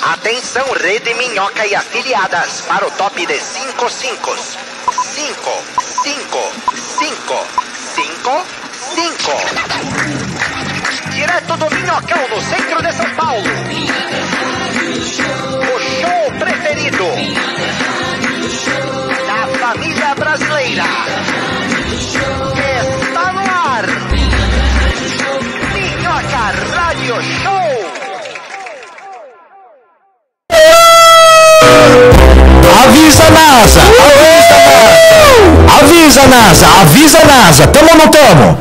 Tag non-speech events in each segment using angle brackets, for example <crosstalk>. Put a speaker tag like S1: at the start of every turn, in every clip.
S1: Atenção, Rede Minhoca e afiliadas para o top de 5 5. 5, 5, 5, 5, 5. Direto do Minhocão, no centro de São Paulo. O show preferido da família brasileira. Está no ar. Minhoca Radio Show.
S2: Avisa NASA! Avisa NASA! Avisa NASA! Tamo ou não tamo?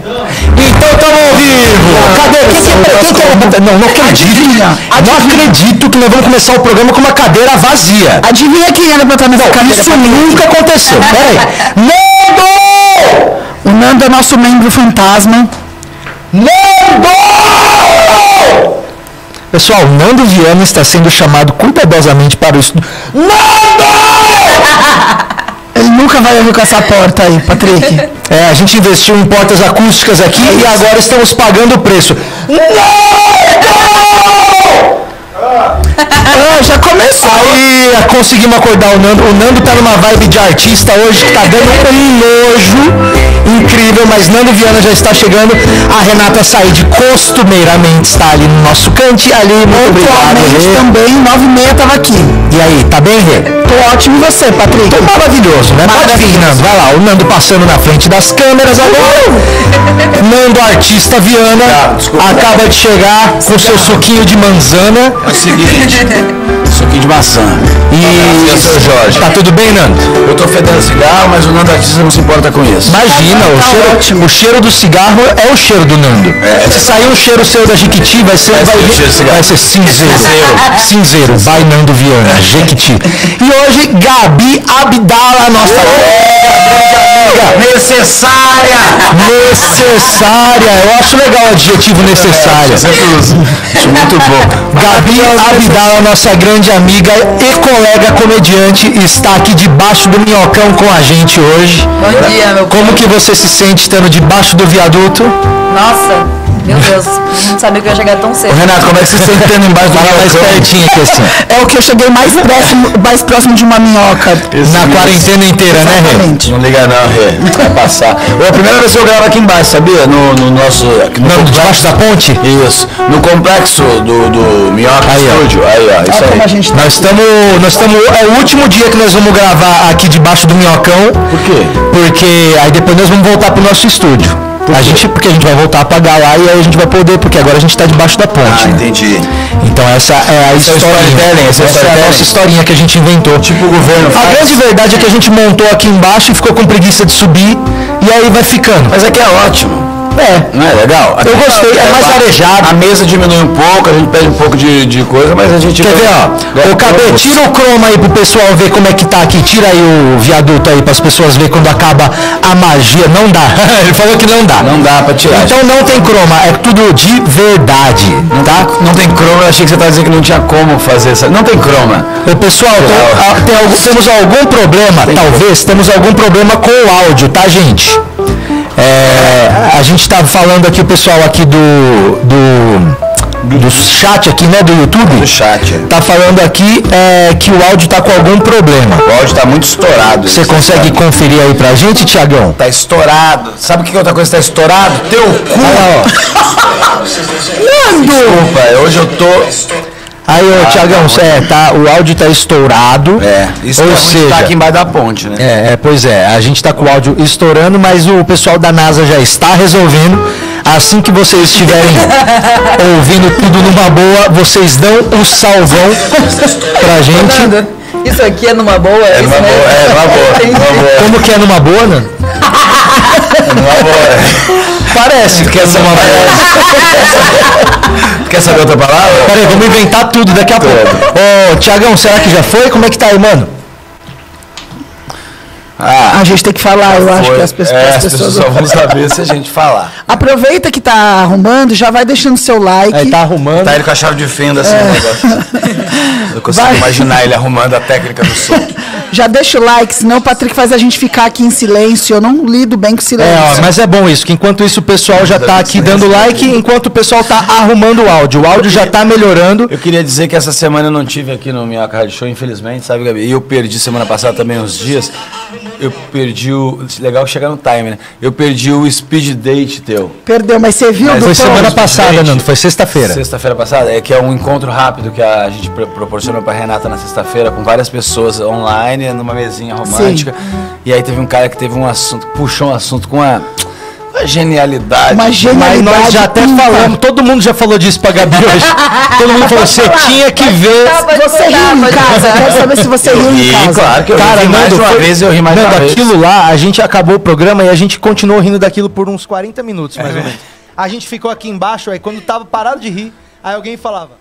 S2: Então tamo ao vivo! Cadê? Quem que é? Quem que é? Não, não acredito! Não acredito que nós vamos começar o programa com uma cadeira vazia!
S3: Adivinha quem era pra estar nessa cadeira?
S2: Isso nunca aconteceu! Peraí! Nando!
S3: O Nando é nosso membro fantasma.
S2: Nando! Pessoal, Nando Viana está sendo chamado cuidadosamente para o estudo.
S3: Ele nunca vai abrir com essa porta aí, Patrick.
S2: <laughs> É, a gente investiu em portas acústicas aqui e agora estamos pagando o preço. Nando!
S3: Ah, já começou.
S2: Aí é, conseguimos acordar o Nando. O Nando tá numa vibe de artista hoje que tá dando um nojo incrível, mas Nando Viana já está chegando. A Renata Said costumeiramente está ali no nosso cante. Ali, muito obrigado,
S3: Atualmente
S2: Rê.
S3: também, 9 e meia tava aqui.
S2: E aí, tá bem, Rê?
S3: Tô ótimo e você, Patrick?
S2: Tô maravilhoso, né? Pode vir, Nando. Vai lá, o Nando passando na frente das
S4: Uh!
S2: câmeras agora. Nando Artista Viana
S4: Tá, desculpa.
S2: acaba de chegar com seu suquinho de manzana.
S4: É o seguinte, suquinho de maçã.
S2: E
S4: Abraço, seu Jorge.
S2: Tá tudo bem, Nando?
S4: Eu tô fedendo cigarro, mas o Nando Artista não se importa com isso.
S2: Imagina,
S4: Tá,
S2: o, cheiro, o cheiro do cigarro é o cheiro do Nando.
S4: É.
S2: Se sair um cheiro seu da Jequiti, vai ser,
S4: Vai
S2: vai
S4: ser o cheiro do cigarro.
S2: vai ser cinzeiro. Cinzeiro. Vai Nando Viana, Jequiti. E hoje, Gabi Abdala, nossa grande amiga.
S4: Necessária!
S2: Necessária. Eu acho legal o adjetivo necessária.
S4: É, Isso muito bom. é
S2: Gabi Abdala, nossa grande amiga e colega comediante, está aqui debaixo do minhocão com a gente hoje.
S5: Bom dia, meu
S2: Como que você se sente estando debaixo do viaduto?
S5: Nossa, meu Deus, não sabia que eu ia chegar tão cedo.
S2: Renato, como é que você se sente estando embaixo do viaduto? mais pertinho aqui assim.
S3: É o que eu cheguei mais próximo, mais próximo de uma minhoca.
S2: Na quarentena inteira, né, Rê?
S3: Exatamente.
S4: Não liga não, Rê. Vai passar. Foi a primeira vez que eu gravo aqui embaixo, sabia? No, no nosso... aqui No
S2: Não, debaixo da ponte?
S4: Isso. No complexo do, do Minhoca
S2: Aí, ó.
S4: Studio. Aí, ó. Isso
S3: Olha como a
S4: aí.
S3: gente tá.
S2: Nós estamos. Nós estamos. É o último dia que nós vamos gravar aqui debaixo do minhocão.
S4: Por quê?
S2: Porque aí depois nós vamos voltar pro nosso estúdio. a gente, porque a gente vai voltar a pagar lá e aí a gente vai poder, porque agora a gente tá debaixo da ponte.
S4: Ah,
S2: né?
S4: entendi.
S2: Então essa é a
S4: é o
S2: historinha.
S4: storytelling, esse é o
S2: Essa é a
S4: storytelling.
S2: nossa historinha que a gente inventou. Tipo o
S4: governo
S2: A
S4: faz.
S2: grande verdade é que a gente montou aqui embaixo e ficou com preguiça de subir e aí vai ficando.
S4: Mas aqui é ótimo.
S2: É.
S4: Não é legal? tá
S2: Eu gostei, é mais arejado.
S4: A mesa diminui um pouco, a gente perde um pouco de, de coisa, mas a gente... um
S2: Quer ver, ó? Ô, Cadê? Tira o croma aí pro pessoal ver como é que tá aqui. Tira aí o viaduto aí pras pessoas ver quando acaba a magia. Não dá. <laughs> Ele falou que não dá.
S4: Não dá pra tirar.
S2: Então não tem croma, é tudo de verdade, tá?
S4: Não tem croma, eu achei que você estava dizendo que não tinha como fazer essa. Não tem croma.
S2: Ô, pessoal, tem-
S4: Legal.
S2: ah, tem algum- temos algum problema, talvez, temos algum problema com o áudio, tá, gente? É, a gente tá falando aqui, o pessoal aqui do, do, do chat aqui, né, do YouTube,
S4: O chat.
S2: tá falando aqui é, que o áudio tá com algum problema.
S4: O áudio tá muito estourado.
S2: Você
S4: Isso,
S2: consegue
S4: Tá,
S2: conferir aí pra gente, Tiagão?
S4: tá estourado. Sabe o que que outra coisa tá estourado? Teu cu. Desculpa, é hoje eu tô. Ah,
S2: Aí, ô, Tiagão, é, tá, o áudio tá estourado.
S4: É, isso
S2: ou
S4: é onde
S2: seja,
S4: tá aqui embaixo da ponte, né?
S2: É, é, pois é, a gente tá com o áudio estourando, mas o pessoal da NASA já está resolvendo. Assim que vocês estiverem ouvindo tudo numa boa, vocês dão o salvão pra gente.
S5: Fernando, Isso aqui é numa boa?
S4: É uma boa, é uma boa, uma boa,
S2: Como que é numa boa, né?
S4: uma boa.
S2: Parece que é numa boa.
S4: Quer saber outra palavra?
S2: Peraí, vamos inventar tudo daqui a pouco. Ô, Tiagão, será que já foi? Como é que tá aí, mano?
S4: Ah,
S3: A gente tem que falar, eu acho
S4: foi.
S3: que as pessoas.
S4: É,
S3: as
S4: as pessoas
S3: <laughs>
S4: só vão saber se a gente falar.
S3: Aproveita que tá arrumando, já vai deixando seu like.
S6: Aí tá arrumando.
S4: Tá ele com a chave de fenda assim, o negócio. Eu consigo
S3: É. Vai.
S4: imaginar ele arrumando a técnica do som. Tá-
S3: Já deixa o like, senão o Patrick faz a gente ficar aqui em silêncio. Eu não lido bem com
S6: É, ó,
S3: silêncio.
S6: mas é bom isso, que enquanto isso o pessoal já tá aqui dando like, enquanto o pessoal tá arrumando o áudio. O áudio já tá melhorando.
S4: Eu queria dizer que essa semana eu não tive aqui no Minhoca Rádio Show, infelizmente, sabe, Gabi? E eu perdi semana passada também uns dias. Eu perdi o. Legal que chegar no time, né? Eu perdi o speed date teu.
S3: Perdeu, mas você viu,
S4: Mas
S6: Foi
S3: doutor?
S6: semana passada,
S4: Gente.
S6: Nando, foi sexta-feira.
S4: Sexta-feira passada, é que é um encontro rápido que a gente pro- proporcionou pra Renata na sexta-feira com várias pessoas online, numa mesinha romântica. E aí teve um cara que teve um assunto, puxou um assunto com uma, uma genialidade.
S3: Uma
S6: Mas
S3: genialidade.
S6: nós já até
S3: ímpar.
S6: falamos, todo mundo já falou disso pra Gabi
S3: <laughs>
S6: hoje. Todo mundo falou, você tinha que ver.
S5: Tá, pode
S3: Você
S5: contar,
S3: riu em
S5: pode
S3: casa,
S5: contar.
S3: quero saber se você riu em
S4: E
S3: casa.
S4: claro que eu
S6: Cara,
S4: ri mais
S6: Nando,
S4: de uma
S6: foi-
S4: vez, eu ri mais de
S6: Nando,
S4: uma vez.
S6: aquilo lá, a gente acabou o programa e a gente continuou rindo daquilo por uns 40 minutos,
S4: É.
S6: mais ou menos. A gente ficou aqui embaixo, aí quando tava parado de rir, aí alguém falava.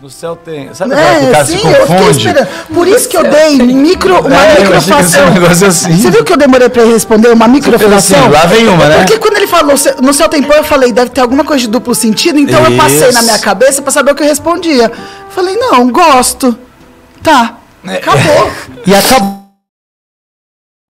S4: No céu tem. Sabe aquela que o
S3: É,
S4: cara
S3: sim,
S4: se
S3: eu fiquei
S4: confunde?
S3: esperando. Por isso que eu dei micro, uma
S4: É, eu achei que ia ser
S3: microfação.
S4: um negócio assim.
S3: Você viu que eu demorei pra ele responder uma
S4: fez assim,
S3: microfação?
S4: lá vem uma, né?
S3: Porque quando ele falou "Se- no seu tempo, eu falei, deve ter alguma coisa de duplo sentido, então eu passei
S4: Isso.
S3: na minha cabeça pra saber o que eu respondia. Falei, não, gosto. Tá. <laughs> Acabou.
S6: E acabou.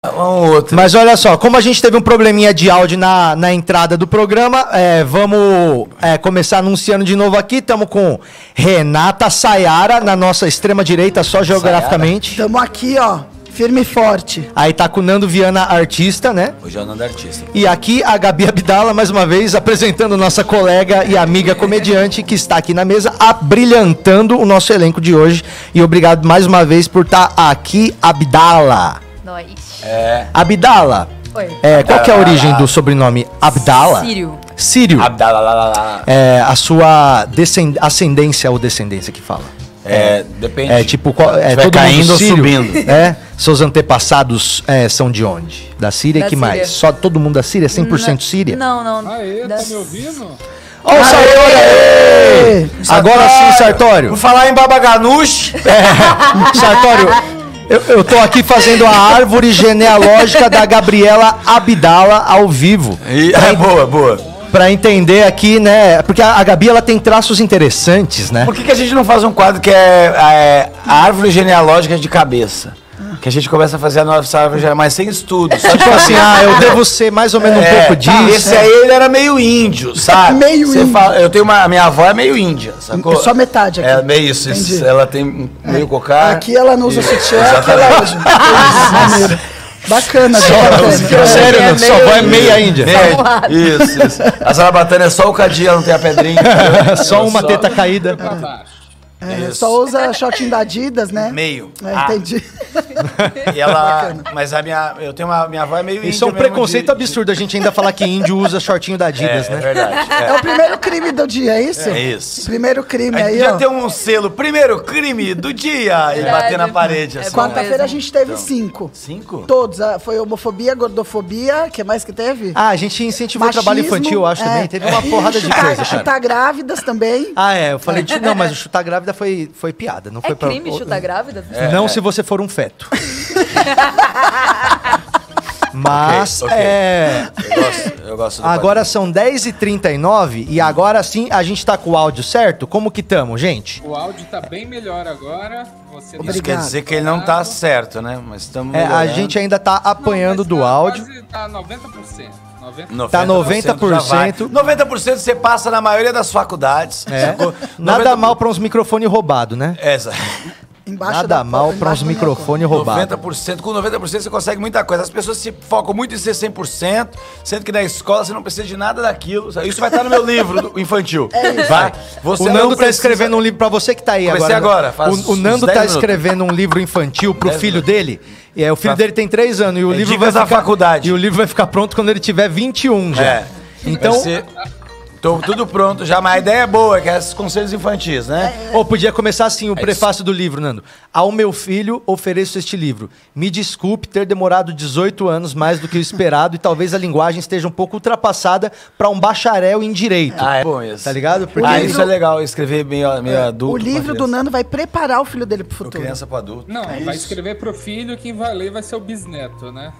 S4: Uma outra.
S6: Mas olha só, como a gente teve um probleminha de áudio na, na entrada do programa, é, vamos é, começar anunciando de novo aqui. Estamos com Renata Sayara, na nossa extrema direita, só geograficamente.
S3: Tamo aqui, ó, firme e forte.
S6: Aí tá com Nando Viana, artista, né?
S4: Hoje é o nome da artista.
S6: E aqui a Gabi Abdala, mais uma vez, apresentando nossa colega e amiga comediante que está aqui na mesa, abrilhantando o nosso elenco de hoje. E obrigado mais uma vez por estar aqui, Abdala.
S5: Nós.
S4: É.
S6: Abdala.
S5: Oi.
S6: É, qual que é a origem do sobrenome Abdala?
S5: Sírio.
S6: Sírio.
S4: Abdalalala.
S6: É, a sua descend- ascendência ou descendência que fala.
S4: É, depende.
S6: É tipo, qual, é,
S4: Se vai
S6: todo mundo
S4: caindo ou
S6: sírio,
S4: subindo.
S6: É, seus antepassados é, são de onde? Da Síria,
S5: Da
S6: que mais?
S5: Síria.
S6: Só todo mundo da Síria? 100% Síria?
S5: Não, não.
S7: Aê,
S5: Da-
S7: tá me ouvindo?
S6: Ó, o Sartori! Agora sim, Sartório.
S4: Por falar em babaganush.
S6: <laughs> É, Sartório, eu, eu tô aqui fazendo a árvore genealógica da Gabriela Abdala ao vivo.
S4: E- É boa, boa.
S6: Pra entender aqui, né? Porque a, a Gabi ela tem traços interessantes, né?
S4: Por que, que a gente não faz um quadro que é, é, árvore genealógica de cabeça? Que a gente começa a fazer a nossa árvore genealógica, mas sem estudo. Só
S6: Tipo assim, ah, eu devo ser mais ou menos um pouco disso.
S4: tá, esse aí ele era meio índio, sabe?
S3: É Meio
S4: Você
S3: índio.
S4: fala- eu tenho uma, a minha avó é meio índia, sacou?
S3: É só metade aqui.
S4: É meio isso, isso.
S3: Entendi.
S4: ela tem um-
S6: É.
S4: meio cocar.
S3: Aqui ela não usa
S4: e-
S3: sutiã, aqui ela
S4: <laughs> Exatamente.
S3: usa. Maneiro.
S4: <laughs>
S3: Bacana,
S4: Não,
S3: bacana.
S4: sério,
S5: É
S4: não,
S5: meio
S4: avó
S5: índia.
S4: índia. Meia- Isso, isso. A zarabatana é só o cadinho, não tem a pedrinha.
S6: <laughs> Só uma teta caída.
S7: Pra baixo.
S3: É, Só usa shortinho da Adidas, né?
S4: Meio.
S3: É,
S4: Ah,
S3: entendi.
S4: e ela, mas a minha, eu tenho uma, minha avó é meio índia.
S6: Isso é um
S4: mesmo
S6: preconceito
S4: de-
S6: absurdo a gente ainda falar que índio usa shortinho da
S4: É,
S6: Adidas,
S4: é
S6: né?
S4: verdade.
S3: É o primeiro crime do dia, é isso?
S4: É isso.
S3: Primeiro crime
S4: A gente
S3: aí,
S4: já
S3: ó.
S4: tem um selo, primeiro crime do dia, e
S5: Verdade.
S4: bater na parede.
S5: É
S4: assim.
S3: Quarta-feira
S5: mesmo.
S3: a gente teve
S6: Então.
S3: cinco.
S4: Cinco?
S3: Todos. ah, Foi homofobia, gordofobia, o que mais que teve?
S6: Ah, a gente incentivou o trabalho
S3: Machismo,
S6: infantil, eu acho
S3: é.
S6: também. Teve uma porrada de
S3: Chutar-
S6: coisa, cara.
S3: Chutar grávidas também.
S6: Ah, é, eu falei, de- não, mas o chutar grávida foi, foi piada, não foi
S5: É
S6: pra...
S5: crime chutar grávida?
S4: É,
S6: Não se você for
S4: <laughs>
S6: um feto. Mas,
S4: Ok, ok.
S6: é...
S4: Eu gosto, eu gosto do
S6: Agora são 10h39 e agora sim a gente tá com o áudio certo? Como que tamo, gente?
S7: O áudio tá bem melhor agora. Você
S4: quadro. Isso quer
S3: Obrigado.
S4: dizer que ele não tá certo, né? Mas estamos.
S6: É, a gente ainda tá apanhando do áudio.
S7: Quase, tá 90%. 90%.
S6: tá 90%.
S4: 90% você passa na maioria das faculdades.
S6: É.
S4: sacou?
S6: Nada
S4: 90%.
S6: mal pra uns microfones roubados, né?
S4: É,
S6: <laughs>
S4: exato.
S3: Embaixo
S6: Nada
S3: da-
S6: mal pra uns
S3: embaixo da minha cama.
S6: microfones roubados.
S4: 90%, com 90% você consegue muita coisa. As pessoas se focam muito em ser 100%, sendo que na escola você não precisa de nada daquilo. sabe? Isso vai estar no meu livro do- infantil. Vai. Você
S6: É O
S4: não
S6: Nando tá
S4: precisa-
S6: escrevendo um livro pra você que tá aí
S4: Comecei
S6: agora.
S4: agora, faz
S6: o, o
S4: uns
S6: Nando
S4: 10
S6: tá
S4: minutos.
S6: escrevendo um livro infantil pro
S4: 10
S6: filho dele. E é, o filho
S4: Tá.
S6: dele tem 3 anos e o
S4: É,
S6: livro vai
S4: dicas da
S6: ficar,
S4: faculdade.
S6: E o livro vai ficar pronto quando ele tiver 21 já.
S4: É.
S6: Então,
S4: Vai ser- Tô tudo pronto já, mas a ideia é boa, que é esses conselhos infantis, né? É
S6: Ou podia começar assim, o
S4: isso.
S6: prefácio do livro, Nando. Ao meu filho, ofereço este livro. Me desculpe ter demorado 18 anos mais do que o esperado e talvez a linguagem esteja um pouco ultrapassada para um bacharel em direito.
S4: Ah, é bom isso.
S6: Tá ligado? Porque É.
S4: ah,
S6: ele-
S4: isso é legal, escrever meio, meio adulto.
S3: o livro do
S4: Nando.
S3: Nando vai preparar o filho dele pro futuro.
S4: Criança pra adulto.
S7: Não, vai escrever pro filho, quem vai ler vai ser o bisneto, né?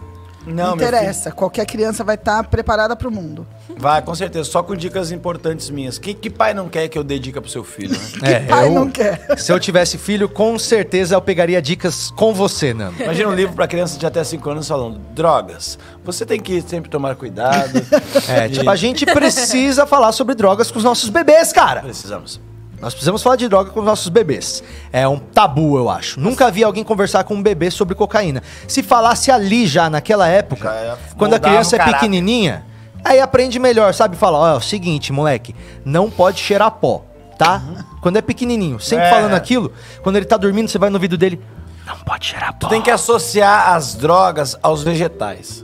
S3: Não
S4: Não, meu filho.
S3: interessa. Qualquer criança vai estar preparada pro mundo.
S4: Vai, com certeza. Só com dicas importantes minhas. Que, que pai não quer que eu dê dica pro seu filho, né?
S6: É,
S3: Pai
S6: eu-
S3: não quer.
S6: Se eu tivesse filho, com certeza eu pegaria dicas com você, Nando.
S4: Imagina um livro pra criança de até 5 anos falando drogas. Você tem que sempre tomar cuidado.
S6: <laughs>
S4: <laughs>
S6: É,
S4: E
S6: tipo, a
S4: <laughs>
S6: gente precisa falar sobre drogas com os nossos bebês, cara.
S4: Precisamos.
S6: Nós precisamos falar de droga com os nossos bebês. É um tabu, eu acho. Nunca vi alguém conversar com um bebê sobre cocaína. Se falasse ali já, naquela época,
S4: Já é-
S6: quando a
S4: moldava o
S6: criança é
S4: caráter.
S6: pequenininha, aí aprende melhor, sabe? Fala, ó, é o seguinte, moleque, não pode cheirar pó, tá? Quando é pequenininho, sempre
S4: É.
S6: falando aquilo, quando ele tá dormindo, você vai no ouvido dele, não pode cheirar pó.
S4: Tu tem que associar as drogas aos vegetais.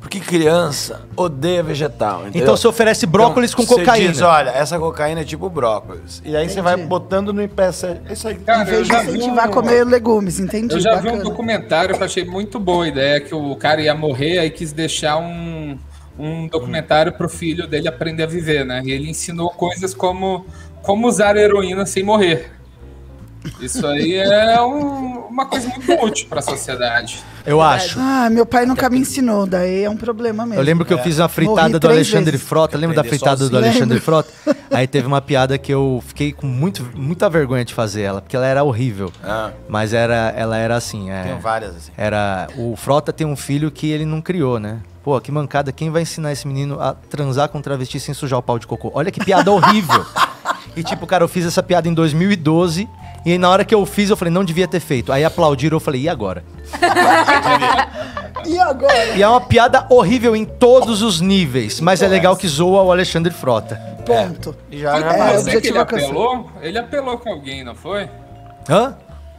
S4: Porque criança odeia vegetal. Entendeu?
S6: Então você oferece brócolis com
S4: você
S6: cocaína.
S4: Diz, Olha, essa cocaína é tipo brócolis. E aí você vai botando no impeça.
S6: é
S4: Isso aí.
S7: Cara,
S3: Em vez de
S7: já vi
S3: incentivar a
S7: um-
S3: comer legumes, entendi.
S7: Eu já vi um
S3: Bacana.
S7: documentário que eu achei muito boa a ideia, que o cara ia morrer, aí quis deixar um, um documentário pro filho dele aprender a viver, né? E ele ensinou coisas como como usar heroína sem morrer. Isso aí é um- uma coisa muito útil pra sociedade.
S6: Eu acho.
S3: Ah, meu pai nunca me ensinou, daí é um problema mesmo.
S6: Eu lembro que eu fiz uma
S3: Morri
S6: fritada do
S3: três
S6: Alexandre
S3: vezes.
S6: Frota. Lembra da
S4: Aprender
S6: fritada do
S3: sozinho.
S6: Alexandre
S3: Lembro. <laughs>
S6: Frota? Aí teve uma piada que eu fiquei com muito, muita vergonha de fazer ela, porque ela era horrível.
S4: Ah,
S6: Mas era, ela era assim, é,
S4: tem várias assim.
S6: era o Frota tem um filho que ele não criou, né? Pô, que mancada, quem vai ensinar esse menino a transar com um travesti sem sujar o pau de cocô? Olha que piada
S3: <laughs>
S6: horrível. E tipo, cara, eu fiz essa piada em 2012 e aí na hora que eu fiz eu falei, não devia ter feito. Aí aplaudiram, eu falei, e agora?
S3: E agora?
S6: E é uma piada horrível em todos os níveis, mas é legal que zoa o Alexandre Frota.
S3: Ponto.
S4: E já
S7: Mas
S3: É,
S4: já
S7: não é que
S3: objetivo
S7: ele
S3: alcançado.
S7: apelou? Ele apelou com alguém, não foi?
S6: Hã?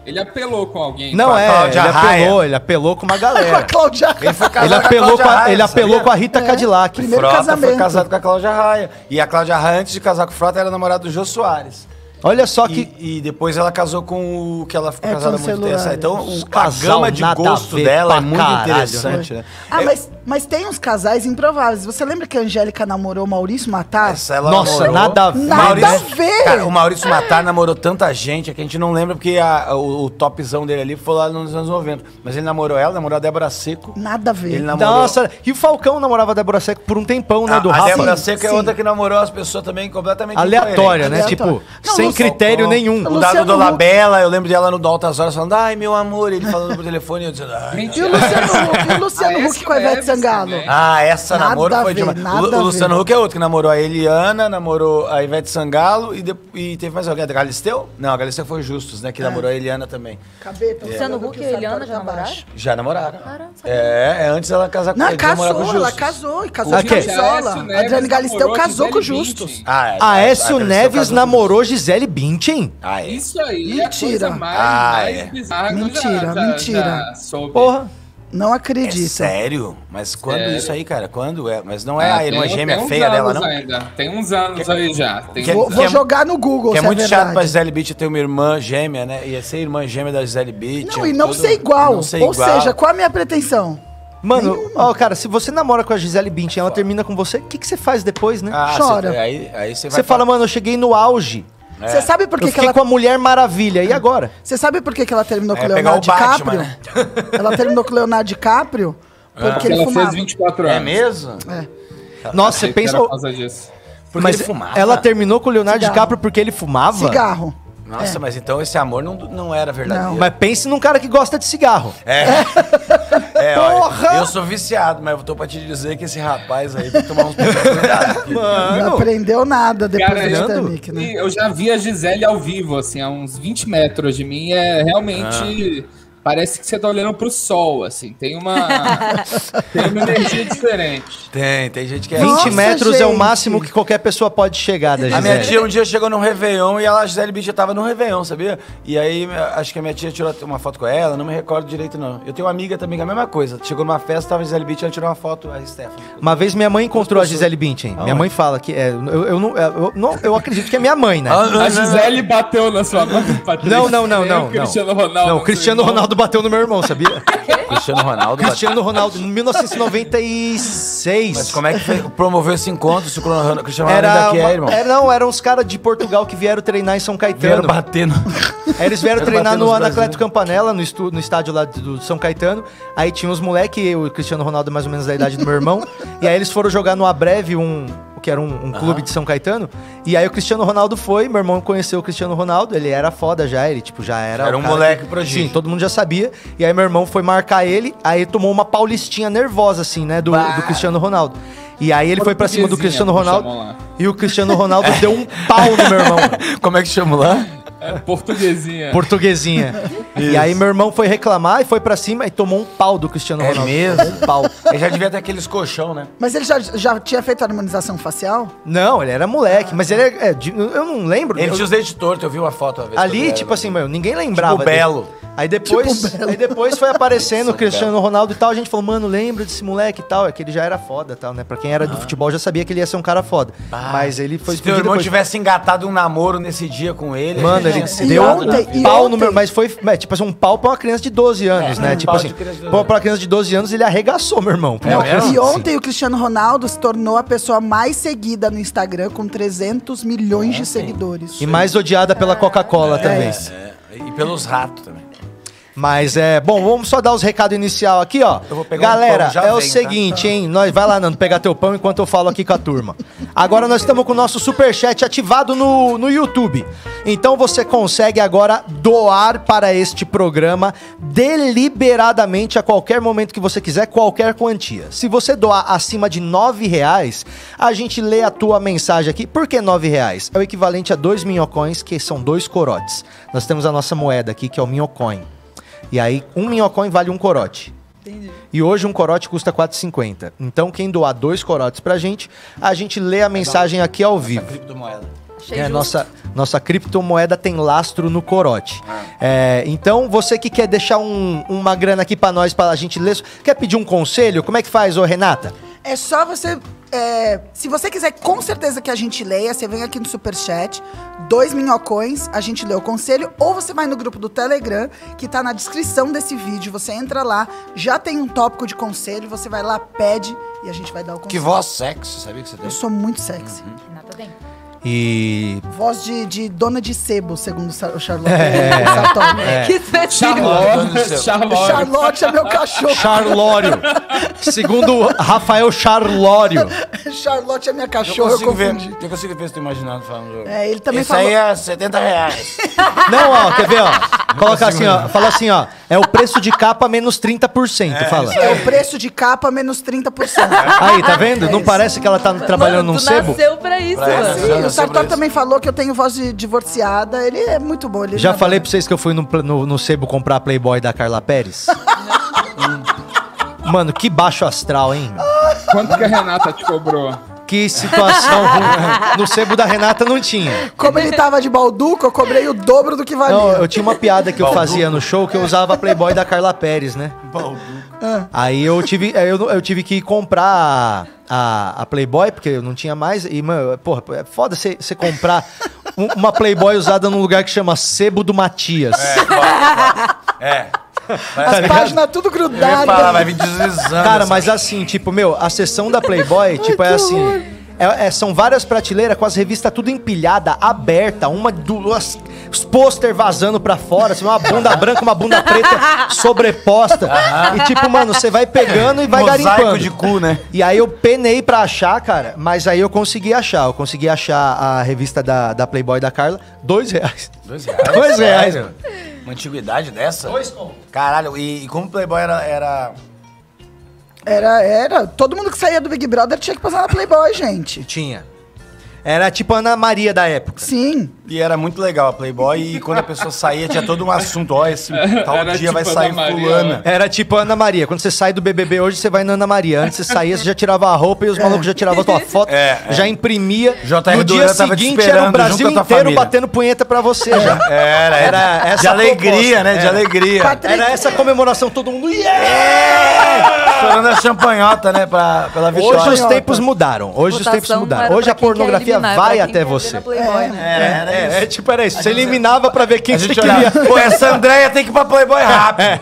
S7: Ele apelou com alguém.
S6: Não,
S4: a
S6: é, ele
S4: Cláudia Raia.
S6: apelou, ele apelou com
S3: <laughs>
S6: uma
S3: Com a
S6: galera.
S3: Cláudia. né?
S6: Ele apelou, com a, ele apelou com a Rita Cadillac.
S3: primeiro
S4: Frota
S3: casamento.
S4: foi casado com a Cláudia Raia. E a Cláudia Raia, antes de casar com o Frota, era namorada do Jô Soares.
S6: Olha só que
S4: E, e depois ela casou com o que ela ficou
S3: É,
S4: casada há
S3: com o
S4: muito tempo.
S3: celular.
S4: sabe? Então, o, a
S6: Casal
S4: gama de
S6: nada a
S4: gosto
S6: ver
S4: dela é
S6: pra
S4: muito
S6: caralho,
S4: interessante, né?
S3: Ah, mas, mas tem uns casais improváveis. Você lembra que a Angélica namorou o Maurício Matar?
S4: Essa ela
S6: Nossa,
S4: namorou.
S6: nada a ver.
S3: Nada a ver.
S4: Cara, o Maurício Matar namorou tanta gente é que a gente não lembra porque a- o, o topzão dele ali foi lá nos anos 90. Mas ele namorou ela, namorou a Débora Seco.
S3: Nada a ver.
S4: Ele namorou.
S6: Nossa, e o Falcão namorava a Débora Seco por um tempão, né?
S4: a,
S6: do
S4: a Débora
S6: Rafa.
S3: Sim,
S4: Seco é
S3: sim.
S4: outra que namorou as pessoas também completamente
S6: Aleatória, né?
S3: Aleatório.
S6: Tipo,
S3: Não, Lu-
S6: sem critério nenhum.
S4: O
S3: Lu-
S4: dado
S3: Luciano
S4: do
S3: Huck.
S4: Labela, eu lembro dela no do Altas Horas falando, ai meu amor, ele falando por telefone, eu dizendo,
S3: E
S4: ai.
S3: o
S7: Mentira.
S3: <laughs> Luciano Huck, e o
S7: Ah,
S3: Luciano
S7: esse né?
S3: Huck com a Ivete
S7: Neves
S3: Sangalo.
S7: também.
S4: Ah, essa
S3: Nada
S4: namoro
S3: a
S4: foi
S3: ver,
S4: demais.
S3: nada
S4: Lu-
S3: a
S4: O Luciano
S3: ver.
S4: Huck é outro que namorou a Eliana, namorou a Ivete Sangalo e, de- e teve mais alguém. A Galisteu? Não, a Galisteu foi Justus, né? Que namorou a Eliana também.
S3: Cabeta,
S5: Luciano
S3: jogador
S5: Huck
S3: que
S5: e a
S3: salta
S5: Eliana já
S3: pra baixo.
S4: Já namoraram.
S5: Caramba, sabia.
S4: É, é, antes ela casar
S3: Não,
S4: ele namorava
S3: casou, ela
S4: Justus.
S3: casou. E casou
S6: O
S3: com
S6: José
S3: Camisola.
S7: Aécio
S3: A
S7: Neves
S3: Adriane Galisteu
S7: namorou
S3: casou né? com o
S7: Gisele
S3: Justos.
S7: Bündchen.
S4: Ah, é,
S6: A
S4: é,
S6: Écio
S4: Galisteu
S6: Neves
S4: casou
S6: namorou Gisele Bündchen.
S4: com- Ah, é.
S7: Isso aí é a
S3: Mentira.
S7: coisa mais,
S4: Ah,
S7: mais
S4: é.
S7: bizarra que eu
S3: Mentira,
S7: já, já,
S3: mentira.
S7: já soube.
S6: Porra.
S3: Não
S4: É
S3: acredito.
S4: sério? Mas quando
S7: Sério.
S4: isso aí, cara? Quando é? Mas não é
S7: Ah,
S4: a irmã
S7: tem-
S4: gêmea
S7: tem uns
S4: feia dela,
S7: anos
S4: não?
S7: ainda. Tem uns anos aí já. Tem
S4: que-
S7: uns
S3: Vou,
S7: anos.
S3: vou
S4: é-
S3: jogar no Google,
S4: Que é
S3: se é
S4: muito chato pra
S3: verdade.
S4: Gisele Beach ter uma irmã gêmea, né? Ia ser irmã gêmea da Gisele Beach.
S3: Não, e não ser igual. Ou seja, qual a minha pretensão?
S6: Mano, ó, cara, se você namora com a Gisele Bündchen e ela termina com você, o que, que você faz depois, né?
S4: ah,
S3: chora.
S4: Cê, aí, aí você vai É.
S6: você fala, mano, eu cheguei no auge.
S3: Você sabe por
S6: eu
S3: que, que
S6: fiquei
S3: ela
S6: com a Mulher Maravilha, e agora?
S3: Você sabe por que, que ela terminou com
S4: É,
S3: o
S4: pegar
S3: Leonardo
S4: o Batman, Ah.
S3: DiCaprio?
S4: <laughs>
S3: Ela terminou com o Leonardo DiCaprio porque ele
S7: É. ela
S3: fumava.
S7: fez 24 anos.
S4: É mesmo?
S3: É.
S6: Nossa, você
S7: Achei que
S6: pensa.
S7: era por causa disso.
S4: Tá. Porque
S6: mas
S4: ele fumava.
S6: ela terminou com o Leonardo
S3: Cigarro.
S6: DiCaprio porque ele fumava?
S3: Cigarro.
S4: Nossa, mas então esse amor não, não era verdadeiro.
S3: É. Não.
S6: Mas pense num cara que gosta de cigarro.
S4: É,
S6: Porra!
S4: Olha, eu sou viciado, mas eu tô pra te dizer que esse rapaz aí tem que tomar uns cuidado. filho.
S3: Não aprendeu nada depois
S7: Cara,
S3: do
S7: eu-
S3: Titanic, né?
S7: E eu já vi a Gisele ao vivo, assim, a uns 20 metros de mim. É realmente Parece que você tá olhando pro sol, assim. Tem uma. tem uma energia diferente.
S4: Tem, tem gente que é
S6: 20
S4: assim.
S3: Nossa,
S6: metros é o
S3: gente.
S6: máximo que qualquer pessoa pode chegar da
S4: A minha
S6: Gisele.
S4: tia um dia chegou num Réveillon e ela, a Gisele Bicha tava no Réveillon, sabia? E aí a- acho que a minha tia tirou uma foto com ela, não me recordo direito, não. Eu tenho uma amiga também que é a mesma coisa. Chegou numa festa, tava a Gisele Bicha, ela tirou uma foto, a Stephanie.
S6: Uma vez minha mãe encontrou a Gisele Bündchen. Minha mãe fala que... é, eu, eu não, eu, não- eu acredito que é minha mãe, né?
S7: A Gisele bateu na sua mão, Patrícia.
S6: Não, não, não,
S7: E
S6: não,
S7: O Cristiano Ronaldo. assim,
S6: Não,
S7: no
S6: o Cristiano
S7: seu irmão.
S6: Ronaldo bateu no meu irmão, sabia?
S4: <laughs> Cristiano Ronaldo.
S6: Cristiano Ronaldo, em 1996.
S4: Mas como é que foi- promoveu esse encontro se o Cristiano Ronaldo
S6: Era,
S4: ainda
S6: uma-
S4: quer, irmão?
S6: é, não, eram os caras de Portugal que vieram treinar em São
S4: Vieram
S6: Caetano.
S4: batendo.
S6: Aí eles
S4: <laughs>
S6: vieram
S4: Vieram
S6: treinar
S4: bater
S6: no
S4: nos
S6: Anacleto
S4: brasileiros.
S6: Campanella, no, estu- no estádio lá do São Caetano. Aí tinha os moleque, o Cristiano Ronaldo é mais ou menos da idade do
S4: <laughs>
S6: meu irmão. e aí eles foram jogar no Abreve, um, que era um, um clube de São Caetano. E aí o Cristiano Ronaldo foi, meu irmão conheceu o Cristiano Ronaldo, ele era foda já, ele tipo já era...
S4: Era
S6: o
S4: um
S6: cara
S4: moleque
S6: que-
S4: prodígio.
S6: Sim, todo mundo já sabia. E aí meu irmão foi marcar ele, aí tomou uma paulistinha nervosa assim, né, do, do Cristiano Ronaldo. E aí ele foi pra cima do Cristiano
S7: Portuguesinha, como chamam
S6: Ronaldo
S7: lá.
S6: e o Cristiano Ronaldo deu um pau no meu irmão.
S4: <laughs> Como é que chama lá?
S7: É portuguesinha.
S6: Portuguesinha. E aí meu irmão foi reclamar e foi pra cima e tomou um pau do Cristiano
S4: É
S6: Ronaldo.
S4: mesmo?
S6: Um pau.
S4: Ele já devia ter aqueles colchão, né?
S3: Mas ele já, já tinha feito a harmonização facial?
S6: Não, ele era moleque, mas ele é, é de- eu não lembro.
S4: Ele
S6: Eu-
S4: tinha os dentes tortos, eu vi uma foto uma vez. quando eu
S6: ali,
S4: era
S6: tipo assim,
S4: novinho.
S6: mano, ninguém lembrava.
S4: Tipo
S6: dele.
S4: Belo.
S6: Aí depois, aí depois foi
S4: <laughs>
S6: aparecendo o Cristiano Ronaldo e tal, a gente falou, mano, lembra desse moleque e tal, é que ele já era foda e tal, né? Pra quem era do futebol já sabia que ele ia ser um cara foda. mas ele foi
S4: Ah. Se teu
S6: explodido
S4: irmão
S6: depois.
S4: tivesse engatado um namoro nesse dia com ele...
S6: Mano,
S4: a gente
S6: ele
S4: tinha se
S6: deu
S4: dado na
S3: ontem-
S4: vida.
S3: e
S6: um pau no meu.
S3: ontem?
S6: Mas foi, é, tipo assim, um pau pra uma criança de 12 anos, né?
S4: um
S6: Tipo
S4: pau
S6: assim,
S4: de criança de 12
S6: pau pra uma criança de 12 anos, ele arregaçou, meu irmão.
S4: É mesmo?
S3: E ontem o Cristiano Ronaldo se tornou a pessoa mais seguida no Instagram, com 300 milhões de seguidores.
S6: E mais odiada pela Coca-Cola também.
S4: É, e pelos ratos também.
S6: Mas é, bom, vamos só dar os recados inicial aqui, ó.
S4: Eu vou pegar um
S6: Galera,
S4: pão, já
S6: é o
S4: vem, tá?
S6: seguinte, hein? Nós vai lá, Nando, pegar teu pão enquanto eu falo aqui com a turma. Agora nós estamos com o nosso superchat ativado no, no YouTube. Então você consegue agora doar para este programa deliberadamente a qualquer momento que você quiser, qualquer quantia. Se você doar acima de nove reais, a gente lê a tua mensagem aqui. Por que nove reais? É o equivalente a dois minhocões, que são dois corotes. Nós temos a nossa moeda aqui, que é o minhocoin. E aí, um minhocão vale um corote. E hoje um corote custa 4,50. Então, quem doar dois corotes pra gente, a gente lê a mensagem aqui ao vivo.
S4: Criptomoeda.
S5: Achei
S6: É,
S5: justo.
S6: nossa, nossa criptomoeda tem lastro no corote.
S5: Ah.
S6: É, então, você que quer deixar um- uma grana aqui pra nós, pra gente ler. Quer pedir um conselho? Como é que faz, ô Renata?
S3: É só você. é, se você quiser com certeza que a gente leia, você vem aqui no Superchat, dois minhocões, a gente lê o conselho, ou você vai no grupo do Telegram, que tá na descrição desse vídeo, você entra lá, já tem um tópico de conselho, você vai lá, pede e a gente vai dar o
S4: Que
S3: conselho.
S4: voz sexy, sabia que você tem?
S3: Eu sou muito sexy.
S5: Renata tem.
S6: E.
S3: Voz de, de dona de sebo, segundo o Char- o Charlotte. <laughs>
S6: É,
S3: Sartori.
S5: Que específico.
S7: Charlotte. Charlotte.
S3: Charlotte é meu cachorro.
S6: Charlório. Segundo Rafael Charlório.
S3: <laughs> Charlotte é minha
S4: Eu
S3: cachorra, eu,
S4: consigo, ver,
S3: confundi.
S4: eu consigo ver se tu imaginando falando.
S3: É, ele também
S4: Isso
S3: falou-
S4: aí é 70
S3: <laughs>
S4: reais.
S6: Não, ó, quer ver, ó? Coloca assim, ó. Fala assim, ó. É o preço de capa menos 30%. fala.
S3: É o preço de capa menos 30%.
S6: <laughs> Aí,
S5: <laughs>
S6: tá vendo?
S3: É.
S6: Não parece que ela tá trabalhando
S5: Mano,
S6: num
S5: tu
S6: sebo?
S5: nasceu pra isso,
S4: Pra
S5: mano.
S4: essa.
S3: Sim, o
S4: Sobre
S3: Sartori
S4: isso.
S3: também falou que eu tenho voz de divorciada. Ele é muito bom. Ele
S5: né,
S6: Já falei pra vocês que eu fui no, no, no sebo comprar a Playboy da
S5: <laughs>
S6: Carla Pérez? Hum. Mano, que baixo astral, hein?
S7: Quanto que a Renata te cobrou?
S6: Que situação ruim. No sebo da Renata não tinha.
S3: Como ele tava de balduco, eu cobrei o dobro do que valia.
S6: Não, eu tinha uma piada que eu fazia no show que eu usava a Playboy da Carla Pérez, né?
S3: Ah.
S6: Aí eu tive, aí eu, não- eu tive que comprar a, a Playboy, porque eu não tinha mais. E, mano, porra, é foda você você comprar um- uma Playboy usada num lugar que chama Sebo do Matias.
S4: É.
S3: As páginas tudo
S4: Eu ia falar, vai
S3: grudadas.
S4: vir deslizando.
S6: Cara,
S4: assim.
S6: mas assim, tipo, meu, a sessão
S4: <laughs>
S6: da Playboy, tipo, é assim. é- é- são várias prateleiras com as revistas tudo empilhada, aberta, uma, duas, os pôster vazando pra fora, assim,
S4: <laughs>
S6: uma bunda branca, uma bunda preta sobreposta. E tipo, mano, você vai pegando e vai
S4: Mosaico
S6: garimpando.
S4: de cu, né?
S6: E aí eu penei pra achar, cara, mas aí eu consegui achar. Eu consegui achar a revista da, da Playboy da Carla, dois reais.
S4: Dois reais.
S6: <laughs> Dois reais,
S4: Caralho. Uma antiguidade dessa? Dois Caralho, e, e como o Playboy era. era...
S3: Era, era. Todo mundo que saía do Big Brother tinha que passar na Playboy, gente.
S6: Tinha. Era tipo a Ana Maria da época.
S3: Sim.
S4: E era muito legal a Playboy. E quando a pessoa saía, tinha todo um assunto. Ó,
S7: <laughs>
S4: esse tal
S7: Era
S4: dia vai
S7: tipo
S4: sair
S7: Ana Maria,
S4: fulana.
S6: Era tipo a Ana Maria. Quando você sai do BBB hoje, você vai na Ana Maria. Antes você saía, você já tirava a roupa e os malucos já tiravam
S4: <laughs>
S6: a tua foto,
S4: É, é.
S6: já imprimia.
S4: JR
S6: no dia
S4: Duran tava te
S6: seguinte era o
S4: esperando
S6: Brasil
S4: junto com a tua
S6: inteiro
S4: família.
S6: batendo punheta pra você já.
S4: <laughs> Era,
S6: Era essa
S4: de
S6: a
S4: alegria,
S6: proposta.
S4: né? De
S6: É.
S4: alegria.
S3: Patrícia,
S6: Era essa comemoração, todo mundo. Yeah!
S4: Chorando a champanhota, né? Pra, pela vitória.
S6: Hoje os tempos mudaram. Hoje os tempos mudaram. Hoje a pornografia
S4: é
S6: vai até você.
S4: Era, era,
S6: É, é, tipo, era isso. Você eliminava pra ver quem
S4: A
S6: você
S4: gente
S6: queria.
S4: olhava, É. pô, essa Andréia tem que ir pra Playboy rápido.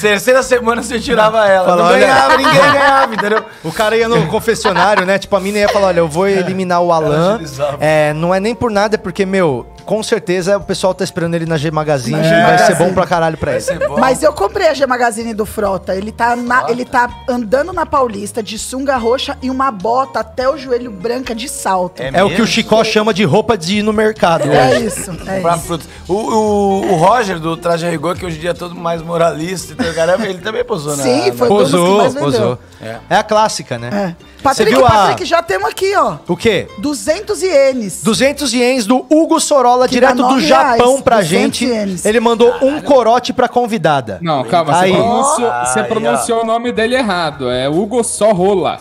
S4: Terceira semana você tirava ela.
S6: Fala,
S4: não
S6: olha- é,
S4: ganhava,
S6: <laughs>
S4: ninguém ganhava, entendeu?
S6: O cara ia no confessionário, né? Tipo, a mina ia falar: olha, eu vou
S3: É.
S6: eliminar o Alan.
S4: utilizava.
S6: É, não é nem por nada, é porque, meu, com certeza o pessoal tá esperando ele na G Magazine.
S3: Na G
S6: vai
S3: Magazine.
S6: ser bom pra caralho pra ele.
S3: Mas eu comprei a G Magazine do Frota. Ele tá, na- ele tá andando na Paulista de sunga roxa e uma bota até o joelho branca de salto.
S6: É o que o Chicó chama de roupa de ir no mercado.
S3: É
S6: hoje.
S3: isso, é
S4: Comprar
S3: isso.
S4: frutas. O, o, o Roger do Traje a Rigor, que hoje em dia é todo mais moralista, então, caramba, ele também posou na.
S3: Sim,
S4: na-
S3: foi- todos que
S6: Posou,
S3: mais vendeu.
S6: posou. É.
S4: É.
S6: a clássica, né?
S3: É. Patrick,
S6: viu a-
S3: Patrick, já temos aqui, ó.
S6: O quê?
S3: 200 ienes.
S6: 200 ienes do Hugo Sorola,
S3: Que
S6: direto
S3: dá
S6: do
S3: nove
S6: Japão
S3: reais,
S6: pra
S3: 200
S6: gente.
S3: ienes.
S6: Ele mandou um corote pra convidada.
S7: Não, calma, você
S6: Aí.
S7: pronunciou, você
S4: Aí, ó.
S7: pronunciou o nome dele errado. É Hugo Sorrola.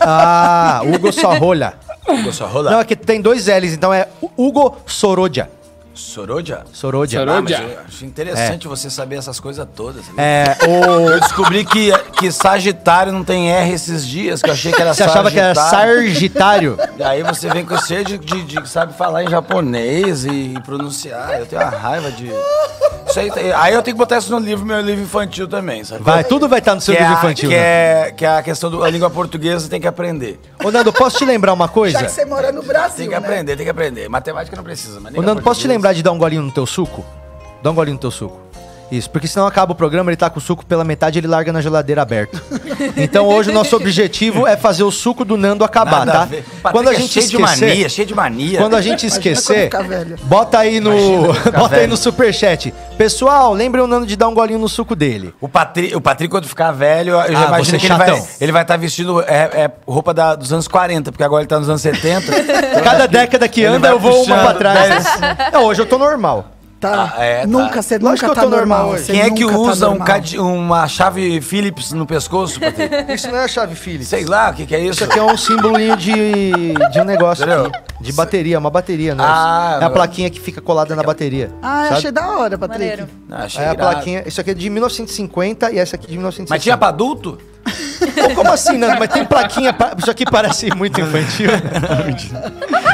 S6: Ah, Hugo Sorolha.
S4: Hugo Sorrola.
S6: Não, é que tem dois L's, então é Hugo Sorodia.
S4: Sorodia? É.
S6: Sorodia.
S7: Sorodia.
S4: Ah, mas eu acho interessante você saber essas coisas todas. tá sabia?
S6: É, o...
S4: Eu descobri que, que Sagitário não tem R esses dias, que eu achei que era
S6: <laughs> Você achava que era Sargitário?
S4: E aí você vem com você de, de, de- sabe falar em japonês e, e pronunciar. Eu tenho uma raiva de. Isso aí, aí eu tenho que botar isso no livro, meu livro infantil também, sabe?
S6: É. Vai, tudo vai estar no seu
S4: que
S6: livro
S4: é a-
S6: infantil.
S4: Que,
S6: né?
S4: é, que é a questão da língua portuguesa tem que aprender.
S6: Ô, Nando, posso te lembrar uma
S3: Já que
S6: coisa?
S3: você mora no
S4: Tem
S3: Brasil,
S4: que
S3: né?
S4: aprender, tem que aprender. Matemática não precisa, mas
S6: Ô,
S4: língua
S6: Nando, posso te
S4: portuguesa-
S6: lembrar de dar um golinho no teu suco? Dá um golinho no teu suco. Isso, porque senão acaba o programa, ele tá com o suco pela metade ele larga na
S4: <laughs>
S6: geladeira aberta. Então hoje o nosso objetivo é fazer o suco do Nando acabar,
S4: Nada a
S6: tá?
S4: ver. Patrick
S6: Quando a
S4: é
S6: gente
S4: cheio de
S6: esquecer,
S4: mania, cheio de mania. <laughs>
S6: Quando a gente
S3: Imagina
S6: esquecer,
S3: quando ficar velho.
S6: bota aí no, <laughs>
S4: Imagina quando ficar
S6: bota aí
S4: velho.
S6: no superchat. Pessoal, lembrem o Nando de dar um golinho no suco dele.
S4: O Patrick, o Patrick, quando ficar velho, eu já
S6: Ah, você é
S4: imagino que ele
S6: chatão.
S4: vai, ele vai estar vestindo é, é, roupa da- dos anos 40, porque agora ele tá nos anos 70.
S6: Cada década que
S4: Ele
S6: anda,
S4: vai
S6: eu vou uma
S4: puxando
S6: pra trás. Não, hoje eu tô normal.
S3: Tá.
S4: Ah, é, tá.
S3: Nunca, você
S6: Lógico
S3: nunca
S6: que eu
S3: tá
S6: tô normal
S3: normal.
S6: hoje.
S3: você
S4: Quem é que
S3: nunca tá
S4: usa um
S3: normal.
S4: cade- uma chave Philips no pescoço, <laughs> Patrick?
S6: Isso não é a chave, filho. Isso
S4: Sei lá, o que, que é isso?
S6: aqui é um símbolinho de, de um negócio
S4: Entendeu?
S6: aqui. De bateria, uma bateria, né?
S4: Ah,
S6: é a
S4: não.
S6: plaquinha que fica colada na bateria.
S3: Ah, eu
S6: sabe?
S3: achei da hora, Patrick.
S5: Maneiro.
S4: Não, Ah, achei
S6: É a
S4: irado.
S6: plaquinha. Isso aqui é de 1950 e essa aqui é de 1960.
S4: Mas tinha pra adulto?
S6: Pô, como assim,
S4: né?
S6: Nando? Mas tem plaquinha. pra- Isso aqui parece muito infantil.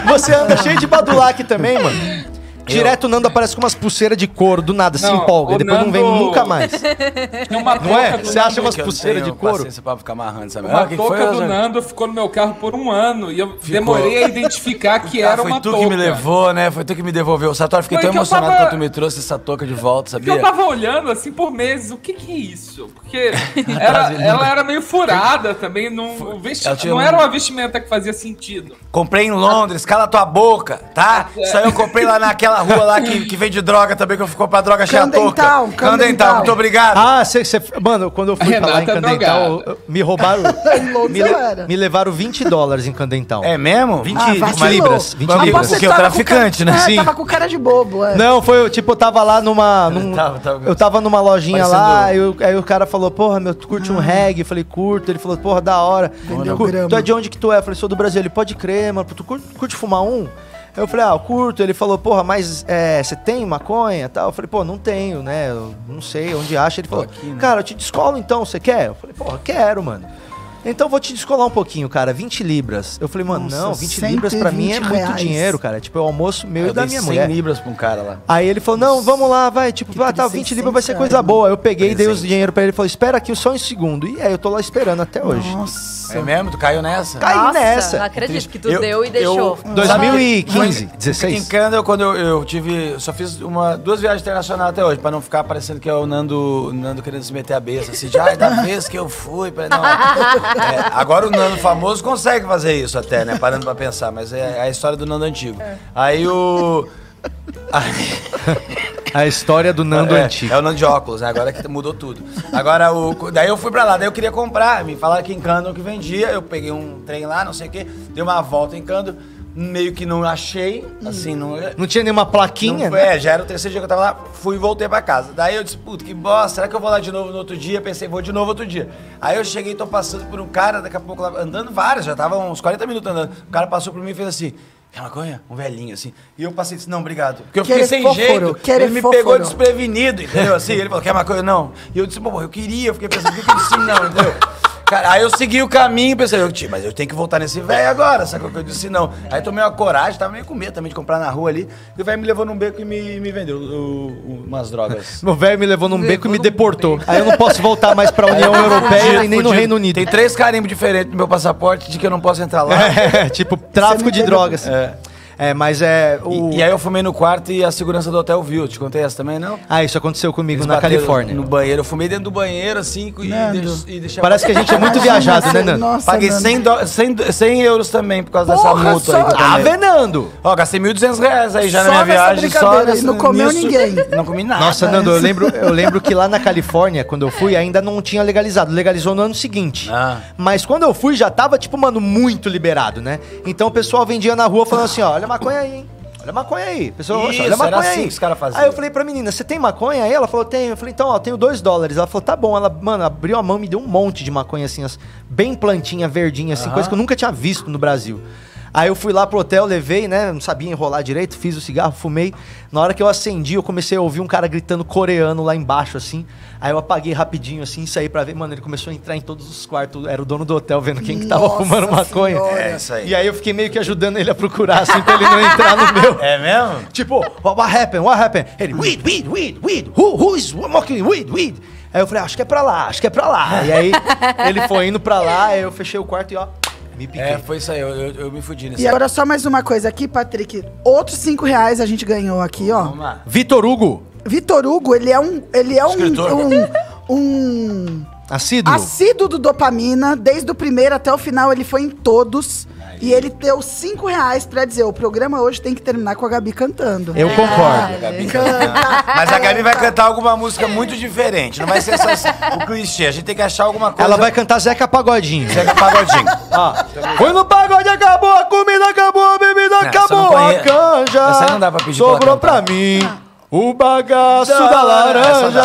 S6: Você anda cheio de badulac também, mano. Direto o Nando aparece com umas pulseiras de couro, do nada, se
S4: assim,
S7: Não,
S6: empolga.
S7: o
S6: e Depois não vem
S7: Nando-
S6: nunca mais.
S7: Tem uma
S6: Não é?
S7: do
S6: Você acha umas
S4: Que eu
S6: pulseiras de
S4: tenho
S6: couro?
S4: paciência pra ficar amarrando essa merda.
S7: Uma
S4: Ah, que que
S7: touca
S4: foi,
S7: do
S4: Roger?
S7: Nando ficou no meu carro por um ano e eu demorei a identificar que
S4: <laughs> Ah,
S7: era
S4: foi
S7: uma
S4: tu
S7: touca.
S4: que me levou, né? Foi tu que me devolveu. Satório, fiquei
S7: Foi
S4: tão
S7: que eu
S4: emocionado
S7: tava-
S4: quando tu me trouxe essa touca de volta,
S7: Porque eu
S4: sabia?
S7: tava olhando assim por meses, o que que é isso?
S4: <laughs>
S7: Porque
S4: Tá,
S7: era- ela era meio furada também, não, o vesti-
S4: Ela tinha
S7: não
S4: um-
S7: era uma vestimenta que fazia sentido.
S4: Comprei em Londres, cala tua boca, tá?
S7: É.
S4: Isso aí eu comprei lá naquela rua lá que, que vende droga também, que eu fico pra droga cheia a touca.
S3: Candental, Candental.
S4: muito obrigado.
S6: Ah, você. Mano, quando eu fui pra lá em
S7: Renata é
S6: Candental,
S7: drogada.
S6: eu- me roubaram.
S3: <laughs> Em Londres
S6: me,
S3: eu era.
S6: me levaram 20 dólares em Candental.
S4: É mesmo? 20
S3: Ah, vacilou.
S6: libras, 20
S3: Aposto
S6: libras.
S3: que
S4: Porque o
S3: tava com
S4: traficante,
S3: cara-
S4: né?
S3: É,
S4: Sim.
S3: tava com cara de bobo, é.
S6: Não, foi eu, tipo, eu tava lá
S4: <laughs>
S6: numa. num-
S4: tava, tava.
S6: eu tava numa lojinha
S4: Parecendo-
S6: lá, aí, o- aí o cara falou, porra, meu, tu curte um reggae? Eu falei, curto. Ele falou, porra, da hora.
S3: Ah. Vendeu
S6: Cu-
S3: grama.
S6: tu é de onde que tu é? Eu falei, sou do Brasil. Ele, pode crer, mano, tu curte, curte fumar um? Eu falei, ah, eu curto. Ele falou, porra, mas é, você tem maconha e tal? Eu falei, pô, não tenho, né? Eu não sei onde acha. Ele falou,
S4: né?
S6: cara, eu te descolo então, você quer? Eu falei, porra, quero, mano. Então eu vou te descolar um pouquinho, cara, 20 libras. Eu falei, mano,
S3: Nossa,
S6: não, 20 libras pra mim é
S3: 120
S6: muito
S3: reais.
S6: dinheiro, cara. É Tipo, é o almoço meu e
S4: Eu
S6: da
S4: dei
S6: minha
S4: 100
S6: mulher.
S4: libras pra um cara lá.
S6: Aí ele falou, não, vamos lá, vai, tipo,
S3: Que
S6: ah, tá, 20
S3: 300
S6: libras vai ser
S3: reais,
S6: coisa
S3: né?
S6: boa. Eu peguei, dei os
S4: Presente.
S6: dinheiro pra ele, ele falou, espera aqui só um segundo. E aí eu tô lá esperando até hoje.
S3: Nossa.
S4: É mesmo? Tu caiu tá nessa?
S6: Cai nessa.
S5: Não acredito que tu
S4: Eu-
S5: deu e
S4: eu-
S5: deixou.
S4: Sabe-
S6: 2015,
S4: Mas,
S6: 16.
S4: Em Canada, quando eu, eu tive. eu Só fiz uma, duas viagens internacionais até hoje, pra não ficar parecendo que é o Nando, o Nando querendo se meter a besta. Assim, de, ai, da vez que eu fui. pra- Não, <laughs> é, agora o Nando famoso consegue fazer isso até, né? Parando pra
S5: É.
S4: pensar, mas é a história do Nando antigo. Aí o. Aí,
S6: A história do Nando
S4: é,
S6: antigo.
S4: É o Nando de óculos, né? agora que mudou tudo. Agora, o, daí eu fui pra lá, daí eu queria comprar, me falaram que em Cando que vendia, eu peguei um trem lá, não sei o quê, dei uma volta em Cando, meio que não achei, assim, não...
S6: Não tinha né? nenhuma plaquinha,
S4: Não foi, é, já era o terceiro dia que eu tava lá, fui e voltei pra casa. Daí eu disse, puta, que bosta, será que eu vou lá de novo no outro dia? Pensei, vou de novo outro dia. Aí eu cheguei, tô passando por um cara, daqui a pouco lá, andando várias, já tava uns 40 minutos andando. O cara passou por mim e fez assim, quer maconha? Um velhinho, assim. E eu passei e disse, não, obrigado. Porque eu
S3: Querer
S6: é
S4: fiquei sem
S3: foforo,
S4: jeito,
S3: querer
S4: ele me
S3: foforo.
S4: pegou desprevenido, entendeu? Assim, ele falou, quer maconha? Não. E eu disse, pô, eu queria, eu fiquei pensando, por que que eu disse não, entendeu? Cara, aí eu segui o caminho e pensei, eu, tio, mas eu tenho que voltar nesse velho agora, sacou? Que eu disse não. Aí tomei uma coragem, tava meio com medo também de comprar na rua ali. E o velho me levou num beco e me, me vendeu o- o- umas drogas.
S6: Meu velho me levou num beco e me deportou. Aí eu não posso voltar mais
S4: <laughs>
S6: pra União Europeia e nem no
S4: É, Fudido.
S6: Reino Unido.
S4: Tem três carimbos diferentes no meu passaporte de que eu não posso entrar lá.
S6: <laughs> É, tipo, tráfico de drogas. É. mas é. O...
S4: E, e aí eu fumei no quarto e a segurança do hotel viu. Te contei essa também, não?
S6: Ah, isso aconteceu comigo
S4: Eles
S6: na
S4: bateram
S6: Califórnia.
S4: No banheiro. Eu fumei dentro do banheiro, assim, e, deix- e deixei
S6: Parece que a gente é muito
S4: <laughs>
S6: viajado, né, Nando?
S3: Nossa,
S4: Paguei
S3: Nando.
S4: 100, do- 100 do- 100 euros também por causa
S3: Porra,
S4: dessa multa aí.
S3: só-
S4: que eu
S6: Ah,
S4: tomei.
S6: Venando!
S4: Ó, gastei 1.200 reais aí
S3: Só
S4: já na minha
S3: nessa
S4: viagem.
S3: brincadeira, e não
S4: nessa-
S3: comeu ninguém.
S4: Não comi nada.
S6: Nossa, Nando,
S4: <laughs>
S6: eu lembro, eu lembro que lá na Califórnia, quando eu fui, ainda não tinha legalizado. Legalizou no ano seguinte.
S4: Ah.
S6: Mas quando eu fui, já tava, tipo, mano, muito liberado, né? Então o pessoal vendia na rua falando assim, ó, olha a maconha aí, hein? Olha a maconha aí. Pessoal,
S4: Isso,
S6: olha a maconha
S4: era assim
S6: aí.
S4: que os caras faziam.
S6: Aí eu falei pra menina, você tem maconha aí? Ela falou, tenho. Eu falei, então, ó, tenho dois dólares. Ela falou, tá bom. Ela, mano, abriu a mão e me deu um monte de maconha, assim, as- bem plantinha, verdinha, assim, coisa que eu nunca tinha visto no Brasil. Aí eu fui lá pro hotel, levei, né? Não sabia enrolar direito, fiz o cigarro, fumei. Na hora que eu acendi, eu comecei a ouvir um cara gritando coreano lá embaixo, assim. Aí eu apaguei rapidinho, assim, saí pra ver. Mano, ele começou a entrar em todos os quartos. Era o dono do hotel vendo quem que tava
S3: Nossa
S6: fumando maconha.
S3: Senhora.
S4: É isso aí.
S6: E aí eu fiquei meio que ajudando ele a procurar, assim, pra ele não entrar no meu.
S4: É mesmo?
S6: Tipo, what what happened? What happened? Ele, weed, weed, weed, weed. Who, who is mocking weed, weed? Aí eu falei, acho que é pra lá, acho que é pra lá. E aí ele foi indo pra lá, aí eu fechei o quarto e ó, me piquei.
S4: É, foi isso aí. Eu, eu, eu me fudi nesse
S3: E agora só mais uma coisa aqui, Patrick. Outros cinco reais a gente ganhou aqui, ó.
S4: Vamos lá.
S6: Vitor Hugo,
S3: Vitor Hugo, ele é um. Ele é um.
S4: Escritor.
S3: um- um
S6: assíduo.
S3: assíduo do Dopamina, desde o primeiro até o final, ele foi em todos. E ele deu cinco reais pra dizer: o programa hoje tem que terminar com a Gabi cantando.
S4: É.
S6: Eu concordo.
S4: Gabi canta. Mas a Gabi vai cantar alguma música muito diferente. Não vai ser só esse- o clichê. A gente tem que achar alguma coisa.
S6: Ela vai cantar Zeca Pagodinho.
S4: Zeca Pagodinho.
S6: <laughs> Ó, foi no pagode, acabou, a comida acabou, a bebida
S4: Não, essa eu não
S6: acabou, a
S4: conheço.
S6: canja.
S4: Essa aí não dá pra pedir pra ela
S6: Sobrou
S4: cantar.
S6: pra mim. O bagaço
S4: Não, não,
S6: da
S4: essa dá.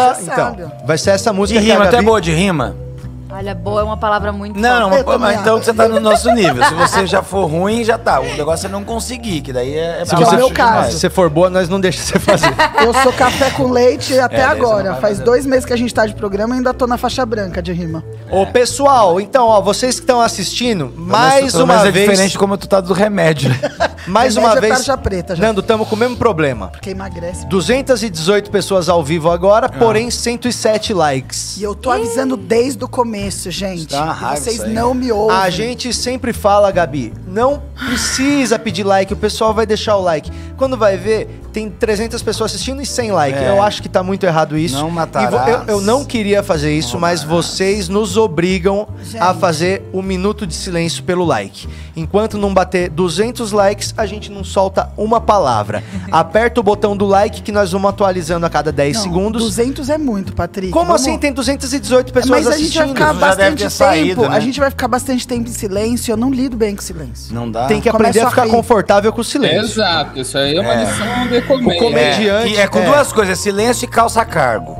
S6: laranja.
S3: Você
S6: Então, vai ser essa
S4: De
S6: música que a
S4: rima, tu é
S6: Gabi-
S4: boa de rima?
S5: <laughs> Olha, boa é uma palavra muito
S4: Não,
S5: forte.
S4: não, mas,
S3: também
S4: mas
S3: acho.
S4: então você tá no nosso nível. Se você já for ruim, já tá. O negócio é não conseguir, que daí é, é
S6: Se
S3: Que é o
S6: você,
S4: baixo
S3: meu
S4: demais.
S3: caso.
S6: Ah, se você for boa, nós não deixa você fazer.
S3: Eu sou café com leite até
S4: daí você É, não
S3: agora.
S4: vai
S3: Faz
S4: fazer.
S3: dois meses que a gente tá de programa e ainda tô na faixa branca de rima.
S6: Ô, pessoal, então, ó, vocês que estão assistindo, mais
S4: É. Pelo menos- pelo
S6: uma
S4: menos
S6: vez.
S4: É diferente como tu tá do remédio.
S6: <laughs> Mais
S3: Remédio
S6: uma
S3: é
S6: vez.
S3: tarja preta, já.
S6: Nando, estamos com o mesmo problema.
S3: Porque emagrece.
S6: 218 pessoas ao vivo agora,
S4: Ah.
S6: porém 107 likes.
S3: E eu tô avisando desde o começo, gente.
S4: Dá uma
S3: E
S4: raiva
S3: vocês
S4: isso aí, né? Ah,
S3: não me ouvem.
S6: A gente sempre fala, Gabi, não precisa pedir like, o pessoal vai deixar o like. Quando vai ver, tem 300 pessoas assistindo e 100 like.
S4: É.
S6: Eu acho que tá muito errado isso.
S4: Não né? matarás.
S6: E vo- Eu, eu não queria fazer isso, mas vocês nos obrigam a
S3: Gente.
S6: fazer um minuto de silêncio pelo like. Enquanto não bater 200 likes, a gente não solta
S3: <laughs>
S6: uma palavra. Aperta o botão do like que nós vamos atualizando a cada 10
S3: Não,
S6: segundos.
S3: 200 é muito, Patrick.
S6: Como
S3: Vamos-
S6: assim tem 218 pessoas
S3: Mas a gente
S6: assistindo?
S3: vai ficar
S4: Já deve ter
S3: bastante tempo.
S4: saído, né?
S3: A gente vai ficar bastante tempo em silêncio. Eu não lido bem com silêncio.
S4: Não dá.
S6: Tem que
S3: Começa
S6: aprender a
S3: a
S6: ficar
S3: rir.
S6: confortável com o silêncio.
S7: Exato, isso aí é uma lição de comer.
S6: O comer-
S4: É,
S6: Comediante,
S4: que é com
S6: é.
S4: duas coisas, é silêncio e calça cargo.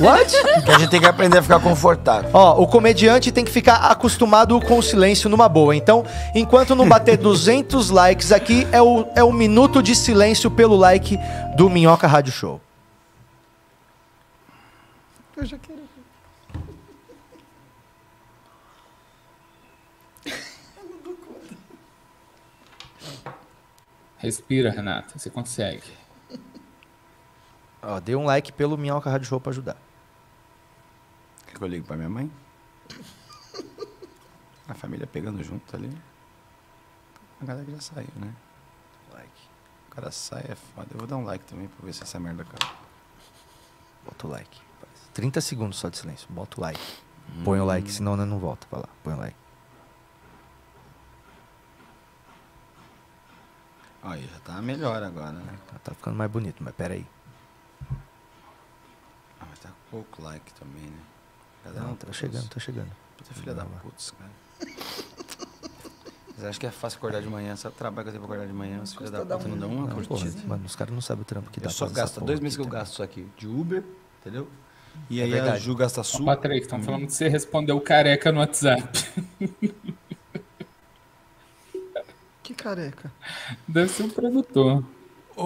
S6: What?
S4: Que Então a gente tem que aprender a ficar confortável.
S6: Ó, o comediante tem que ficar acostumado com o silêncio numa boa. Então, enquanto
S4: <laughs>
S6: não bater 200 likes aqui, é o, é o minuto de silêncio pelo like do Minhoca Rádio Show.
S7: Respira, Renata, você consegue.
S6: Ó, dê um like pelo Minhoca Rádio Show pra ajudar.
S4: Quer que eu ligo pra minha mãe? A família pegando junto ali. A galera já saiu, né? Like. O cara sai, é foda. Eu vou dar um like também pra ver se essa merda acaba.
S6: Bota o like. 30 segundos só de silêncio. Bota o like. Põe o like, senão né, não volta pra lá. Põe o like.
S4: Aí, já tá melhor agora, né?
S6: Ah, Tá, tá ficando mais bonito, mas peraí.
S4: Pouco like tá também, né? Cada
S6: Não,
S4: um
S6: tá
S4: com
S6: chegando,
S4: seus-
S6: tá chegando.
S4: Puta filha da putz, cara. Vocês acham que é fácil acordar de manhã? Sabe o trabalho que eu tenho pra acordar de manhã? Os filhos da puta
S6: um
S4: não dão Tá uma
S6: Não, porra,
S4: curtida.
S6: mano, os caras não sabem o trampo que dá
S4: Eu só
S6: fazer essa
S4: gasto,
S6: porra
S4: dois meses que
S6: aqui
S4: eu
S6: também.
S4: gasto aqui de Uber, entendeu? E aí a
S6: É verdade.
S4: Ju gasta sua.
S7: É Patrick, estão falando que você respondeu careca no WhatsApp.
S3: Que careca.
S4: Hum.
S7: Deve ser um produtor.
S4: O-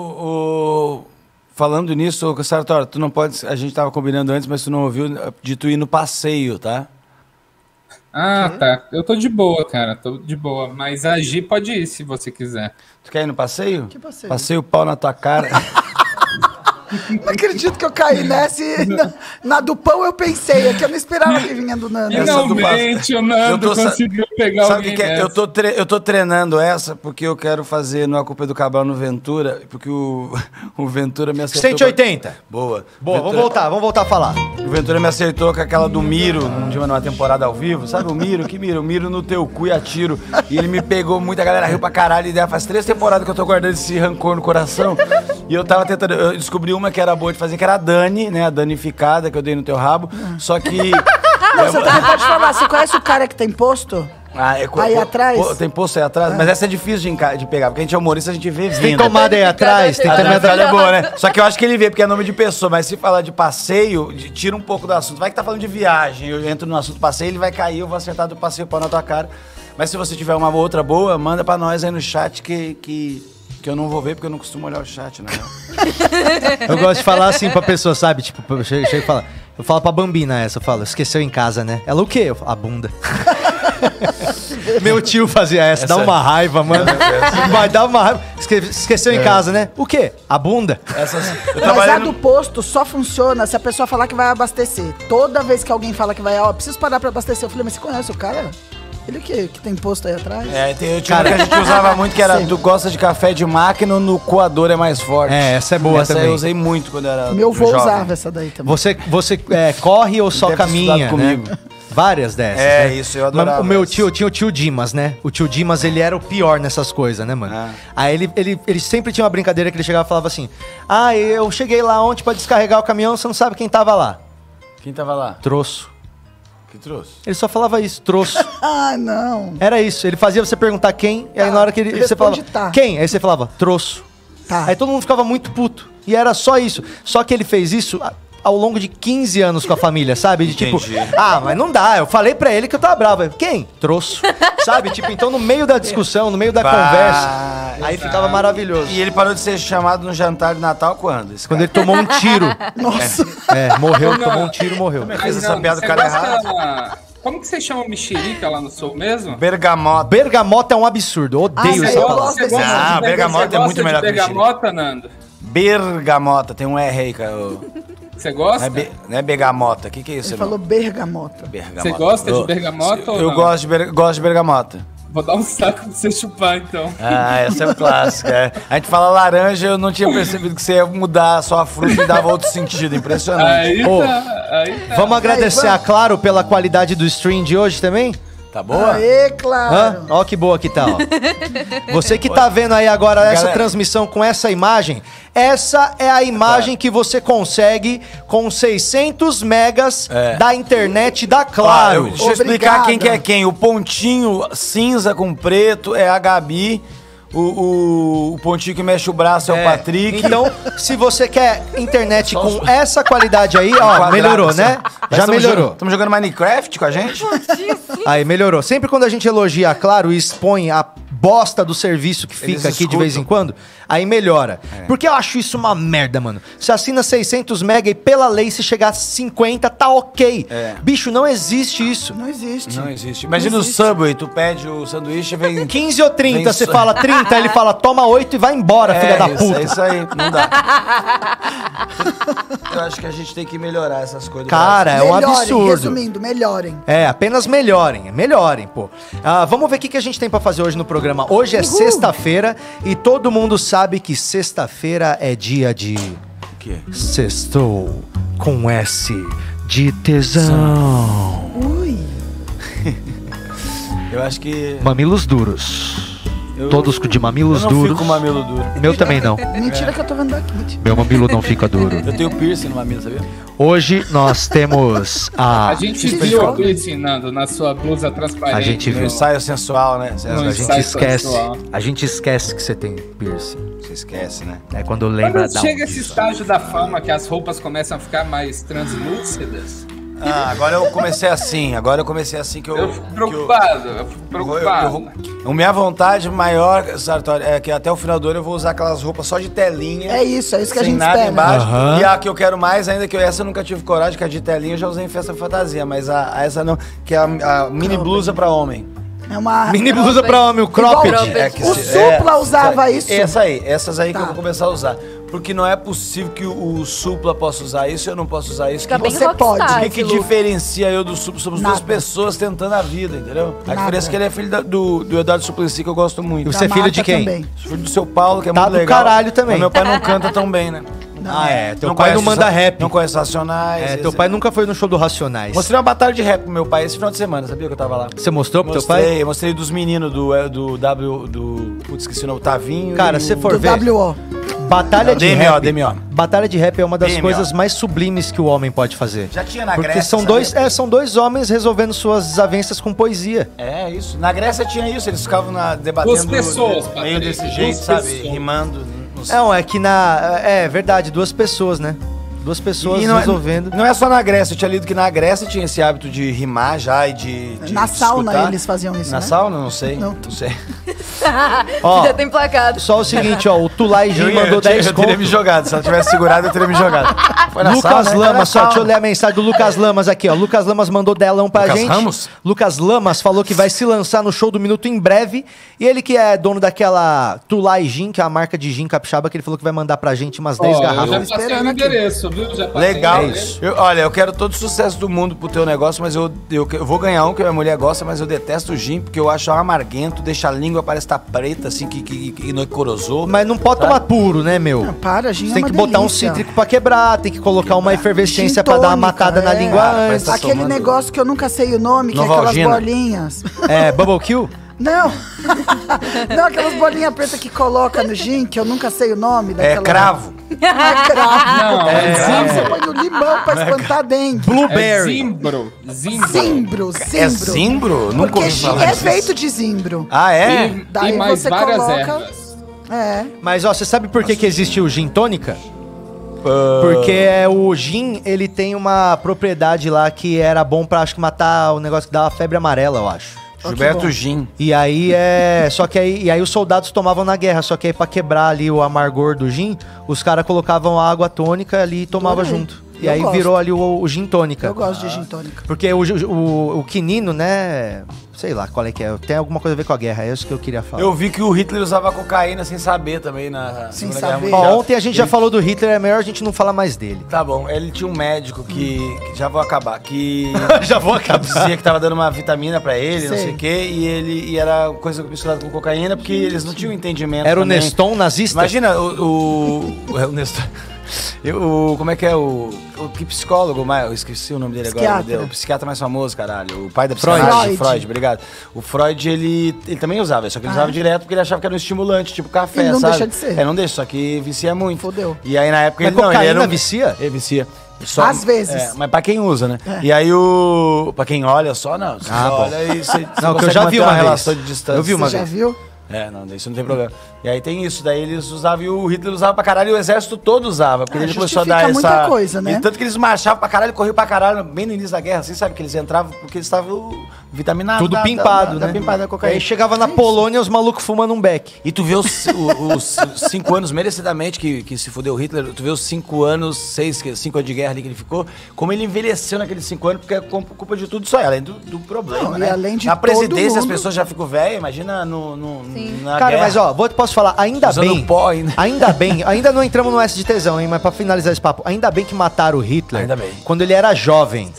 S4: o- Falando nisso, ô, Sartori, tu não pode. A gente tava combinando antes, mas tu não ouviu de tu ir no passeio, tá?
S7: Ah, tá. Eu tô de boa, cara. Tô de boa. Mas a Gi pode ir se você quiser.
S4: Tu quer ir no passeio?
S3: Que passeio?
S4: Passeio <laughs> pau na tua cara.
S3: <laughs> Não acredito que eu caí nessa e na, na do pão eu pensei. É que eu não esperava que vinha do Nando.
S4: Essa do
S7: Finalmente,
S4: passe-
S7: o Nando
S4: Eu tô sa-
S7: conseguiu pegar
S4: Sabe o
S7: alguém
S4: que, que é?
S7: dessa.
S4: Eu tô, tre- eu tô treinando essa porque eu quero fazer no A Culpa é do Cabral no Ventura, porque o, <laughs> o Ventura me acertou. com-
S6: 180.
S4: Boa.
S6: Boa,
S4: Ventura-
S6: vamos voltar, vamos voltar a falar.
S4: O Ventura me acertou com aquela do Miro, um dia numa temporada ao vivo. Sabe o Miro? Que Miro? Miro no teu cu e atiro. E ele me pegou muito, a galera riu pra caralho. E daí faz três temporadas que eu tô guardando esse rancor no coração. E eu tava tentando... Eu descobri uma que era boa de fazer, que era a Dani, né? A danificada que eu dei no teu rabo. Só que...
S3: <laughs> Não, você também pode falar. Você conhece o cara que tem posto?
S4: Ah, é co-
S3: Aí
S4: po-
S3: atrás?
S4: po- tem posto aí atrás, mas essa é difícil de, enca- de pegar, porque a gente é humorista, a gente vê vindo.
S6: Tem tomada aí atrás, tem
S4: A
S6: também atrás.
S4: metralha é boa, né? Só que eu acho que ele vê, porque é nome de pessoa, mas se falar de passeio, de- tira um pouco do assunto. Vai que tá falando de viagem, eu entro no assunto passeio, ele vai cair, eu vou acertar do passeio pau na tua cara. Mas se você tiver uma outra boa, manda pra nós aí no chat que, que, que eu não vou ver, porque eu não costumo olhar o chat, né?
S6: Eu gosto de falar assim pra pessoa, sabe? Tipo, eu chego chego e falo. Eu falo pra Bambina essa, eu falo, esqueceu em casa, né? Ela o quê? Eu falo, a bunda. Meu tio fazia essa, dá
S4: Essa-
S6: uma raiva, mano. Vai dar uma raiva. Esque- esqueceu em casa, né? O quê? A bunda?
S4: Essas, eu
S3: Mas a
S4: trabalhei
S3: do
S4: no,
S3: posto só funciona se a pessoa falar que vai abastecer. Toda vez que alguém fala que vai, ó, preciso parar pra abastecer. Eu falei, mas você conhece o cara? Ele o quê? Que tem posto aí atrás?
S4: é, tem- eu tinha uma que a gente usava muito,
S3: <laughs>
S4: que era tu gosta de café de máquina, no coador é mais forte.
S6: É, essa é boa
S4: essa
S6: também.
S4: eu usei muito quando era
S3: Meu vô
S4: jovem.
S3: usava essa daí também.
S6: Você, você é, corre ou só
S4: Deve ter
S6: caminha?
S4: estudado
S6: né?
S4: comigo.
S6: Várias dessas.
S4: É,
S6: né?
S4: isso, eu adorava
S6: Mas O meu
S4: essa.
S6: tio, eu tinha o tio Dimas, né? O tio Dimas, ele era o pior nessas coisas, né, mano?
S4: Ah.
S6: Aí ele, ele, ele sempre tinha uma brincadeira que ele chegava e falava assim: Ah, eu cheguei lá ontem pra descarregar o caminhão, você não sabe quem tava lá.
S4: Quem tava lá?
S6: Troço.
S4: Que trouxe?
S6: Ele só falava
S4: <laughs>
S6: isso, troço.
S3: <laughs> Ah, não.
S6: Era isso. Ele fazia você perguntar quem, e aí
S3: Tá,
S6: na hora que ele, você
S3: responde tá.
S6: falava. Quem? Aí você falava, troço.
S3: Tá.
S6: Aí todo mundo ficava muito puto. E era só isso. Só que ele fez isso a- ao longo de 15 anos com a família, sabe? De tipo,
S4: Entendi.
S6: <laughs> ah, mas não dá. Eu falei pra ele que eu tava bravo. Eu, Quem? Troço. sabe? Tipo, então no meio
S7: <laughs>
S6: da discussão, no meio da
S4: Bah,
S7: Ah,
S6: conversa. Aí ficava maravilhoso.
S4: E ele parou de ser chamado no jantar de Natal quando? Esse
S6: Quando
S4: cara?
S6: ele tomou um
S7: <laughs>
S6: tiro.
S3: Nossa.
S6: É, morreu,
S7: Não,
S6: tomou um
S7: não.
S6: tiro, morreu.
S4: Fez
S7: Mas
S4: essa
S7: não,
S4: piada
S7: você
S4: do cara
S7: gosta- Como que você chama mexerica lá no sul mesmo?
S4: Bergamota.
S6: Bergamota é um absurdo. Eu Odeio
S3: Ah,
S6: essa
S3: eu
S6: palavra.
S3: gosto. desse
S7: tipo de
S4: Ah,
S7: pega-
S4: bergamota
S7: você
S4: é muito
S7: gosta de
S4: melhor que
S7: bergamota, Nando?
S4: Bergamota, tem um R aí, cara. Ô,
S7: Você
S4: Não
S7: gosta?
S4: é, be, não é bergamota. O que, que é isso?
S3: Ele
S4: irmão?
S3: falou bergamota.
S4: bergamota.
S7: Você gosta de
S4: Ô,
S7: bergamota ou
S4: Eu
S7: não?
S4: gosto de, ber- gosto de bergamota.
S7: Vou dar um saco <laughs> pra você chupar, então.
S4: Ah, essa é um clássico.
S7: <laughs>
S4: é. A gente fala laranja, eu não tinha percebido que você ia mudar só a fruta e dava outro sentido. Impressionante.
S7: Aí
S6: Ô,
S7: tá, aí tá.
S6: Vamos agradecer a Claro pela qualidade do stream de hoje também?
S4: Tá boa?
S3: Aê,
S6: Hã?
S3: claro.
S6: Ó que boa que tá, ó. Você que tá vendo aí agora essa
S4: Galera.
S6: transmissão com essa imagem, essa é a imagem que você consegue com 600 megas
S4: É.
S6: da internet da
S4: Ó,
S6: Claro.
S4: eu- deixa eu explicar
S3: Obrigada.
S4: quem que é quem. O pontinho cinza com preto é a Gabi. O, o- o pontinho que mexe o braço é, o Patrick.
S6: Então, se você quer internet com essa qualidade aí, ó,
S4: Quadrado,
S6: melhorou,
S4: assim.
S6: né?
S4: Nós
S6: Já
S4: tamo
S6: melhorou.
S4: jogando- Tamo jogando Minecraft com a gente?
S6: Aí, melhorou. Sempre quando a gente elogia, a claro, e expõe a bosta do serviço que fica
S4: Eles
S6: aqui de
S4: escutam. É.
S6: vez em quando, aí melhora. Porque eu acho isso uma merda, mano. Você assina 600 mega e pela lei, se chegar a 50, tá ok.
S4: É.
S6: Bicho, não existe isso.
S3: Não existe.
S4: Não existe. Imagina o Subway, tu pede o sanduíche e vem...
S6: 15 ou 30,
S4: Vem
S6: você
S4: só-
S6: fala 30, ele fala toma 8 e vai embora,
S4: É,
S6: filha da
S4: isso,
S6: puta.
S4: É isso aí, <laughs> não dá. Eu acho que a gente tem que melhorar essas coisas.
S6: Cara, é um
S3: Melhorem,
S6: absurdo.
S3: Resumindo, melhorem.
S6: É, apenas melhorem, melhorem, pô. Ah, vamos ver o que, que a gente tem pra fazer hoje no programa. Hoje é sexta-feira e todo mundo sabe que sexta-feira é dia de
S4: O quê?
S6: Sextou com S de tesão.
S3: Ui.
S4: Eu acho que...
S6: Mamilos duros.
S4: Eu-
S6: Todos de
S4: Eu
S6: mamilos
S4: não
S6: duros.
S4: fico com o mamilo duro.
S6: Meu
S3: <laughs>
S6: também não.
S3: Mentira que eu tô vendo aqui.
S6: Meu mamilo não fica duro.
S4: Eu tenho piercing no mamilo, sabia?
S6: Hoje nós temos a.
S7: A gente viu aqui ensinando na sua blusa transparente.
S6: A gente
S7: né?
S4: Meu ensaio sensual, né? Você-
S7: Não,
S6: A
S4: a gente
S6: gente
S7: Sai
S6: esquece.
S7: sensual.
S6: A gente esquece que você tem piercing.
S4: se esquece, né?
S6: É quando lembra
S7: Quando
S6: dá um
S7: chega esse
S6: piso.
S7: estágio da fama que as roupas começam a ficar mais translúcidas,
S4: Ah, agora eu comecei assim. Agora eu comecei assim que eu.
S7: eu fico
S4: que
S7: preocupado, eu fico preocupado.
S4: eu- eu- minha vontade maior, Sartori, é que até o final do ano eu vou usar aquelas roupas só de telinha.
S3: É isso, é isso que a
S4: sem
S3: gente
S4: nada
S3: espera.
S4: embaixo.
S6: Aham.
S4: E a que eu quero mais ainda, é que eu- essa eu nunca tive coragem, que a de telinha eu já usei em festa fantasia, mas a, a essa não, que é a, a mini blusa pra homem.
S3: É uma.
S6: Mini blusa pra homem, o cropped.
S5: Cropped.
S4: É que
S3: O
S4: se- é,
S3: Supla usava isso.
S4: Essa
S6: é
S4: aí, essas aí
S3: Tá.
S4: que eu vou começar a usar. Porque não é possível que o, o Supla possa usar isso, eu não posso usar isso.
S5: Fica
S4: que
S5: bem
S3: você
S5: rockstar
S4: O que,
S5: esse
S4: que
S5: look.
S4: diferencia eu do Supla? Somos
S3: Nada.
S4: duas pessoas tentando a vida, entendeu? A
S3: Nada.
S4: diferença é que ele é filho da- do, do Eduardo Suplicy, que eu gosto muito.
S6: E você é
S3: Da
S6: filho de
S3: Marta
S6: quem?
S3: também.
S4: Sou Filho do seu Paulo, que é
S6: Tá
S4: muito
S6: do
S4: legal.
S6: caralho também.
S4: Mas meu pai não canta tão
S3: <laughs>
S4: bem, né?
S6: Ah, é. Teu pai
S4: conhece
S6: não manda
S4: os-
S6: rap.
S4: Não conhece Racionais.
S6: É,
S4: esse-
S6: teu pai nunca foi no show do Racionais.
S4: Mostrei uma batalha de rap pro meu pai esse final de semana, sabia que eu tava lá?
S6: Você mostrou pro teu
S4: mostrei,
S6: pai?
S4: Mostrei dos meninos do, é, do W, do... Putz, esqueci o nome, Tavinho.
S6: Cara,
S4: e
S6: se
S4: o-
S6: for
S3: Do
S6: ver,
S3: WO.
S6: batalha de
S4: DMO,
S6: rap.
S4: DMO.
S6: Batalha de rap é uma das
S4: DMO.
S6: coisas mais sublimes que o homem pode fazer.
S4: Já tinha na
S6: Porque
S4: Grécia,
S6: são
S4: sabia?
S6: dois, é, são dois homens resolvendo suas desavenças com poesia.
S4: É, isso. Na Grécia tinha isso, eles ficavam na, debatendo...
S7: Duas pessoas,
S4: de-
S7: Patrick,
S4: Meio desse
S7: duas
S4: jeito, sabe?
S7: pessoas.
S4: Rimando. não sei.
S6: Não, é que na. É verdade, duas pessoas, né? Duas pessoas
S4: E não é-
S6: resolvendo.
S4: não é só na Grécia, eu tinha lido que na Grécia tinha esse hábito de rimar já e de. de
S3: Na sauna
S4: escutar.
S3: eles faziam isso,
S4: Na
S3: né?
S4: sauna? Não sei.
S3: Não.
S4: Não, sei.
S5: <laughs>
S6: Ó.
S5: Já tem placado.
S6: <laughs> Só o seguinte, ó, o Tulai Jim
S4: ia-
S6: mandou
S4: tinha-
S6: 10
S4: teria me
S6: conto.
S4: jogado. Se ela tivesse segurado, eu teria me jogado. Foi na
S6: Lucas
S4: sauna, né? Foi na
S6: Lamas, só deixa eu
S4: sauna.
S6: ler a mensagem do Lucas Lamas aqui, ó. Lucas Lamas mandou delão pra
S4: Lucas
S6: gente.
S4: Ramos?
S6: Lucas Lamas falou que vai se lançar no show do Minuto em breve. E ele que é dono daquela Tulai Gin, que é a marca de gin capixaba, que ele falou que vai mandar pra gente umas 10
S7: Ó, eu já
S6: garrafas.
S7: passei
S3: Esperando
S7: o
S3: aqui.
S7: endereço, viu? Já passei
S4: Legal.
S7: o endereço.
S4: Eu- olha, eu quero todo o sucesso do mundo pro teu negócio, mas eu, eu, eu vou ganhar um que a minha mulher gosta, mas eu detesto o gin, porque eu acho amarguento, deixa a língua parece estar preta, assim, que, que, que não corozou.
S6: Mas não pode tomar puro, né, meu?
S3: Ah, para, gente.
S4: é
S6: Você tem que botar um cítrico pra quebrar, tem que colocar uma efervescência pra dar uma matada na língua
S4: Cara, parece
S6: antes.
S4: tá
S3: é. Aquele
S4: somando-
S3: negócio que eu nunca sei o nome, que é
S4: Novalgina.
S3: aquelas bolinhas.
S6: <laughs> É, bubble kill?
S3: Não! <laughs> Não, aquelas bolinhas pretas que coloca no gin, que eu nunca sei o nome.
S4: É
S3: Daquela...
S4: cravo.
S3: Não <laughs> é cravo.
S7: Não, é,
S3: Cravo
S7: zimbro.
S3: você põe no limão pra espantar dengue.
S7: É
S6: Blueberry.
S7: zimbro. Zimbro.
S3: Zimbro, zimbro.
S4: É zimbro? Nunca
S3: Porque
S4: ouvi
S3: gin
S4: falar
S3: é
S4: disso.
S3: feito de zimbro.
S4: Ah, é?
S7: E,
S3: Daí
S7: e mais
S3: você
S7: várias
S3: coloca-
S7: ervas.
S3: É.
S6: Mas ó, você sabe por que, que existe o gin tônica? Porque é, o gin, ele tem uma propriedade lá que era bom pra, acho que, matar o negócio que dava febre amarela, eu acho.
S3: Ah,
S4: Gilberto Gin.
S6: E aí é. Só que aí, e aí os soldados tomavam na guerra, só que aí pra quebrar ali o amargor do gin, os caras colocavam a água tônica ali e tomava
S3: Adorei.
S6: junto. E
S3: Eu
S6: aí
S3: gosto.
S6: virou ali o, o gin tônica.
S3: Eu gosto de gin tônica.
S6: Porque o, o, o quinino, né? Sei lá qual é que é. Tem alguma coisa a ver com a guerra, é isso que eu queria falar.
S4: Eu vi que o Hitler usava cocaína sem saber também na
S3: Sem
S4: Segunda Guerra
S3: saber.
S4: Mundial.
S6: Ó, ontem a gente já falou do Hitler, é melhor a gente não falar mais dele.
S4: Tá bom, ele tinha um médico que, que já vou acabar, que
S6: <laughs> já vou
S4: que dizia que tava dando uma vitamina pra ele, não
S3: Sei.
S4: sei o quê, e ele e era coisa misturada com cocaína, porque eles não tinham entendimento.
S6: Era o
S4: também.
S6: Neston nazista?
S4: Imagina o. o, é, o Nestor. <laughs> Eu, o- como é que é o. O que psicólogo mais. Eu esqueci o nome dele agora.
S3: Psiquiatra.
S4: meu Deus. O psiquiatra mais famoso, caralho. O pai da
S6: Freud. Ah.
S4: psicanálise. Freud.
S3: Freud.
S4: obrigado. O Freud, ele, ele também usava, só que ele usava direto porque ele achava que era um estimulante, tipo café,
S3: E não
S4: sabe?
S3: deixa de ser.
S4: É, não deixa, só que vicia muito.
S3: Fodeu.
S4: E aí na época
S6: Mas
S4: ele não, ele
S6: cocaína
S4: era um-
S6: vicia?
S4: Ele vicia. Só-
S3: Às vezes. É.
S4: é, mas pra quem usa, né? E aí o. Pra quem olha só, não. Você
S6: Ah, bom.
S4: olha e você. você
S6: Não, que eu
S4: consegue
S6: já vi
S4: manter
S6: uma
S4: uma
S6: vez.
S4: relação de distância.
S6: Eu vi uma
S3: Você já
S6: vez.
S3: viu?
S4: É, não, isso não tem problema. E aí tem isso, daí eles usavam e o Hitler usava pra caralho, e o exército todo usava, porque
S3: É,
S4: ele começou a
S3: justifica
S4: dar
S3: muita
S4: essa
S3: coisa, né?
S4: E tanto que eles marchavam pra caralho, corriam pra caralho, bem no início da guerra, assim, sabe que eles entravam porque eles estavam vitaminados,
S6: Tudo
S4: da-
S6: pimpado,
S4: da, da,
S6: né?
S4: pimpado
S3: É,
S4: da cocaína.
S6: Aí chegava na Polônia, os malucos fumando um beck.
S4: E tu vê os, o- os cinco anos, merecidamente, que, que se fudeu o Hitler, tu vê os cinco anos, seis, que- cinco anos de guerra ali que ele ficou, como ele envelheceu naqueles cinco anos, porque é com- culpa de tudo só é, além do, do problema,
S3: Não, e
S4: né?
S3: além de
S4: na
S3: todo
S4: presidência as
S3: mundo-
S4: pessoas já ficam velhas, imagina no, no, na
S6: Cara,
S4: guerra.
S6: mas ó, vou, posso falar, ainda
S4: Usando
S6: bem.
S4: pó ainda.
S6: bem, ainda não entramos no S de tesão, hein? Mas pra finalizar esse papo, ainda bem que mataram o Hitler
S4: Ainda bem. É.
S6: quando ele era jovem.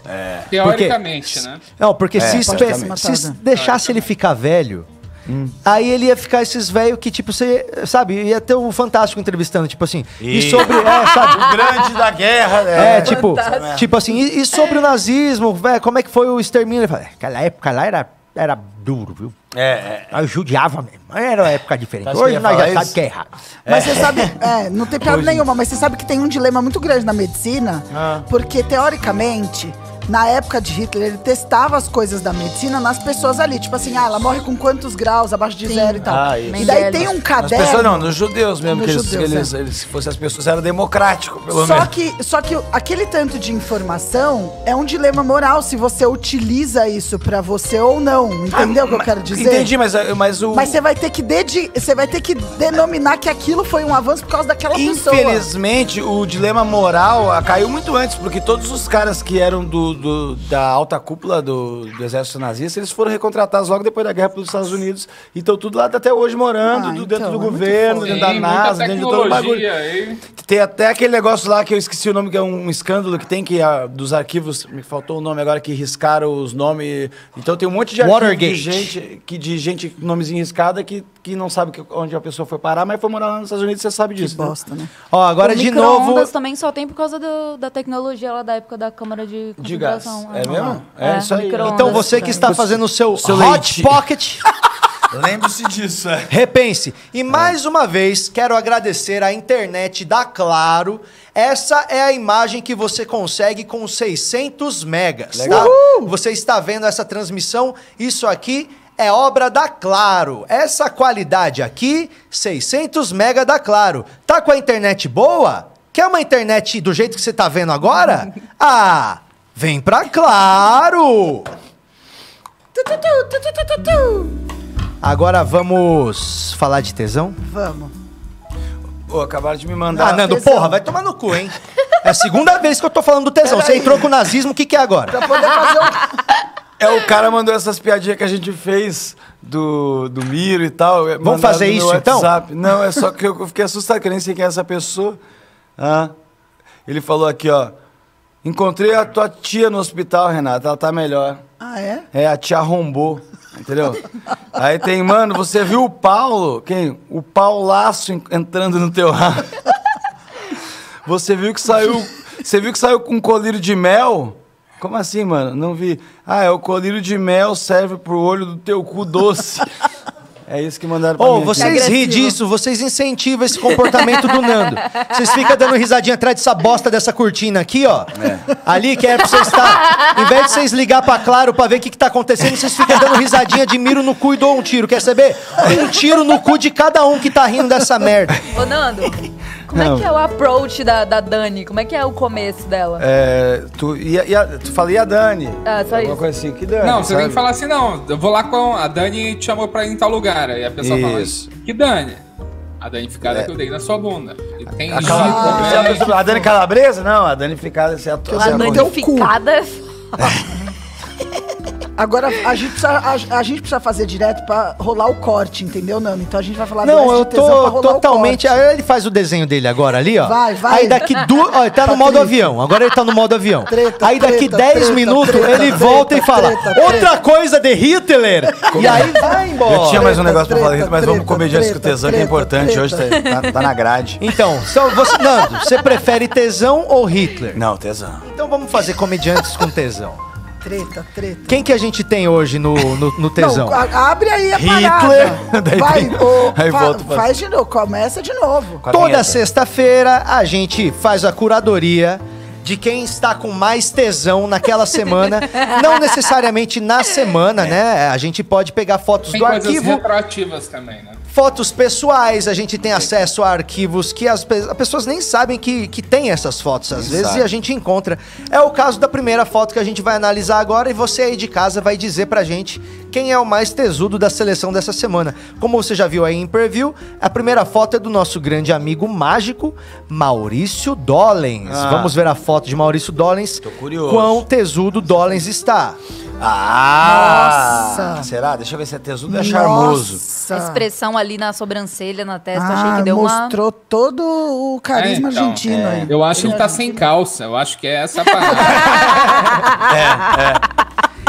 S7: Teoricamente, né?
S6: Não, porque É, se, espe-
S3: praticamente.
S6: se s- deixasse ele ficar velho,
S4: Hum.
S6: aí ele ia ficar esses velhos que, tipo, você. Sabe, ia ter o Fantástico entrevistando, tipo assim. E,
S4: E-
S6: sobre.
S4: <laughs>
S6: É, sabe?
S4: O grande da guerra, né?
S6: É, tipo, tipo assim, e, e "É, sobre o nazismo, velho, como é que foi o extermínio? Ele fala, aquela época lá era, era duro, viu?
S4: É, é.
S8: Nós judiava mesmo. Era uma época diferente.
S4: Acho que eu
S8: Hoje
S4: ia
S8: nós já
S4: falar
S8: sabemos
S4: isso.
S8: que é errado.
S3: Mas você sabe, é, não tem piada nenhuma, mas você sabe que tem um dilema muito grande na medicina,
S4: Ah.
S3: porque teoricamente, na época de Hitler, ele testava as coisas da medicina nas pessoas ali. Tipo assim, ah, ela morre com quantos graus, abaixo de zero e tal.
S4: Ah, isso.
S3: tá. e daí
S5: Mendel.
S3: tem um
S4: As pessoas
S3: caderno.
S4: não, nos judeus mesmo,
S3: Nos
S4: que eles,
S3: judeus, é.
S4: eles- eles- se fossem as pessoas, era democrático, pelo
S3: Só
S4: menos.
S3: que, só que aquele tanto de informação é um dilema moral se você utiliza isso pra você ou não. Entendeu o que eu quero dizer?
S4: Ah, Entendi, mas, mas o.
S3: Mas você vai ter que dedi você vai ter que denominar que aquilo foi um avanço por causa daquela pessoa.
S4: Infelizmente, o dilema moral ah, caiu muito antes, porque todos os caras que eram do, do- da alta cúpula do, do exército nazista, eles foram recontratados logo depois da guerra pelos Estados Unidos e estão tudo lá até hoje morando,
S3: Ah,
S4: do- dentro
S3: então,
S4: do
S3: é muito
S4: governo,
S3: foda.
S4: dentro da
S7: Tem muita
S4: NASA,
S6: né,
S4: dentro de todo o bagulho.
S7: tecnologia aí.
S4: Tem até aquele negócio lá que eu esqueci o nome, que é um escândalo que tem que ah, dos arquivos, me faltou o nome agora que riscaram os nomes. Então tem um monte de arquivo de
S6: Watergate.
S4: gente que de gente com nomezinho riscada que, que não sabe que- onde a pessoa foi parar, mas foi morar lá nos Estados Unidos, você sabe disso. né?
S3: bosta, né?
S6: Ó, agora de novo.
S5: micro-ondas também só tem por causa do- da tecnologia lá da época da câmara de
S4: De gás.
S5: configuração.
S4: É mesmo? É, isso aí.
S5: micro-ondas.
S6: Então você que está fazendo o seu,
S4: Seu
S6: Hot
S4: leite.
S6: Pocket,
S3: tá-
S4: Lembre-se disso, é.
S6: repense. E mais uma vez, quero agradecer à internet da Claro. Essa é a imagem que você consegue com 600 megas, tá? Você está vendo essa transmissão, isso aqui é obra da Claro. Essa qualidade aqui, 600 mega da Claro. Tá com a internet boa? Quer uma internet do jeito que você está vendo agora? Ah, vem pra Claro! Agora vamos falar de tesão?
S3: Vamos.
S4: Ô, acabaram de me mandar.
S6: Ah, Nando,
S3: tesão.
S6: porra, vai tomar no cu, hein? É a segunda vez que eu tô falando do tesão. Você entrou com o nazismo, o que, que é agora?
S3: Pra poder fazer o.
S4: É, o cara mandou essas piadinhas que a gente fez do, do Miro e tal. Mandaram
S6: fazer
S4: no meu
S6: isso, então?
S4: WhatsApp. Não, é só que eu eu fiquei assustado, que eu nem sei quem é essa pessoa. Ah, ele falou aqui, ó. Encontrei a tua tia no hospital, Renata, ela tá melhor.
S3: Ah, é?
S4: É, a tia arrombou, entendeu? Aí tem, mano, você viu o Paulo, quem? O Paulaço en- entrando no teu rabo. Você viu que saiu, você viu que saiu com um colírio de mel? Como assim, mano? Não vi. Ah, é o colírio de mel serve pro olho do teu cu doce. É isso que mandaram pra
S6: Ô,
S4: mim. aqui.
S6: vocês riem disso, vocês incentivam esse comportamento do Nando. Vocês ficam dando risadinha atrás dessa bosta dessa cortina aqui, ó. Ali que é pra vocês estar. Em vez de vocês ligar pra Claro pra ver o que, que tá acontecendo, vocês ficam dando risadinha de miro no cu e dou um tiro. Quer saber? Um tiro no cu de cada um que tá rindo dessa merda.
S5: Ô, Nando, como é que é o approach da, da Dani? Como é que é o começo dela?
S4: É, tu, e, a- e a- tu falei a Dani.
S5: Ah, só
S4: Alguma
S5: isso.
S4: coisa assim. Que Dani?
S7: Não, você tem
S4: sabe?
S7: que falar assim, não. Eu vou lá com. A Dani te chamou pra ir em tal lugar. Aí a pessoa
S4: Isso.
S7: fala, que Dani? A
S6: É.
S7: danificada que eu dei na sua bunda. E tem
S4: A,
S7: isso né?
S4: Cala-
S7: também.
S4: a Dani Calabresa? Não, a Dani Ficada. Você é a
S5: A
S3: um
S5: danificada.
S3: <laughs> Agora, a gente, precisa, a, a gente precisa fazer direto pra rolar o corte, entendeu, Nando? Então a gente vai falar do
S6: Não,
S3: S
S6: eu
S3: de tesão pra
S6: tô
S3: rolar o
S6: totalmente.
S3: corte.
S6: Aí ele faz o desenho dele agora ali, ó.
S3: Vai, vai.
S6: Aí daqui duas. Ó, ele tá no modo avião. Agora ele tá no modo avião.
S3: Treta,
S6: aí daqui
S3: treta,
S6: 10
S3: treta,
S6: minutos
S3: treta,
S6: ele
S3: treta,
S6: volta e fala:
S3: treta, treta.
S6: Outra coisa de Hitler! e aí vai
S4: é? Eu tinha
S6: embora.
S4: mais um negócio pra falar,
S3: Treta,
S4: mas vamos
S3: treta,
S4: comediantes com
S3: treta,
S4: tesão, que é
S3: treta,
S4: importante.
S3: treta.
S4: Hoje tá, tá- tá na grade.
S6: Então, só você, Nando, você prefere tesão ou Hitler?
S4: Não, tesão.
S6: Então vamos fazer comediantes com tesão.
S3: Treta, treta.
S6: Quem que a gente tem hoje no, no, no tesão?
S3: Não, a- abre aí a
S4: Hitler.
S3: parada.
S4: <laughs> Daí
S3: Vai,
S4: tem-
S3: ô,
S4: aí
S3: fa-
S4: volta pra-
S3: faz de novo, começa de novo.
S4: Com a
S6: Toda
S4: vinheta.
S6: sexta-feira a gente faz a curadoria de quem está com mais tesão
S4: <laughs>
S6: naquela semana. Não necessariamente na semana, né? A gente pode pegar fotos
S7: Tem
S6: do
S7: coisas
S6: arquivo,
S7: retroativas também, né?
S6: fotos pessoais, a gente tem acesso a arquivos que as, pe- as pessoas nem sabem que, que tem essas fotos às vezes
S4: sabe.
S6: e a gente encontra. É o caso da primeira foto que a gente vai analisar agora e você aí de casa vai dizer pra gente quem é o mais tesudo da seleção dessa semana. Como você já viu aí em preview, a primeira foto é do nosso grande amigo mágico Maurício Dollens.
S4: Ah.
S6: Vamos ver a foto de Maurício Dollens. Tô
S4: curioso.
S6: Quão tesudo Dollens está.
S4: Ah!
S3: <laughs> Nossa.
S4: Será? Deixa eu ver se é tesudo ou é charmoso.
S5: A
S3: Nossa.
S5: expressão ali na sobrancelha, na testa, achei
S3: Ah,
S5: que deu uma...
S3: mostrou todo o carisma
S7: É, então,
S3: argentino aí.
S7: Eu acho que ele tá sem calça. Eu acho que é essa a
S6: <laughs>
S7: parada.
S6: Ele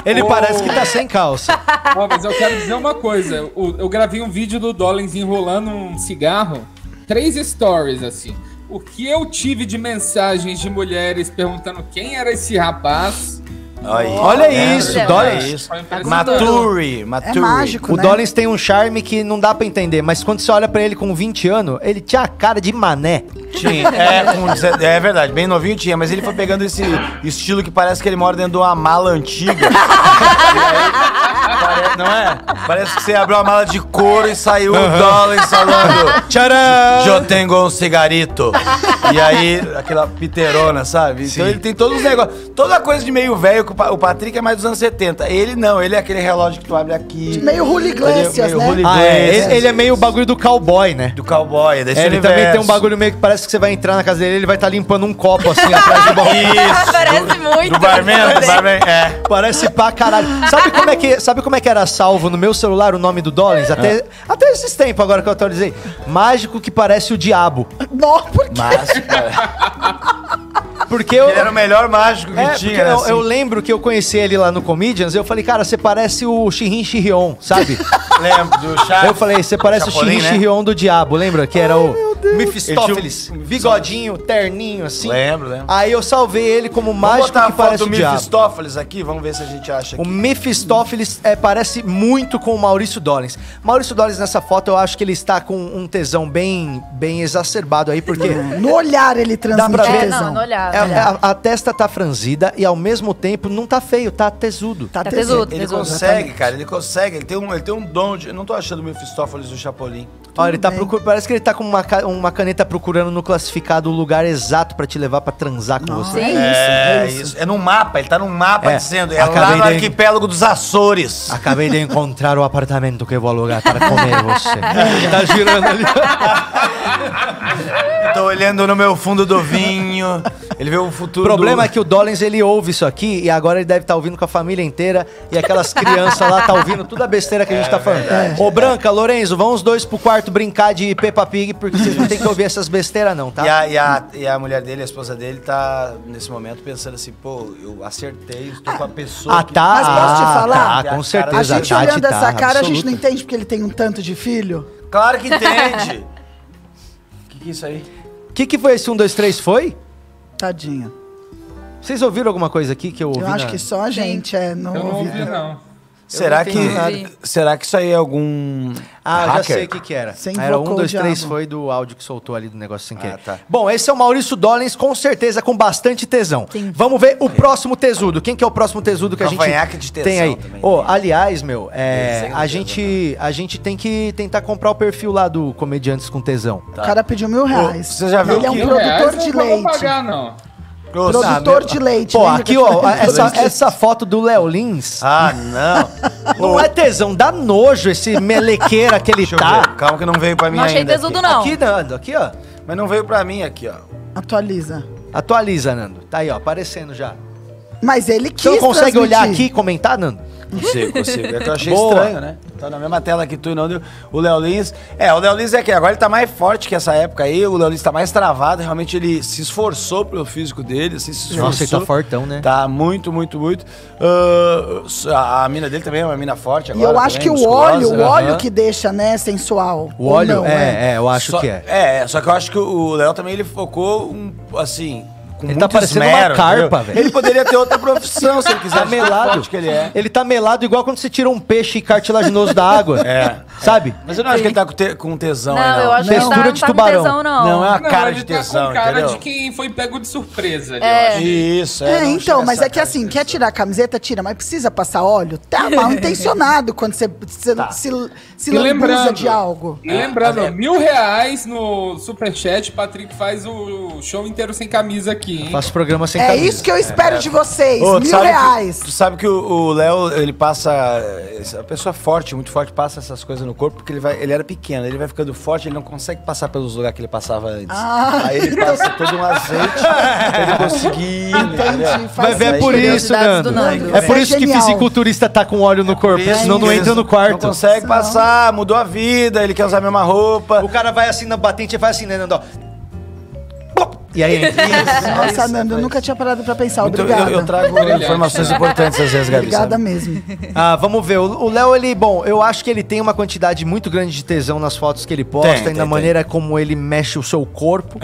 S7: Oh.
S6: É, parece que tá sem calça.
S7: <laughs> Ó, mas eu quero dizer uma coisa. O- Eu, gravei um vídeo do Dollins enrolando um cigarro. Três stories, assim. O que eu tive de mensagens de mulheres perguntando quem era esse rapaz.
S4: Olha,
S6: Olha
S4: né?
S6: isso,
S5: Olha,
S6: Dolly.
S5: olha
S4: isso.
S7: Foi um impressionante.
S4: Maturi, Maturi.
S3: Tá É mágico,
S6: O
S3: né?
S6: Dollins tem um charme que não dá pra entender, mas quando você olha pra ele com 20 anos, ele tinha a cara de mané.
S4: Tinha, é, com 17 é verdade, bem novinho tinha, mas ele foi pegando esse estilo que parece que ele mora dentro de uma mala antiga. E aí, pare- não é? Parece que você abriu uma mala de couro e saiu um o Dollins falando.
S6: Tcharam!
S4: Eu tenho um cigarito. E aí, aquela piterona, sabe? Então ele tem todos os negócios. Toda coisa de meio velho, que o Pa- o Patrick é mais dos anos 70. Ele não, ele é aquele relógio que tu abre aqui.
S3: Meio Julio Iglesias,
S4: Meio
S3: né?
S4: Julio
S6: Ah, é.
S4: Iglesias.
S6: Ele, ele é meio o bagulho do cowboy, né?
S4: Do cowboy, desse
S6: É, ele também tem um
S4: universo.
S6: bagulho meio que parece que você vai entrar na casa dele ele vai estar limpando um copo assim atrás do balcão.
S5: <laughs>
S4: <laughs> Isso.
S5: Parece muito.
S4: Do barman, do barman, é.
S6: Parece pra caralho. Sabe como, é que, sabe como é que era salvo no meu celular o nome do Dollins? Até,
S4: Ah.
S6: até esses tempos agora que eu atualizei. Mágico que parece o diabo.
S3: Não, por <laughs> quê?
S6: Porque eu,
S4: Ele era o melhor mágico que
S6: É, porque
S4: tinha. né,
S6: eu,
S4: assim.
S6: eu lembro que eu conheci ele lá no Comedians, eu falei, cara, você parece o Shirin Shirion, sabe?
S4: <laughs> lembro do Chaves.
S6: eu falei, você parece o
S4: Chapolin,
S6: Shirin
S4: né?
S6: Shirion do Diabo, lembra? Que era o Mephistófeles,
S4: Ele tinha um-
S6: bigodinho, terninho, assim.
S4: Lembro, lembro.
S6: Aí eu salvei ele como
S4: Vamos
S6: mágico
S4: botar
S6: que
S4: a foto
S6: parece
S4: do
S6: o Diabo.
S4: Mephistófeles aqui, vamos ver se a gente acha
S6: O
S4: aqui.
S6: Mephistófeles é, parece muito com o Maurício Dollins. Maurício Dollins, nessa foto, eu acho que ele está com um tesão bem, bem exacerbado aí, porque...
S3: No olhar ele
S6: Dá pra
S3: transmite
S6: ver?
S5: É,
S3: tesão.
S5: não, não olhava.
S6: É,
S5: olhava.
S6: a, a testa tá franzida e ao mesmo tempo não tá feio, tá tesudo.
S3: Tá
S5: Tá
S3: tesão.
S5: tesudo,
S4: Ele
S5: tesudo.
S4: consegue, cara, ele consegue. Ele tem um, ele tem um dom de. Eu não tô achando o Mephistófeles do Chapolin.
S6: Olha, ele tá
S3: bem.
S6: procurando. Parece que ele tá com uma, ca- uma caneta procurando no classificado o lugar exato pra te levar pra transar com você.
S5: Sim.
S4: É, isso. É num mapa, ele tá num mapa
S6: É,
S4: dizendo. É lá
S6: acabei
S4: no
S6: de-
S4: arquipélago
S6: <laughs>
S4: dos
S6: É
S4: Açores.
S6: Acabei de encontrar o apartamento que eu vou alugar para comer você.
S4: É.
S6: tá girando ali.
S4: Tô olhando no meu fundo do vinho. Ele vê o
S6: O
S4: futuro.
S6: problema
S4: do...
S6: é que o Dollins ele ouve isso aqui e agora ele deve estar ouvindo com a família inteira e aquelas crianças lá tá ouvindo toda a besteira que a
S4: É
S6: gente tá falando. Ô Branca, Lorenzo, vão os dois pro quarto brincar de Peppa Pig porque vocês não tem que ouvir essas besteiras não, tá?
S4: E a, e, a, e a mulher dele, a esposa dele, tá nesse momento pensando assim, pô, eu acertei, estou com a pessoa.
S6: Ah,
S4: que-
S6: tá.
S3: Mas posso te
S6: ah,
S3: falar?
S6: Tá, com
S3: A
S6: certeza.
S3: gente
S6: a Tati
S3: olhando
S6: tá
S3: essa cara, a gente
S6: absoluta.
S3: não entende porque ele tem um tanto de filho.
S4: Claro que
S6: <laughs>
S4: entende. O que, que é isso aí?
S6: O que, que foi esse 1, 2, 3 foi?
S3: Tadinha.
S6: Vocês ouviram alguma coisa aqui que eu ouvi?
S3: <laughs> Eu acho
S6: na-
S3: que só a gente é. Não
S7: Eu não
S3: ouvi.
S7: ouvi, não.
S4: Será que,
S5: entendo nada.
S4: será que isso aí é algum.
S6: Ah,
S4: hacker?
S6: já sei o que que era.
S3: Você
S6: era
S3: invocou
S6: um, dois,
S3: o
S6: três,
S3: diabo.
S6: foi do áudio que soltou ali do negócio sem querer.
S4: Ah, tá.
S6: Bom, esse é o Maurício Dollins, com certeza, com bastante tesão. Vamos ver o próximo tesudo. Quem que é o próximo tesudo que a gente
S4: Cavanhaque de tesão
S6: tem aí?
S4: também.
S6: Ô, aliás, meu, é,
S4: Tem, sem né?
S6: a,
S4: certeza,
S6: gente, a gente tem que tentar comprar o perfil lá do Comediantes com Tesão.
S4: Tá.
S3: O cara pediu mil reais.
S4: você já viu
S3: Ele é um
S4: que-
S7: Mil
S3: produtor
S7: reais
S3: de
S7: não vou
S3: leite.
S7: pagar, não.
S4: Ô,
S3: Produtor
S4: Samir-
S3: de leite.
S6: Pô,
S3: lembra
S6: aqui,
S3: que eu
S6: ó,
S3: falei?
S6: essa, essa foto do Léo Lins...
S4: Ah, não.
S6: <laughs> Não é tesão, dá nojo esse melequeira que ele
S4: Deixa eu ver.
S6: tá.
S4: Calma que não veio pra mim
S5: Não achei
S4: ainda assim.
S5: tesudo,
S4: aqui.
S5: não.
S6: Aqui, Nando, aqui, ó.
S4: Mas não veio pra mim aqui, ó.
S3: Atualiza.
S6: Atualiza, Nando. Tá aí, ó, aparecendo já.
S3: Mas ele quis
S6: Você não Então, consegue
S3: transmitir.
S6: olhar aqui e comentar, Nando?
S4: Consigo, consigo. É que eu achei
S6: Boa.
S4: estranho, né? Tá na mesma tela que tu e não deu. O Léo Lins. É, o Léo Lins é que agora ele tá mais forte que essa época aí. O Léo Lins tá mais travado. Realmente ele se esforçou pelo físico dele. Assim, se esforçou.
S6: Nossa, ele tá fortão, né?
S4: Tá muito, muito, muito. Ah, a, a mina dele também é uma mina forte
S3: E
S4: agora.
S3: eu acho
S4: também,
S3: que o
S4: musculosa.
S3: óleo, o óleo
S4: Aham.
S3: que deixa, né, sensual.
S6: O
S3: Ou
S6: óleo?
S3: não,
S6: é, é, eu acho
S4: Só-
S6: que é.
S4: É, só que eu acho que o Léo também ele focou um, assim, com
S6: Ele
S4: muito
S6: tá parecendo uma
S4: esmero,
S6: carpa,
S4: entendeu?
S6: velho.
S4: Ele poderia ter outra profissão se ele quiser.
S6: Tá melado.
S4: Acho que ele é.
S6: Ele tá melado igual quando você tira um peixe cartilaginoso da água.
S4: É.
S6: Sabe?
S4: Mas eu não acho que ele tá com, te- com tesão, aí,
S5: Não, eu acho que
S6: Textura
S5: tá, não
S6: de
S5: tá com
S6: tubarão.
S5: tesão, não.
S4: Não é uma
S7: Não,
S4: cara
S7: ele
S4: de
S7: tá
S4: tesão,
S7: com cara
S4: entendeu?
S7: de quem foi pego de surpresa ali, eu
S5: É.
S7: acho.
S4: Isso,
S3: É,
S4: não
S3: então,
S4: chega
S3: mas
S4: essa
S3: é que
S4: cara
S3: assim,
S4: de
S3: quer
S4: tesão.
S3: tirar a camiseta, tira, mas precisa passar óleo?
S4: <laughs>
S3: Tá mal intencionado quando você se,
S4: Tá.
S3: se, se
S7: Tá. E
S3: lembra
S7: lembrando-
S3: de algo. É.
S7: E
S5: Ah,
S7: lembrando,
S5: é.
S7: mil reais no superchat, Patrick faz o show inteiro sem camisa aqui, hein?
S6: Faço programa sem
S3: É
S6: camisa.
S3: isso que eu espero de vocês,
S4: Ô, tu
S3: mil
S4: sabe que-
S3: reais.
S4: tu sabe que o- o Léo, ele passa. A pessoa forte, muito forte, passa essas coisas no corpo, porque ele, vai, ele era pequeno, ele vai ficando forte, ele não consegue passar pelos lugares que ele passava antes.
S3: Ah.
S4: Aí ele passa todo um azeite pra ele conseguir.
S3: Então- Entendi,
S6: Vai
S3: faz
S6: ver, é por
S3: sentido.
S6: isso, Nando.
S5: do Nando.
S6: É por
S3: É
S6: isso que
S3: genial.
S6: fisiculturista tá com
S4: É
S6: óleo no corpo, senão não entra no quarto.
S4: Não consegue passar, mudou a vida, ele quer usar a mesma roupa.
S6: O cara vai assim na batente e faz assim, né, Nando? ó. Plop!
S5: <laughs>
S6: E aí entra.
S3: Nossa, Nando, eu nunca tinha parado pra pensar.
S4: Muito- Então, eu-
S3: Obrigada.
S4: eu, trago
S7: Brilhante.
S4: informações importantes às vezes, Gabi.
S3: Obrigada
S4: sabe?
S3: mesmo.
S6: Ah, vamos ver. O o Léo, ele, bom, eu acho que ele tem uma quantidade muito grande de tesão nas fotos que ele posta
S4: Tem,
S6: e
S4: tem,
S6: na
S4: tem.
S6: maneira como ele mexe o seu corpo.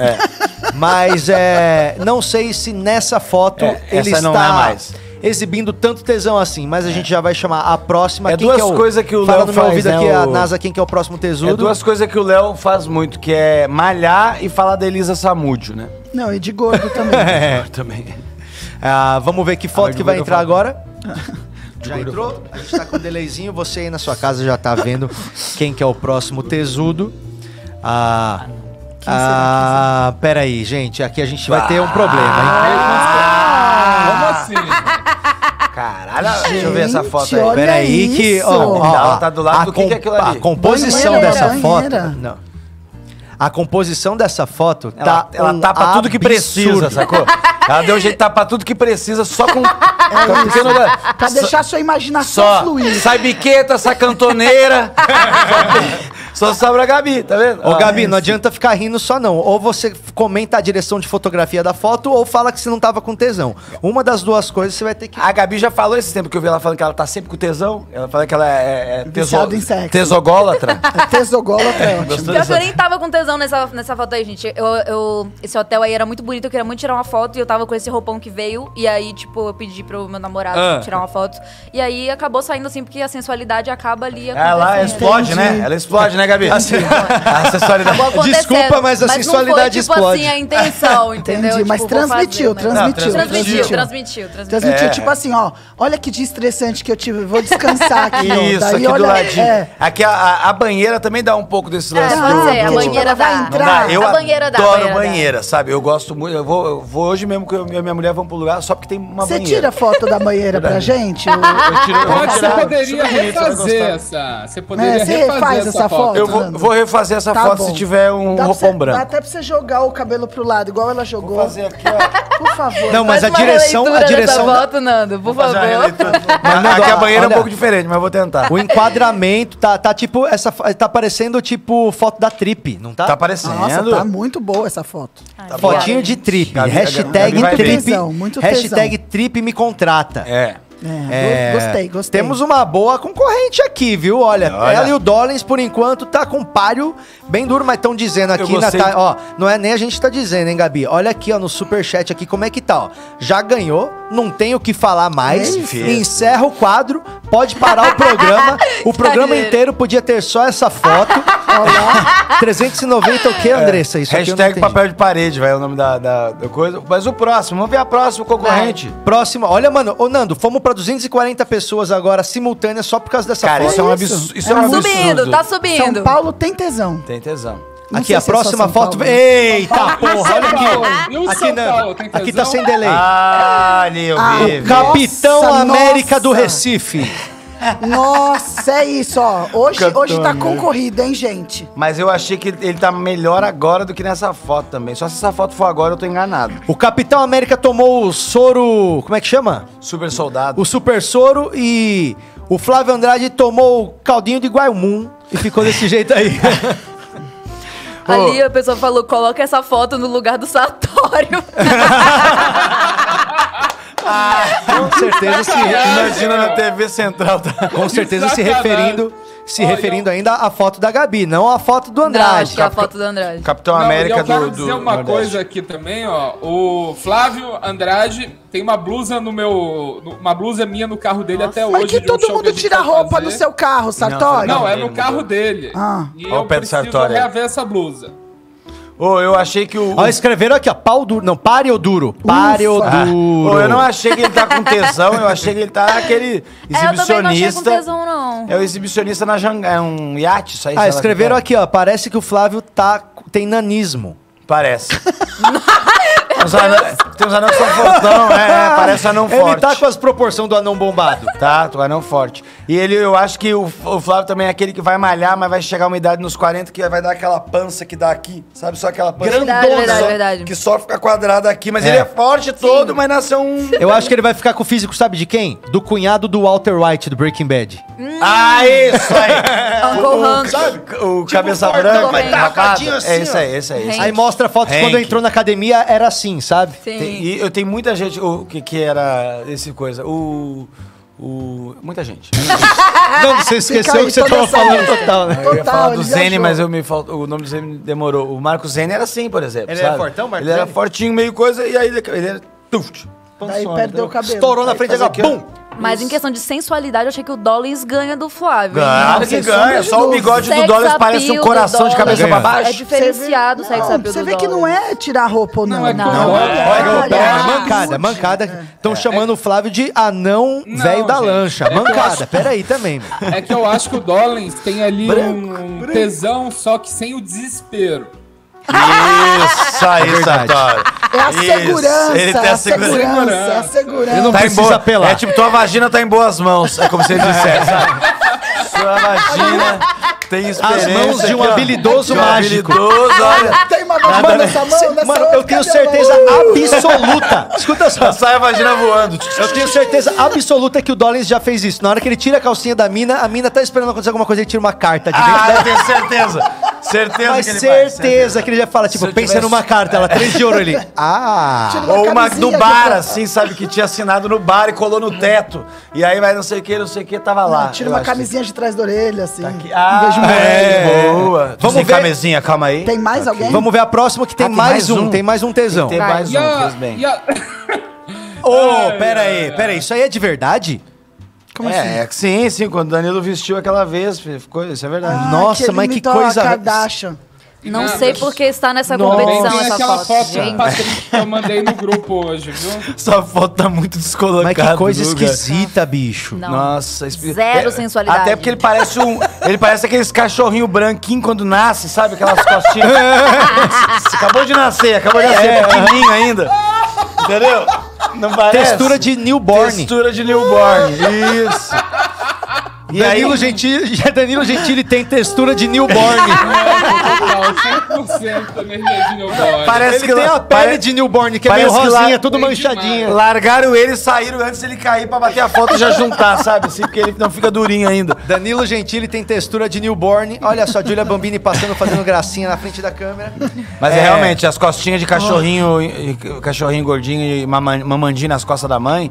S6: Mas é, não sei se nessa foto
S4: É,
S6: ele
S4: essa
S6: está.
S4: não é mais.
S6: exibindo tanto tesão assim, mas a gente já vai chamar a próxima.
S4: É
S6: quem
S4: duas
S6: que é o...
S4: coisas que o
S6: Fala
S4: Léo
S6: no meu
S4: faz,
S6: ouvido
S4: né,
S6: aqui, a
S4: o-
S6: NASA, quem que é o próximo tesudo.
S4: É duas coisas que o Léo faz muito, que é malhar e falar da Elisa Samúdio, né?
S3: Não, e de gordo
S4: <laughs>
S3: também.
S6: É.
S4: Também.
S6: <laughs> Ah, vamos ver que
S4: Ah,
S6: foto
S4: de
S6: que vai
S4: gordo
S6: entrar
S4: eu falo. <laughs>
S6: agora. Já entrou? A gente tá com um delayzinho. Você aí na sua casa já tá vendo quem que é o próximo tesudo. Ah, ah peraí, gente. Aqui a gente vai ter um problema, hein?
S4: Ah,
S3: É
S7: Como assim?
S4: Caralho, deixa eu ver essa foto
S3: Gente,
S4: aí.
S3: olha
S6: Peraí que... Ó,
S3: isso.
S6: ó,
S4: Ela
S6: ó,
S4: tá do lado
S6: a
S4: do que que é aquilo ali?
S6: A composição
S3: Banheira,
S6: dessa
S3: banheira.
S6: foto... Não. A composição dessa foto
S4: Ela,
S6: tá
S4: ela
S6: um
S4: tapa tudo que precisa,
S6: absurdo.
S4: sacou? Ela deu um jeito de tapar tudo que precisa só
S3: <laughs>
S4: com. com um pequeno lugar.
S3: É pra deixar sua imaginação
S4: só
S3: fluir.
S4: sai biqueta, sai
S3: <laughs>
S4: cantoneira. só sobra a Gabi, tá vendo?
S6: Ô,
S4: Ó,
S6: Gabi, não adianta ficar rindo só não. Ou você f- comenta a direção de fotografia da foto ou fala que você não tava com tesão. Uma das duas coisas você vai ter que.
S4: A Gabi já falou esse tempo que eu vi ela falando que ela tá sempre com tesão. Ela fala que ela é, é teso...
S3: Viciada em sexo.
S4: tesogólatra.
S3: <laughs> Tesogólatra é ótimo.
S4: Gostou
S5: Pior que eu
S4: dessa?
S5: nem tava com tesão nessa, nessa foto aí, gente. Eu, eu- esse hotel aí era muito bonito, eu queria muito tirar uma foto e eu tava com esse roupão que veio. E aí, tipo, eu pedi pro meu namorado
S4: Ah.
S5: tirar uma foto. E aí acabou saindo assim, porque a sensualidade acaba ali.
S4: Ah,
S3: Ah, é
S4: Ela
S5: acontecendo.
S3: tipo,
S4: explode, né? Ela explode, né, Gabi?
S3: Assim,
S4: <laughs> a sensualidade.
S5: Acabou acontecendo.
S6: Desculpa, mas a sensualidade
S5: não foi, tipo,
S6: explode.
S5: assim, a
S3: <laughs>
S5: intenção, entendeu?
S3: Entendi, mas
S5: Tipo, vou
S3: transmitiu,
S5: fazer, mas-
S3: transmitiu,
S5: Transmitiu,
S3: transmitiu.
S5: transmitiu, transmitiu.
S4: É.
S3: Transmitiu, tipo assim, ó. Olha que dia estressante que eu tive. Vou descansar aqui. ó.
S4: Isso,
S3: Daí
S4: aqui do
S3: olha-
S4: ladinho.
S3: é.
S4: Aqui a, a- a banheira também dá um pouco desse lance.
S5: É, pode
S4: do-
S5: ser, a
S4: do-
S5: banheira
S3: Ela vai
S5: dá.
S4: Não
S3: entrar.
S4: dá, eu
S5: A banheira dá, a
S4: adoro banheira,
S5: banheira dá.
S4: sabe? Eu gosto muito. Eu vou, eu vou hoje mesmo que eu eu e minha mulher vamos pro lugar só porque tem uma
S3: Você
S4: banheira.
S3: tira foto da banheira
S4: <laughs>
S3: pra gente? O-
S4: tira,
S7: Eu acho que você
S4: Isso é
S7: poderia
S4: bonito, você vai
S7: refazer
S4: gostar.
S7: essa. Ah, Você poderia
S3: É, você
S7: refazer
S3: faz
S7: essa,
S3: essa
S7: foto.
S3: foto.
S4: Eu vou, vou refazer essa
S3: Tá
S4: foto
S3: bom.
S4: se tiver um
S3: Dá pra
S4: roupão
S3: você- Dá
S4: branco.
S3: até pra você jogar o cabelo pro lado, igual ela jogou.
S4: Vou fazer aqui, ó.
S3: Por favor.
S6: Não, mas a
S5: Faz uma
S6: direção, a
S5: releitura dessa
S6: direção.
S4: tá-
S6: da-
S5: foto, Nando, por
S4: Fazer uma
S5: favor.
S4: releitura. Mas aqui a banheira é
S6: olha.
S4: um pouco diferente, mas vou tentar.
S6: O enquadramento tá, tá tipo essa fo- tá parecendo tipo foto da trip, não tá?
S4: Tá aparecendo.
S3: Nossa, tá muito boa essa foto.
S5: Ai,
S6: Fotinho
S5: obrigada,
S6: de
S5: gente.
S6: trip,
S4: Tá Gabi-
S6: hashtag
S4: Gabi vai
S6: trip,
S4: bem.
S3: Tesão, muito
S6: hashtag trip me contrata.
S4: É.
S3: É, go- Gostei, gostei.
S6: Temos uma boa concorrente aqui, viu? Olha,
S4: É, Olha.
S6: ela e o Dollins, por enquanto, tá com páreo bem duro, mas estão dizendo aqui,
S4: Eu gostei.
S6: Nata- ó, não é nem a gente tá dizendo, hein, Gabi? Olha aqui, ó, no superchat aqui, como é que tá, ó. Já ganhou, não tem o que falar
S4: É
S6: mais, encerra o quadro, pode parar
S4: <laughs>
S6: o programa, o programa
S5: Brincadeira.
S6: inteiro podia ter só essa foto. Olha 390 é o que, Andressa? Isso aqui eu não
S4: É. Hashtag
S6: entendi.
S4: papel de parede, vai é o nome da, da- da coisa. Mas o próximo, vamos ver a próxima concorrente.
S6: Próxima. Olha, mano, ô Nando, fomos pra 240 pessoas agora simultâneas só por causa dessa
S4: Cara,
S6: foto.
S4: isso é um
S3: isso?
S4: absurdo. Isso é
S5: Tá
S4: um absurdo.
S5: subindo, tá
S3: São
S5: subindo.
S3: Paulo tem tesão.
S4: Tem tesão.
S3: Não
S6: aqui,
S3: sei
S6: a
S3: se é só
S6: próxima
S3: São
S6: foto.
S3: Paulo.
S6: Eita porra, olha
S7: E o
S6: aqui. Aqui,
S7: São Paulo,
S6: Nando.
S7: tem tesão?
S6: Aqui tá sem delay.
S4: Ah, eu vi.
S6: o Capitão
S3: nossa,
S6: América do
S3: nossa.
S6: Recife.
S3: Nossa, é isso, ó. Hoje,
S4: Capitão
S3: hoje tá
S4: América.
S3: concorrido, hein, gente?
S4: Mas eu achei que ele ele tá melhor agora do que nessa foto também. Só se essa foto for agora, eu tô enganado.
S6: O Capitão América tomou o soro. Como é que chama?
S4: Super soldado.
S6: O super soro e o Flávio Andrade tomou o caldinho de Guaimum e ficou desse <laughs> jeito aí.
S5: Ali a pessoa falou, coloca essa foto no lugar do Sartório.
S6: Com certeza se
S4: Imagina na TV Central. Tá?
S6: Com certeza se
S7: Sacanagem.
S6: referindo, se
S7: Olha,
S6: referindo ainda à foto da Gabi, não à foto do
S5: Não,
S6: Andrade.
S4: Tá
S5: acho que é a foto do Andrade.
S4: Capitão
S7: Não, e
S4: América
S7: eu quero
S4: do, do
S7: dizer uma
S4: Nordeste.
S7: coisa aqui também, ó. O Flávio Andrade tem uma blusa no meu. no- Uma blusa minha no carro dele até
S3: Mas
S7: hoje.
S3: que
S7: de um
S3: todo
S7: show
S3: mundo
S7: que a gente
S3: tira
S7: vai
S3: roupa
S7: fazer.
S3: no seu carro, Sartori.
S7: Não, é
S4: Ele
S7: no
S4: mudou.
S7: carro dele.
S3: Ah.
S7: E
S4: Olha o
S7: eu
S4: Pedro
S7: preciso
S4: Sartori aí.
S7: reaver essa blusa.
S4: Ô, eu achei que o.
S6: Ó, escreveram aqui, ó, pau duro. Não, páreo duro. Páreo
S4: Ah.
S6: duro.
S4: Ô, eu não achei que ele tá com tesão, eu achei que ele tá aquele
S5: É, eu também não achei com
S4: exibicionista.
S5: tesão, não.
S4: É o exibicionista na janga. É um iate, isso aí. sei
S6: Ah,
S4: lá,
S6: escreveram
S4: que
S6: aqui, ó. Parece que o Flávio tá, tem nanismo.
S4: é. Parece. tem, uns anão, tem uns anão que são fortão, é, é, parece anão
S6: Ele
S4: forte.
S6: tá com as proporções do anão bombado.
S4: Tá, tu vai não forte. E ele, eu acho que o, o Flávio também é aquele que vai malhar, mas vai chegar uma idade nos 40 que vai dar aquela pança que dá aqui, sabe? Só aquela pança
S5: Verdade,
S4: grandona,
S5: verdade,
S4: só-
S5: verdade.
S4: que só fica quadrada aqui. Mas
S6: É.
S4: ele é forte todo, mas nasceu um...
S6: Eu acho que ele vai ficar com o físico, sabe de quem? Do cunhado do Walter White, do Breaking Bad.
S4: <laughs> Ah, isso
S5: <laughs>
S4: aí!
S5: Uncle Hans.
S4: sabe? Tipo O cabeça
S6: fortão,
S4: branca,
S5: mas
S4: rapado.
S6: tapadinho assim,
S4: É isso aí, é isso aí. é isso aí.
S6: Aí mostra fotos
S4: Hank.
S6: quando entrou na academia, era assim, sabe?
S5: Sim.
S4: Tem- e eu tenho muita gente o, que, que era esse coisa. O... O... Muita gente.
S3: <laughs>
S6: Não, você esqueceu
S3: aí
S6: o que você
S3: toda
S6: tava
S3: essa-
S6: falando total, né?
S4: Eu ia falar do
S3: ele
S4: Zene,
S3: viajou.
S4: mas eu me fal- o nome do Zene demorou. O Marco Zene era assim, por exemplo.
S6: Ele era
S4: sabe?
S6: fortão, Marco
S4: Ele era
S6: Zene?
S4: fortinho, meio coisa, e aí ele, ele era. Tuft.
S3: Daí
S6: pançona,
S3: perdeu o
S4: né?
S6: entendeu?
S3: cabelo.
S6: Estourou na
S3: Vai
S6: frente dela,
S3: fazer o
S6: pum!
S3: quê?
S5: Mas em questão de sensualidade, eu achei que o Dollins ganha do Flávio. hein?
S9: Claro que
S3: sem
S7: é
S9: ganha.
S3: sombra
S7: um
S3: de
S9: Só o
S3: dúvida.
S9: bigode do
S5: Sex
S9: Dollars
S5: appeal
S9: parece um
S5: do
S9: coração de
S5: Dollars.
S9: cabeça pra
S5: É
S9: baixo.
S5: diferenciado o
S3: Você vê-
S5: sex
S3: Não,
S5: appeal
S3: Você
S5: do
S3: vê que não
S5: Dollars.
S3: é tirar a roupa ou não.
S7: Não, é
S5: Não,
S7: não,
S5: é.
S6: Olha,
S3: Olha,
S6: pera,
S3: olha.
S6: mancada, mancada. Estão
S4: É.
S6: chamando o Flávio de anão
S7: Não,
S6: velho da
S7: gente,
S6: lancha.
S7: é que eu
S6: Mancada,
S7: acho-
S6: peraí também. meu.
S7: É que eu acho que o Dollins tem ali um tesão, só que sem o desespero.
S4: Isso aí,
S6: verdade.
S4: Sartori.
S3: É a
S4: Isso,
S3: segurança.
S4: ele tem a
S3: é a
S4: segura-
S3: segurança. É a
S7: segurança.
S3: segurança.
S6: Ele não
S4: Tá em
S6: precisa
S4: boa-
S6: apelar. É.
S4: É tipo, tua vagina tá em boas mãos. É como
S6: <laughs>
S4: se ele dissesse. sabe? Sua
S6: né?
S4: vagina tem
S6: As
S4: experiência.
S6: mãos de um
S4: aqui, ó.
S6: habilidoso
S4: De um
S6: mágico.
S4: habilidoso, olha.
S3: Ah, Tem uma mão nessa mão, nessa
S6: Mano,
S3: outra,
S6: eu tenho
S3: cadê a
S6: certeza
S3: mão?
S4: <laughs>
S6: absoluta. Escuta só.
S4: Sai a vagina voando.
S6: Eu tenho certeza absoluta que o Dollins já fez isso. Na hora que ele tira a calcinha da mina, a mina tá esperando acontecer alguma coisa, ele tira uma carta de dentro
S4: Ah,
S6: dela.
S4: eu tenho certeza. Certeza
S6: Mas
S4: que ele vai.
S6: certeza que ele já fala, tipo,
S4: Se eu
S6: pensa
S4: tivesse-
S6: numa carta, ela, três de
S3: <laughs>
S6: ouro ali. Ah!
S3: Tira
S4: Ou uma
S3: camisinha
S4: do
S3: de
S4: bar,
S3: pra-
S4: assim, sabe? Que tinha assinado no bar e colou no teto. E aí vai não sei o que, não sei o que, tava lá.
S3: Tira
S4: Eu
S3: uma
S4: acho que-
S3: camisinha de trás da orelha,
S6: Tá
S3: assim.
S4: Ah,
S3: em vez de uma
S4: é,
S3: orelha.
S4: boa.
S6: Vamos
S4: Sem
S6: ver-
S4: camisinha, calma aí.
S3: Tem mais alguém?
S6: tá Vamos ver a próxima que tem,
S4: Ah, tem
S6: mais,
S4: mais
S6: um,
S4: um.
S6: tem mais um tesão.
S4: Tem
S5: Vai.
S4: mais
S7: E
S4: um,
S7: a,
S4: fez bem.
S7: e a-
S6: Ô, pera aí, pera aí, isso aí é de verdade?
S3: Como
S4: é,
S3: assim?
S4: é que sim, sim. Quando o Danilo vestiu aquela vez, fi, ficou, isso é verdade.
S3: Ah,
S6: Nossa,
S3: ele
S6: mas que
S3: imitou
S6: coisa-
S3: A Kardashian.
S5: Não
S7: Ah,
S5: sei
S7: mas-
S5: por que está nessa
S7: Também
S5: competição
S7: tem
S5: essa
S7: aquela
S5: foto,
S7: foto do
S5: gente.
S7: Patrick que eu mandei no grupo hoje, viu?
S4: Essa foto tá muito descolocada.
S6: Mas que coisa
S4: Guga.
S6: esquisita, bicho.
S5: Não.
S4: Nossa, espi-
S5: Zero
S4: é,
S5: sensualidade.
S4: Até porque ele parece um. Ele parece aqueles cachorrinho branquinho quando nasce, sabe? Aquelas
S5: <laughs>
S4: costinhas. acabou de nascer, acabou de nascer,
S6: É.
S4: pequenininho ainda. Entendeu? Não parece?
S6: Textura de newborn.
S4: Textura de newborn. Isso. E aí,
S6: Danilo, Gentili, <laughs> Danilo Gentili tem textura de newborn.
S7: É Total, 100% energia de Newborn.
S4: parece
S6: Ele
S4: que
S6: tem
S4: la-
S6: a
S4: pare-
S6: pele de newborn, que é meio
S4: parece que lá-
S6: rosinha, tudo
S7: Bem
S6: manchadinha.
S4: Largaram ele e saíram antes ele cair pra bater a foto e já juntar, sabe? Assim, porque ele não fica durinho ainda.
S6: Danilo Gentili tem textura de newborn. Olha só, Julia Bambini passando, fazendo gracinha na frente da câmera.
S4: Mas é, realmente, as costinhas de cachorrinho, e- e- cachorrinho gordinho e mama- mamandinho nas costas da mãe.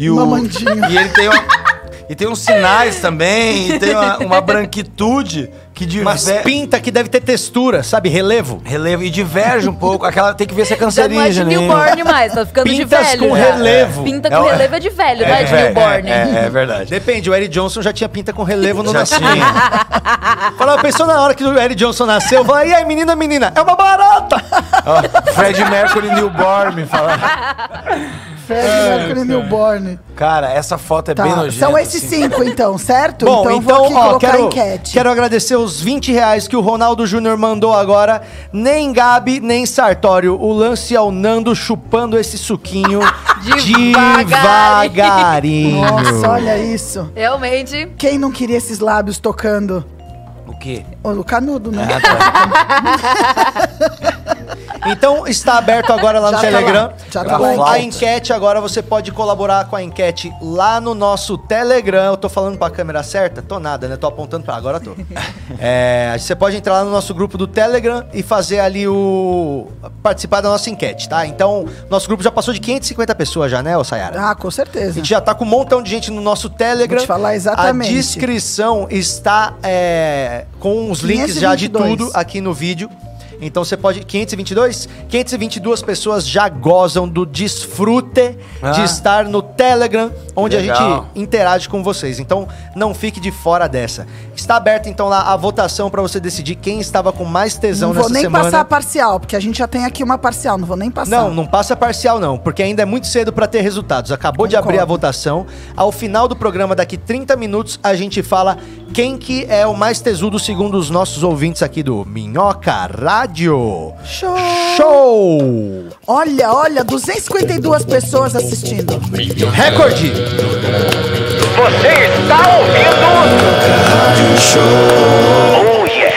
S4: E o,
S3: Mamandinho.
S4: E ele tem, um- e tem uns sinais também, e tem uma, uma branquitude que
S6: Mas
S4: diverge.
S6: pinta que deve ter textura, sabe? Relevo.
S4: Relevo, e diverge um pouco. Aquela tem que ver se é
S5: Já não é de
S4: cancerígena. hein?
S5: newborn mais, tá ficando de
S6: Pintas
S5: velho.
S6: com
S5: já.
S6: relevo.
S5: Pinta
S4: É
S5: com
S4: o-
S5: relevo é de velho, não é de
S4: é,
S5: newborn.
S4: é, é verdade.
S6: Depende, o Eric Johnson já tinha pinta com relevo no
S4: Já
S6: nascimento.
S4: tinha.
S6: Falava, pensou na hora que o Eric Johnson nasceu, fala, e aí, menina, menina, é uma barata!
S4: Ó, Fred Mercury Newborn me fala.
S3: Fred Mercury
S6: É.
S3: Newborn.
S4: Cara, essa foto é
S3: Tá.
S4: bem nojenta.
S3: São esses
S4: assim.
S3: cinco, então, certo?
S6: Bom,
S3: então,
S6: então,
S3: eu vou aqui
S6: ó,
S3: colocar a
S6: quero,
S3: enquete.
S6: quero agradecer os 20 reais que o Ronaldo Júnior mandou agora. Nem Gabi, nem Sartório. O lance é o Nando chupando esse
S3: <laughs>
S6: suquinho devagarinho.
S3: Nossa, olha isso.
S5: Realmente.
S3: Quem não queria esses lábios tocando?
S4: O quê?
S3: O o canudo, né?
S6: Ah, tá. Então está aberto agora lá no
S3: Já tá
S6: Telegram.
S3: lá, já tá
S6: O-
S3: lá a
S6: a
S4: enquete.
S6: enquete agora você pode colaborar com a enquete lá no nosso Telegram. Eu tô falando pra câmera certa? Tô nada, né? Tô apontando pra agora tô. É, você pode entrar lá no nosso grupo do Telegram e fazer ali o participar da nossa enquete, tá? Então, nosso grupo já passou de 550 pessoas já, né, ô Sayara?
S3: Ah, com
S6: A
S3: certeza.
S6: gente já tá com um montão de gente no nosso Telegram.
S3: Vou te falar exatamente.
S6: A descrição está é, com os links já de
S3: 522.
S6: tudo aqui no vídeo. Então você pode. 522? 522 pessoas já gozam do desfrute de
S4: Ah.
S6: estar no Telegram, onde a
S4: Legal.
S6: gente interage com vocês. Então não fique de fora dessa. Está aberta então lá a votação para você decidir quem estava com mais tesão
S3: Não vou
S6: nessa
S3: nem
S6: semana.
S3: passar a parcial, porque a gente já tem aqui uma parcial. Não vou nem passar.
S6: Não, não passa parcial não, porque ainda é muito cedo pra ter resultados. Acabou de
S3: Concordo.
S6: abrir a votação. Ao final do programa, daqui 30 minutos, a gente fala quem que é o mais tesudo segundo os nossos ouvintes aqui do Minhoca Rádio.
S3: Show!
S6: Show!
S3: Olha, olha, 252 pessoas assistindo.
S6: Recorde!
S2: Você está ouvindo? Oh yeah!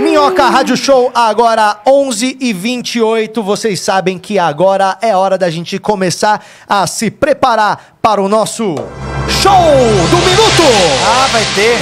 S6: Minhoca Rádio Show, agora 11h28. Vocês sabem que agora é hora da gente começar a se preparar para o nosso
S10: Show do Minuto!
S4: Ah, vai ter.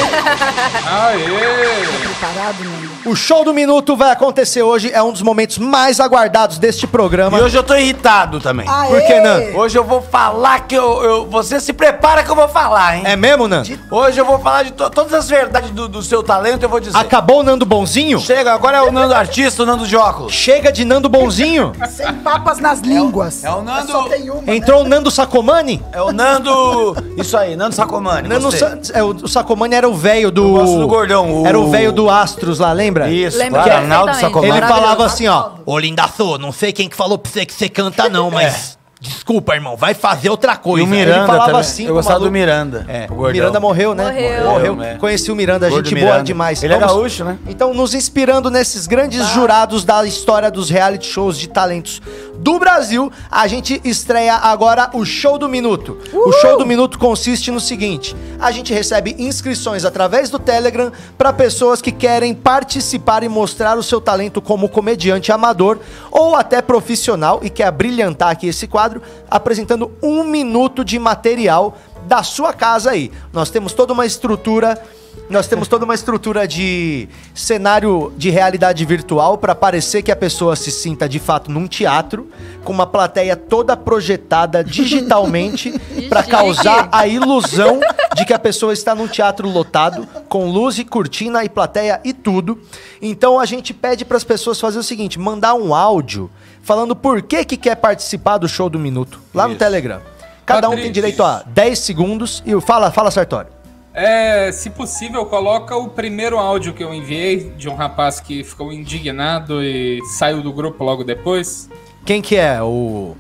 S7: Aê!
S3: Preparado, mano?
S6: O show do minuto vai acontecer hoje, é um dos momentos mais aguardados deste programa.
S4: E hoje eu tô irritado também.
S3: Aê!
S6: Por que, Nando?
S4: Hoje eu vou falar que eu, eu- Você se prepara que eu vou falar, hein?
S6: É mesmo, Nando?
S4: Hoje eu vou falar de to- todas as verdades do, do seu talento, eu vou dizer.
S6: Acabou o Nando Bonzinho?
S4: Chega, agora é o Nando Artista, o Nando de óculos.
S6: Chega de Nando Bonzinho?
S3: Sem papas nas línguas.
S4: é o Nando-
S3: Só tem uma.
S6: Entrou o Nando Sacomani?
S4: É o Nando. Isso aí, Nando Sacomani.
S6: Nando
S4: gostei.
S6: Sa- é, o o Sacomani era o velho do.
S4: gosto do gordão, o-
S6: Era o velho do Astros lá, lembra?
S4: Isso,
S5: Lembra
S4: claro, Arnaldo
S5: perfeitamente.
S4: Sacomani.
S6: Ele
S5: Maravilhoso.
S6: falava assim, ó.
S2: Ô, lindaço, não sei quem que falou pra você que você
S6: Tá
S2: canta, não, mas. Desculpa, irmão, vai fazer outra
S4: É. E
S2: coisa.
S4: o Miranda
S6: falava
S4: também.
S6: assim
S4: eu gostava
S6: pro maluco.
S4: do Miranda.
S6: É,
S4: o
S6: o
S4: gordão.
S6: Miranda morreu, né?
S5: Morreu.
S4: Morreu, é.
S6: Conheci o Miranda,
S4: Gordo
S6: gente boa
S4: Miranda.
S6: demais.
S4: Ele é
S6: Vamos-
S4: gaúcho, né?
S6: Então, nos inspirando nesses grandes jurados da história dos reality shows de talentos do Brasil, a gente estreia agora o Show do Minuto. O Show do Minuto consiste no seguinte: a gente recebe inscrições através do Telegram para pessoas que querem participar e mostrar o seu talento como comediante amador ou até profissional e quer brilhantar aqui esse quadro apresentando um minuto de material da sua casa aí. Nós temos toda uma estrutura nós temos toda uma estrutura de cenário de realidade virtual para parecer que a pessoa se sinta de fato num teatro, com uma plateia toda projetada digitalmente para causar a ilusão de que a pessoa está num teatro lotado, com luz e cortina e plateia e tudo. Então a gente pede para as pessoas fazer o seguinte: mandar um áudio falando por que que quer participar do show do minuto lá no Telegram. Cada um tem
S7: Patrícia.
S6: direito a 10 segundos e o fala, fala Sartório.
S7: É, se possível, coloca o primeiro áudio que eu enviei de um rapaz que ficou indignado e saiu do grupo logo depois.
S6: Quem que é o.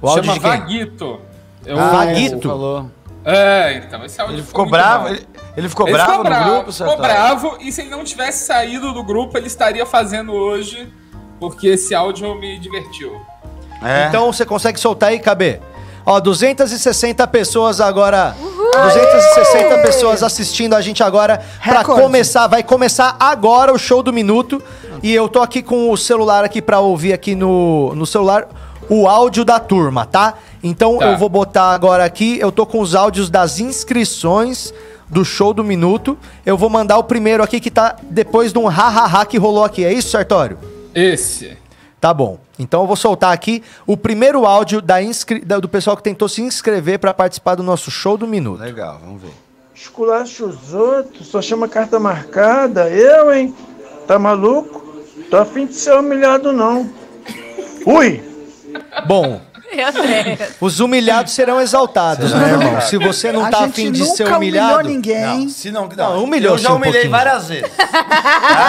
S6: O áudio
S7: Chama
S6: de quem? Ah,
S7: Vaguito. Eu-
S6: Vaguito?
S7: É, então esse áudio
S4: Ele ficou
S7: muito
S4: bravo?
S7: mal.
S4: Ele, ele ficou
S7: Ele
S4: bravo
S7: ficou
S4: no
S7: bravo,
S4: grupo,
S7: ficou
S4: Sartori?
S7: bravo, e se ele não tivesse saído do grupo, ele estaria fazendo hoje, porque esse áudio me divertiu.
S4: É.
S6: Então você consegue soltar aí, KB. Ó, 260 pessoas agora. 260 pessoas assistindo a gente agora pra
S3: Recorde.
S6: começar, vai começar agora o show do minuto. E eu tô aqui com o celular aqui pra ouvir aqui no, no celular o áudio da turma, tá? Então
S7: Tá.
S6: eu vou botar agora aqui, eu tô com os áudios das inscrições do show do minuto. Eu vou mandar o primeiro aqui que tá depois de um ha-ha-ha que rolou aqui. É isso, Sartório?
S7: Esse.
S6: Tá bom. Então eu vou soltar aqui o primeiro áudio da inscri- da- do pessoal que tentou se inscrever pra participar do nosso show do minuto.
S4: Legal, Ah, vamos ver.
S11: Esculacha os outros, só chama carta marcada. Eu, hein? Tá maluco? Tô afim de ser humilhado, não. Ui!
S6: Bom,
S5: Meu Deus.
S6: os humilhados serão exaltados, né, irmão? Se você não tá afim de ser
S3: humilhou
S6: humilhado,
S3: ninguém.
S4: Não, se não, não,
S6: Não, humilhou
S4: eu já
S6: sim um
S4: humilhei
S6: pouquinho.
S4: várias vezes.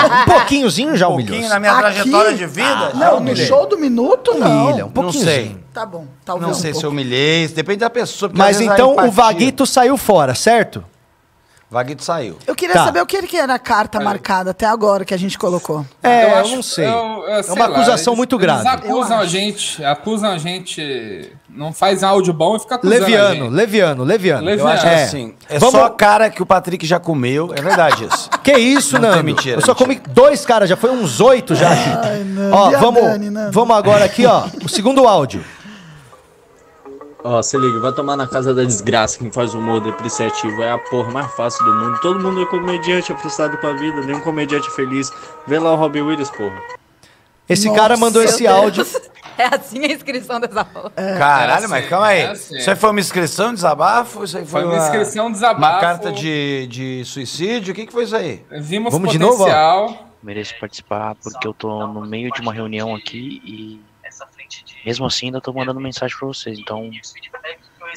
S6: um pouquinhozinho já
S4: Um
S6: humilhou.
S4: pouquinho na minha
S3: Aqui?
S4: trajetória de vida.
S6: Tá,
S4: já
S3: Não, no
S4: humilhei.
S3: show do minuto, não.
S6: Humilha, um
S4: Não sei.
S6: pouquinhozinho.
S3: Tá bom,
S4: Não
S3: talvez um
S4: sei se eu
S3: pouco.
S4: humilhei, depende da pessoa. porque às
S6: Mas
S4: vezes a
S6: então o
S4: empatia-
S6: Vaguito saiu fora, certo?
S4: Vaguito saiu.
S3: Eu queria
S6: Tá.
S3: saber o que ele que era a carta marcada até agora que a gente colocou.
S6: É, eu,
S7: acho-
S6: não sei.
S7: eu- eu
S6: é
S7: sei
S6: uma
S7: lá,
S6: acusação
S7: eles-
S6: muito
S7: Eles
S6: grave.
S7: acusam a gente, acusam a gente, não faz áudio bom e fica acusando a
S6: Leviano,
S7: gente.
S6: leviano, leviano.
S4: Eu acho
S6: É.
S4: que assim. É
S6: Vamos-
S4: só a cara que o Patrick já comeu. É verdade isso.
S6: Que isso,
S4: Não tem
S6: Nando?
S4: mentira,
S6: eu só
S4: mentira.
S6: comi dois caras, já foi uns oito já. Ai,
S3: Nando.
S6: ó,
S3: E a
S6: vamos,
S3: Dani, Nando?
S6: vamos agora aqui,
S3: <laughs>
S6: ó. O segundo áudio.
S12: Ó, se liga, vai tomar na casa da desgraça quem faz humor depreciativo. É a porra mais fácil do mundo. Todo mundo é comediante, é frustrado com a vida, nenhum comediante é feliz. Vê lá o Robin Williams, porra.
S6: Esse
S3: Nossa,
S6: cara mandou esse áudio.
S5: <laughs> É assim a inscrição dessa aula.
S4: Caralho,
S7: É
S4: mas
S7: assim,
S4: calma aí.
S7: é assim.
S4: Isso aí foi uma inscrição, um desabafo? Isso aí foi,
S7: Foi uma inscrição, um desabafo.
S4: Uma carta de, de suicídio? O que, que foi isso aí?
S7: Vimos
S6: Vamos de novo, ó.
S7: potencial.
S12: Mereço participar porque eu tô no meio de uma reunião aqui e. Mesmo assim, ainda tô mandando mensagem pra vocês, então.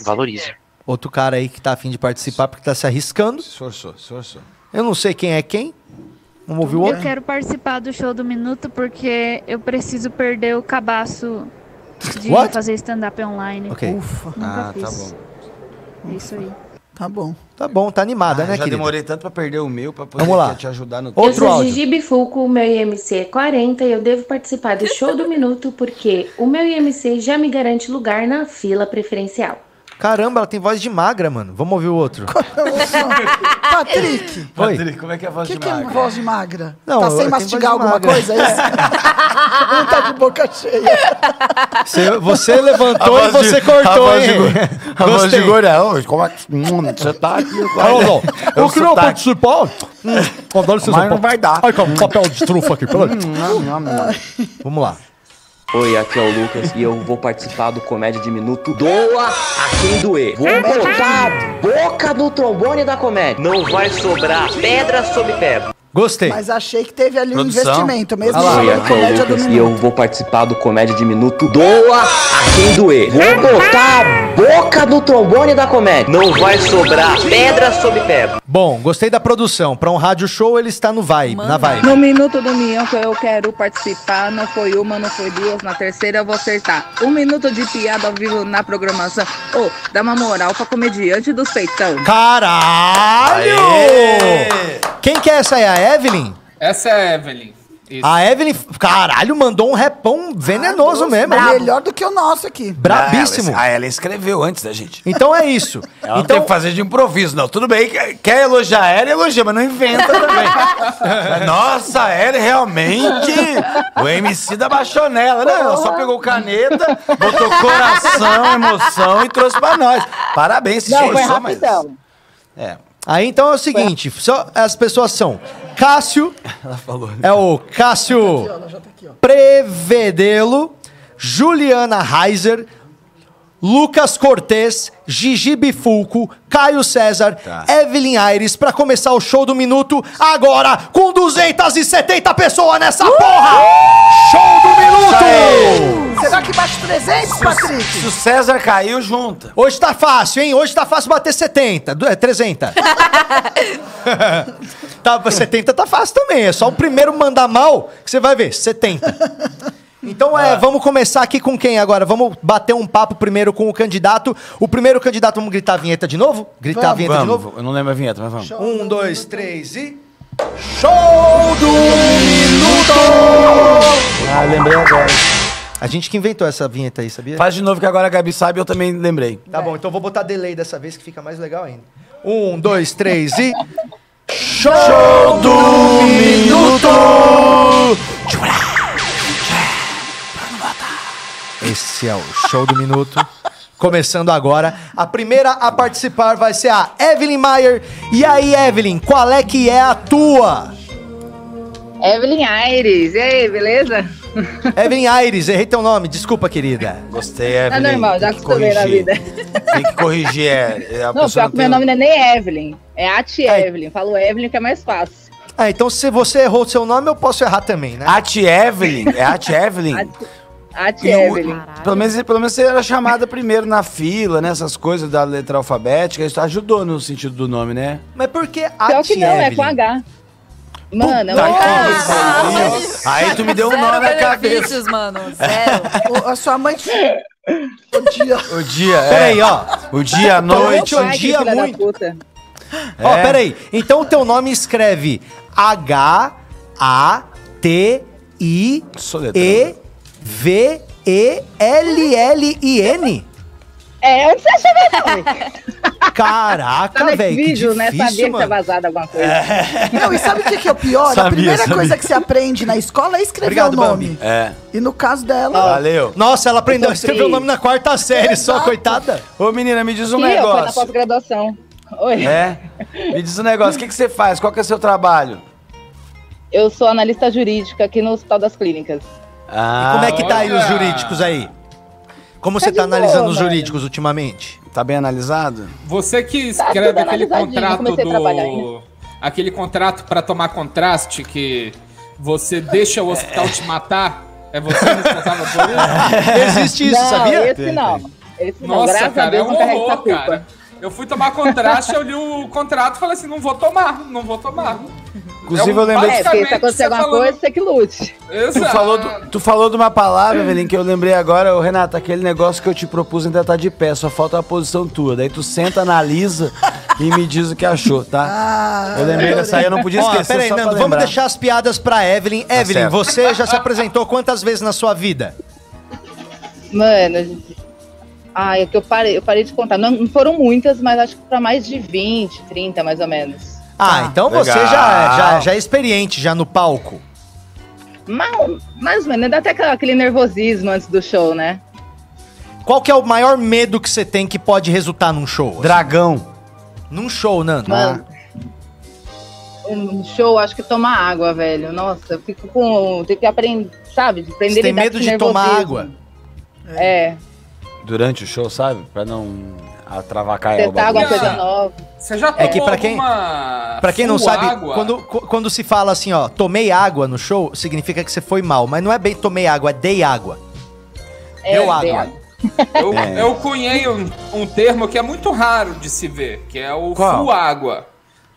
S12: Valorize.
S6: Outro cara aí que tá afim de participar porque tá se arriscando.
S4: Se esforçou, se esforçou.
S6: Eu não sei quem é quem. Vamos ouvir o
S13: Eu
S6: outro.
S13: quero participar do show do minuto porque eu preciso perder o cabaço de
S6: What?
S13: fazer stand-up online.
S6: Ok.
S3: Ufa,
S13: Nunca
S4: Ah,
S13: fiz.
S4: tá bom.
S13: É isso aí.
S3: tá bom.
S6: Tá bom, tá animada, né,
S4: Ah, já
S6: querida?
S4: demorei tanto pra perder o meu, pra poder
S6: Vamos lá.
S4: te ajudar no
S6: Outro áudio.
S13: Bifulco, meu IMC é 40 e eu devo participar do show do minuto porque o meu IMC já me garante lugar na fila preferencial.
S6: Caramba, ela tem voz de magra, mano. Vamos ouvir o outro.
S3: é? Patrick!
S6: Oi.
S14: Patrick, como é que é a voz
S3: O que,
S14: de
S3: que é
S14: magra?
S3: voz de magra?
S6: Não,
S3: tá
S6: eu-
S3: sem
S6: eu tenho
S3: mastigar
S6: voz de
S3: alguma
S6: magra.
S3: coisa? É
S6: <laughs>
S3: isso? um tá de boca cheia.
S6: Você, você levantou
S4: A
S6: e
S4: voz de-
S6: você cortou,
S4: a voz de
S6: hein?
S4: go- a voz de gorão. Como é que você tá aqui? Eu que não
S6: participar.
S4: Mas não vai dar. Hum.
S6: Ai, calma, papel de trufa aqui, pelo
S15: Hum,
S6: Vamos lá.
S16: Oi, aqui é o Lucas e eu vou participar do Comédia de Minuto Doa a quem doer. Vou botar a boca no trombone da comédia. Não vai sobrar pedra sobre pedra.
S6: Gostei.
S3: Mas achei que teve ali
S16: Produção.
S3: um investimento, mesmo
S16: Oi,
S3: sendo
S16: aqui é o
S3: comédia do
S16: Lucas e
S3: minuto.
S16: eu vou participar do Comédia de Minuto Doa a quem doer. Vou botar a boca no trombone da comédia. Não vai sobrar pedra sobre pedra.
S6: Bom, gostei da produção. Pra um rádio show, ele está no vibe, na vibe.
S15: No minuto do Minhoca eu quero participar, não foi uma, não foi duas, na terceira eu vou acertar. Um minuto de piada ao vivo na programação. Ô, dá uma moral pra comediante do peitão.
S6: Caralho!
S7: Aê!
S6: Quem que é essa aí? A Evelyn?
S7: Essa é a Evelyn. Isso.
S6: A Evelyn, caralho, mandou um repão venenoso mesmo.
S3: Melhor do que o nosso aqui.
S6: Brabíssimo.
S4: Ah, ela, ela escreveu antes da gente.
S6: Então é isso.
S4: <laughs> Ela não
S6: Então-
S4: tem que fazer de improviso, não. Tudo bem, que- quer elogiar ela, elogia, mas não inventa também.
S6: <laughs>
S4: Mas, Nossa, a ela realmente. O MC da baixou nela. Não, ela só pegou caneta, botou coração, emoção e trouxe pra nós. Parabéns,
S17: Não, foi
S4: esforçou, mas-
S17: rapidão.
S4: É.
S6: Aí então é o seguinte, só as pessoas são Cássio,
S4: <laughs> Ela falou. né?
S6: é o
S17: tá
S6: Cássio Prevedelo, Juliana Reiser, Lucas Cortez, Gigi Bifulco, Caio César,
S4: Tá.
S6: Evelyn Aires, pra começar o show do minuto agora com 270 pessoas nessa porra! Show do minuto!
S3: Será que bate 300, Patrick?
S4: Se o César caiu, junta.
S6: Hoje tá fácil, hein? Hoje tá fácil bater 70, du- é,
S4: <laughs>
S6: 300. tá, 70 tá fácil também, é só o primeiro mandar mal que você vai ver, 70. Então
S4: Ah.
S6: é, vamos começar aqui com quem agora? Vamos bater um papo primeiro com o candidato. O primeiro candidato, vamos gritar a vinheta de novo? Gritar a vinheta de novo?
S14: Eu não lembro a vinheta, mas vamos.
S6: Um, dois, três e. Show do Minuto!
S4: Ah, lembrei agora.
S6: A gente que inventou essa vinheta aí, sabia?
S4: Faz de novo que agora a Gabi sabe, eu também lembrei.
S6: Tá bom, então vou botar delay dessa vez que fica mais legal ainda. Um, dois, três e. Show, do Minuto! Esse é o Show do Minuto. Começando agora, a primeira a participar vai ser a Evelyn Maier. E aí, Evelyn, qual é que é
S15: <laughs>
S6: a tua?
S15: Evelyn Aires, e aí, beleza?
S6: Evelyn Aires, errei teu nome, desculpa, querida.
S4: Gostei,
S15: tá normal, já acostumei na vida.
S4: Tem que corrigir, é. é a
S15: Não,
S4: pessoa
S15: pior
S4: não
S15: que meu
S4: tem-
S15: nome não é nem Evelyn, é Ati Evelyn. Falo Evelyn que é mais fácil.
S6: Ah, então se você errou o seu nome, eu posso errar também, né?
S4: Ati Evelyn? É
S15: <laughs>
S4: Ati Evelyn?
S15: Ati
S4: E o-
S15: Evelyn.
S4: Pelo menos, pelo menos você era chamada primeiro na fila, né? Essas coisas da letra alfabética. Isso ajudou no sentido do nome, né?
S6: Mas por que
S15: Pior que
S4: Ati
S15: não, é
S4: Evelyn?
S15: com H. Mano, é
S4: Puta
S15: um
S4: que
S15: H.
S4: pariu. Aí tu me deu um nó na cabeça.
S18: mano.
S3: <laughs> O- a sua mãe. Odia.
S4: O dia, é.
S6: Peraí, ó. Então, é
S4: O dia, a noite.
S6: o dia,
S15: filha da
S6: muito.
S15: puta.
S6: Ó,
S4: É.
S15: É.
S6: peraí. Então o teu nome escreve H-A-T-I-E-V-E-L-L-I-N.
S15: É, onde você acha
S3: Tá
S15: meu nome?
S3: <laughs>
S6: Caraca,
S15: Tá
S6: velho.
S15: nesse
S6: Que
S15: vídeo, né? Sabia
S6: difícil,
S15: que tá
S6: mano.
S15: vazado alguma coisa.
S3: Não, e sabe o que, que é o pior? a
S6: Sabia,
S3: primeira
S6: sabia.
S3: coisa que você aprende na escola é escrever o nome.
S4: É.
S3: E no caso
S15: Ah.
S3: dela.
S4: Valeu.
S6: Nossa, ela aprendeu a escrever o nome na quarta série, só, coitada.
S4: Ô, menina, me diz um
S15: Sim, eu fui na
S4: negócio.
S15: pós-graduação. Oi.
S4: É? Me diz um negócio. O que, que você faz? Qual que é o seu trabalho?
S15: Eu sou analista jurídica aqui no Hospital das Clínicas.
S4: Ah,
S6: Como é que tá aí os
S4: olha.
S6: jurídicos aí? Como você
S15: de
S6: tá
S15: boa,
S6: analisando os
S15: velho.
S6: jurídicos ultimamente?
S4: Tá bem analisado?
S7: Você que
S15: Tá
S7: escreve
S15: tudo
S7: aquele
S15: analisadinho,
S7: contrato
S15: comecei a trabalhar
S7: do. Aquele contrato pra tomar contraste que você deixa
S6: É.
S7: o hospital te matar. É você <laughs> responsável por isso?
S6: É. Existe isso,
S15: não,
S6: sabia?
S15: Esse não. Esse não.
S7: Nossa,
S15: Graças a
S7: cara, é
S15: Deus
S7: um
S15: não carrega essa
S7: horror,
S15: culpa.
S7: cara. Eu fui tomar contraste, eu li o contrato e falei assim: não vou tomar, não vou tomar.
S4: Inclusive,
S7: É um
S4: eu lembrei
S15: É, porque se acontecer
S7: tá
S15: alguma coisa, você que lute.
S4: Tu
S7: Exato.
S4: falou, do- tu falou de uma palavra, Evelyn, que eu lembrei agora. Ô, Renata, aquele negócio que eu te propus ainda tá de pé, só falta a posição tua. Daí tu senta, analisa e me diz o que achou, tá? eu lembrei dessa aí, eu não podia
S6: Ó,
S4: esquecer,
S6: peraí,
S4: só
S6: Nando,
S4: pra
S6: vamos
S4: lembrar. Tá
S6: deixar as piadas pra Evelyn. Evelyn,
S4: certo.
S6: você já se apresentou quantas vezes na sua vida?
S15: Mano, Ah, é que eu parei, eu parei de contar. Não, não foram muitas, mas acho que pra mais de 20, 30, mais ou menos.
S6: Ah, então
S15: Legal.
S6: você já, já, já é experiente já no palco.
S15: Mal, mais ou menos, né? dá até aquela- aquele nervosismo antes do show, né?
S6: Qual que é o maior medo que você tem que pode resultar num show? Dragão. Num show, Nando.
S15: Mano. Um show, acho que tomar água, velho. Nossa, eu fico com. Tem que aprender, sabe? De aprender
S6: Você
S15: a
S6: tem
S15: lidar com
S6: medo
S15: esse
S6: de tomar
S15: nervosismo.
S6: água?
S15: É,
S4: Durante o show, sabe? Pra não atravacar ela.
S15: tentar água
S7: Ah.
S15: coisa nova.
S7: Você já
S6: É que pra quem, pra quem não
S7: full
S6: sabe,
S7: água?
S6: quando, qu- quando se fala assim, ó, tomei água no show, significa que você foi mal. Mas não é bem tomei água, é dei água.
S7: É,
S6: Deu
S7: dei
S6: água. É.
S7: água. Eu, eu cunhei um, um termo que é muito raro de se ver, que é o
S6: Qual?
S7: full água.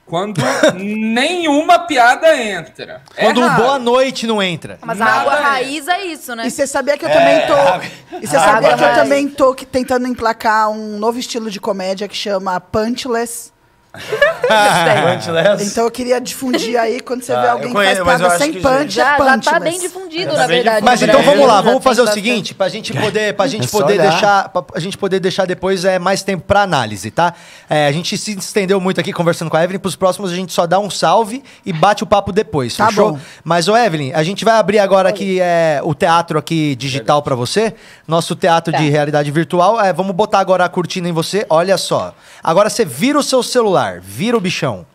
S7: Quando <laughs> nenhuma piada entra. É
S6: Quando um
S7: raro.
S6: boa noite não entra.
S5: Mas a água raiz é isso, né?
S3: E você sabia que eu
S6: É,
S3: também
S6: água-
S3: tô. E você
S6: água
S3: sabia que eu
S6: raiz.
S3: também tô que- tentando emplacar um novo estilo de comédia que chama punchless.
S19: Punchless?
S3: Então eu queria difundir aí quando você
S6: <laughs> Ah,
S3: vê
S6: eu
S3: alguém
S6: conheço,
S3: que
S6: mas
S3: faz
S6: eu
S3: piada
S6: acho
S3: sem
S6: que
S3: punch,
S5: já- já
S3: é
S5: tá
S3: punchless.
S5: bem difundido, na
S19: Tá
S5: verdade,
S6: Mas
S5: no
S6: então
S5: Brasil
S6: vamos lá,
S5: já
S6: vamos
S5: tem
S6: fazer o
S5: bastante.
S6: seguinte, pra gente poder, pra gente
S5: É só
S6: poder
S5: olhar.
S6: deixar, pra a gente poder deixar depois é mais tempo pra análise, tá? É, a gente se estendeu muito aqui conversando com a Evelyn, pros próximos a gente só dá um salve e bate o papo depois,
S3: Tá
S6: fechou?
S3: bom.
S6: Mas ô Evelyn, a gente vai abrir agora aqui é, o teatro aqui digital pra você, nosso teatro
S19: Tá.
S6: de realidade virtual. É, vamos botar agora a cortina em você. Olha só. Agora você vira o seu celular, vira o bichão.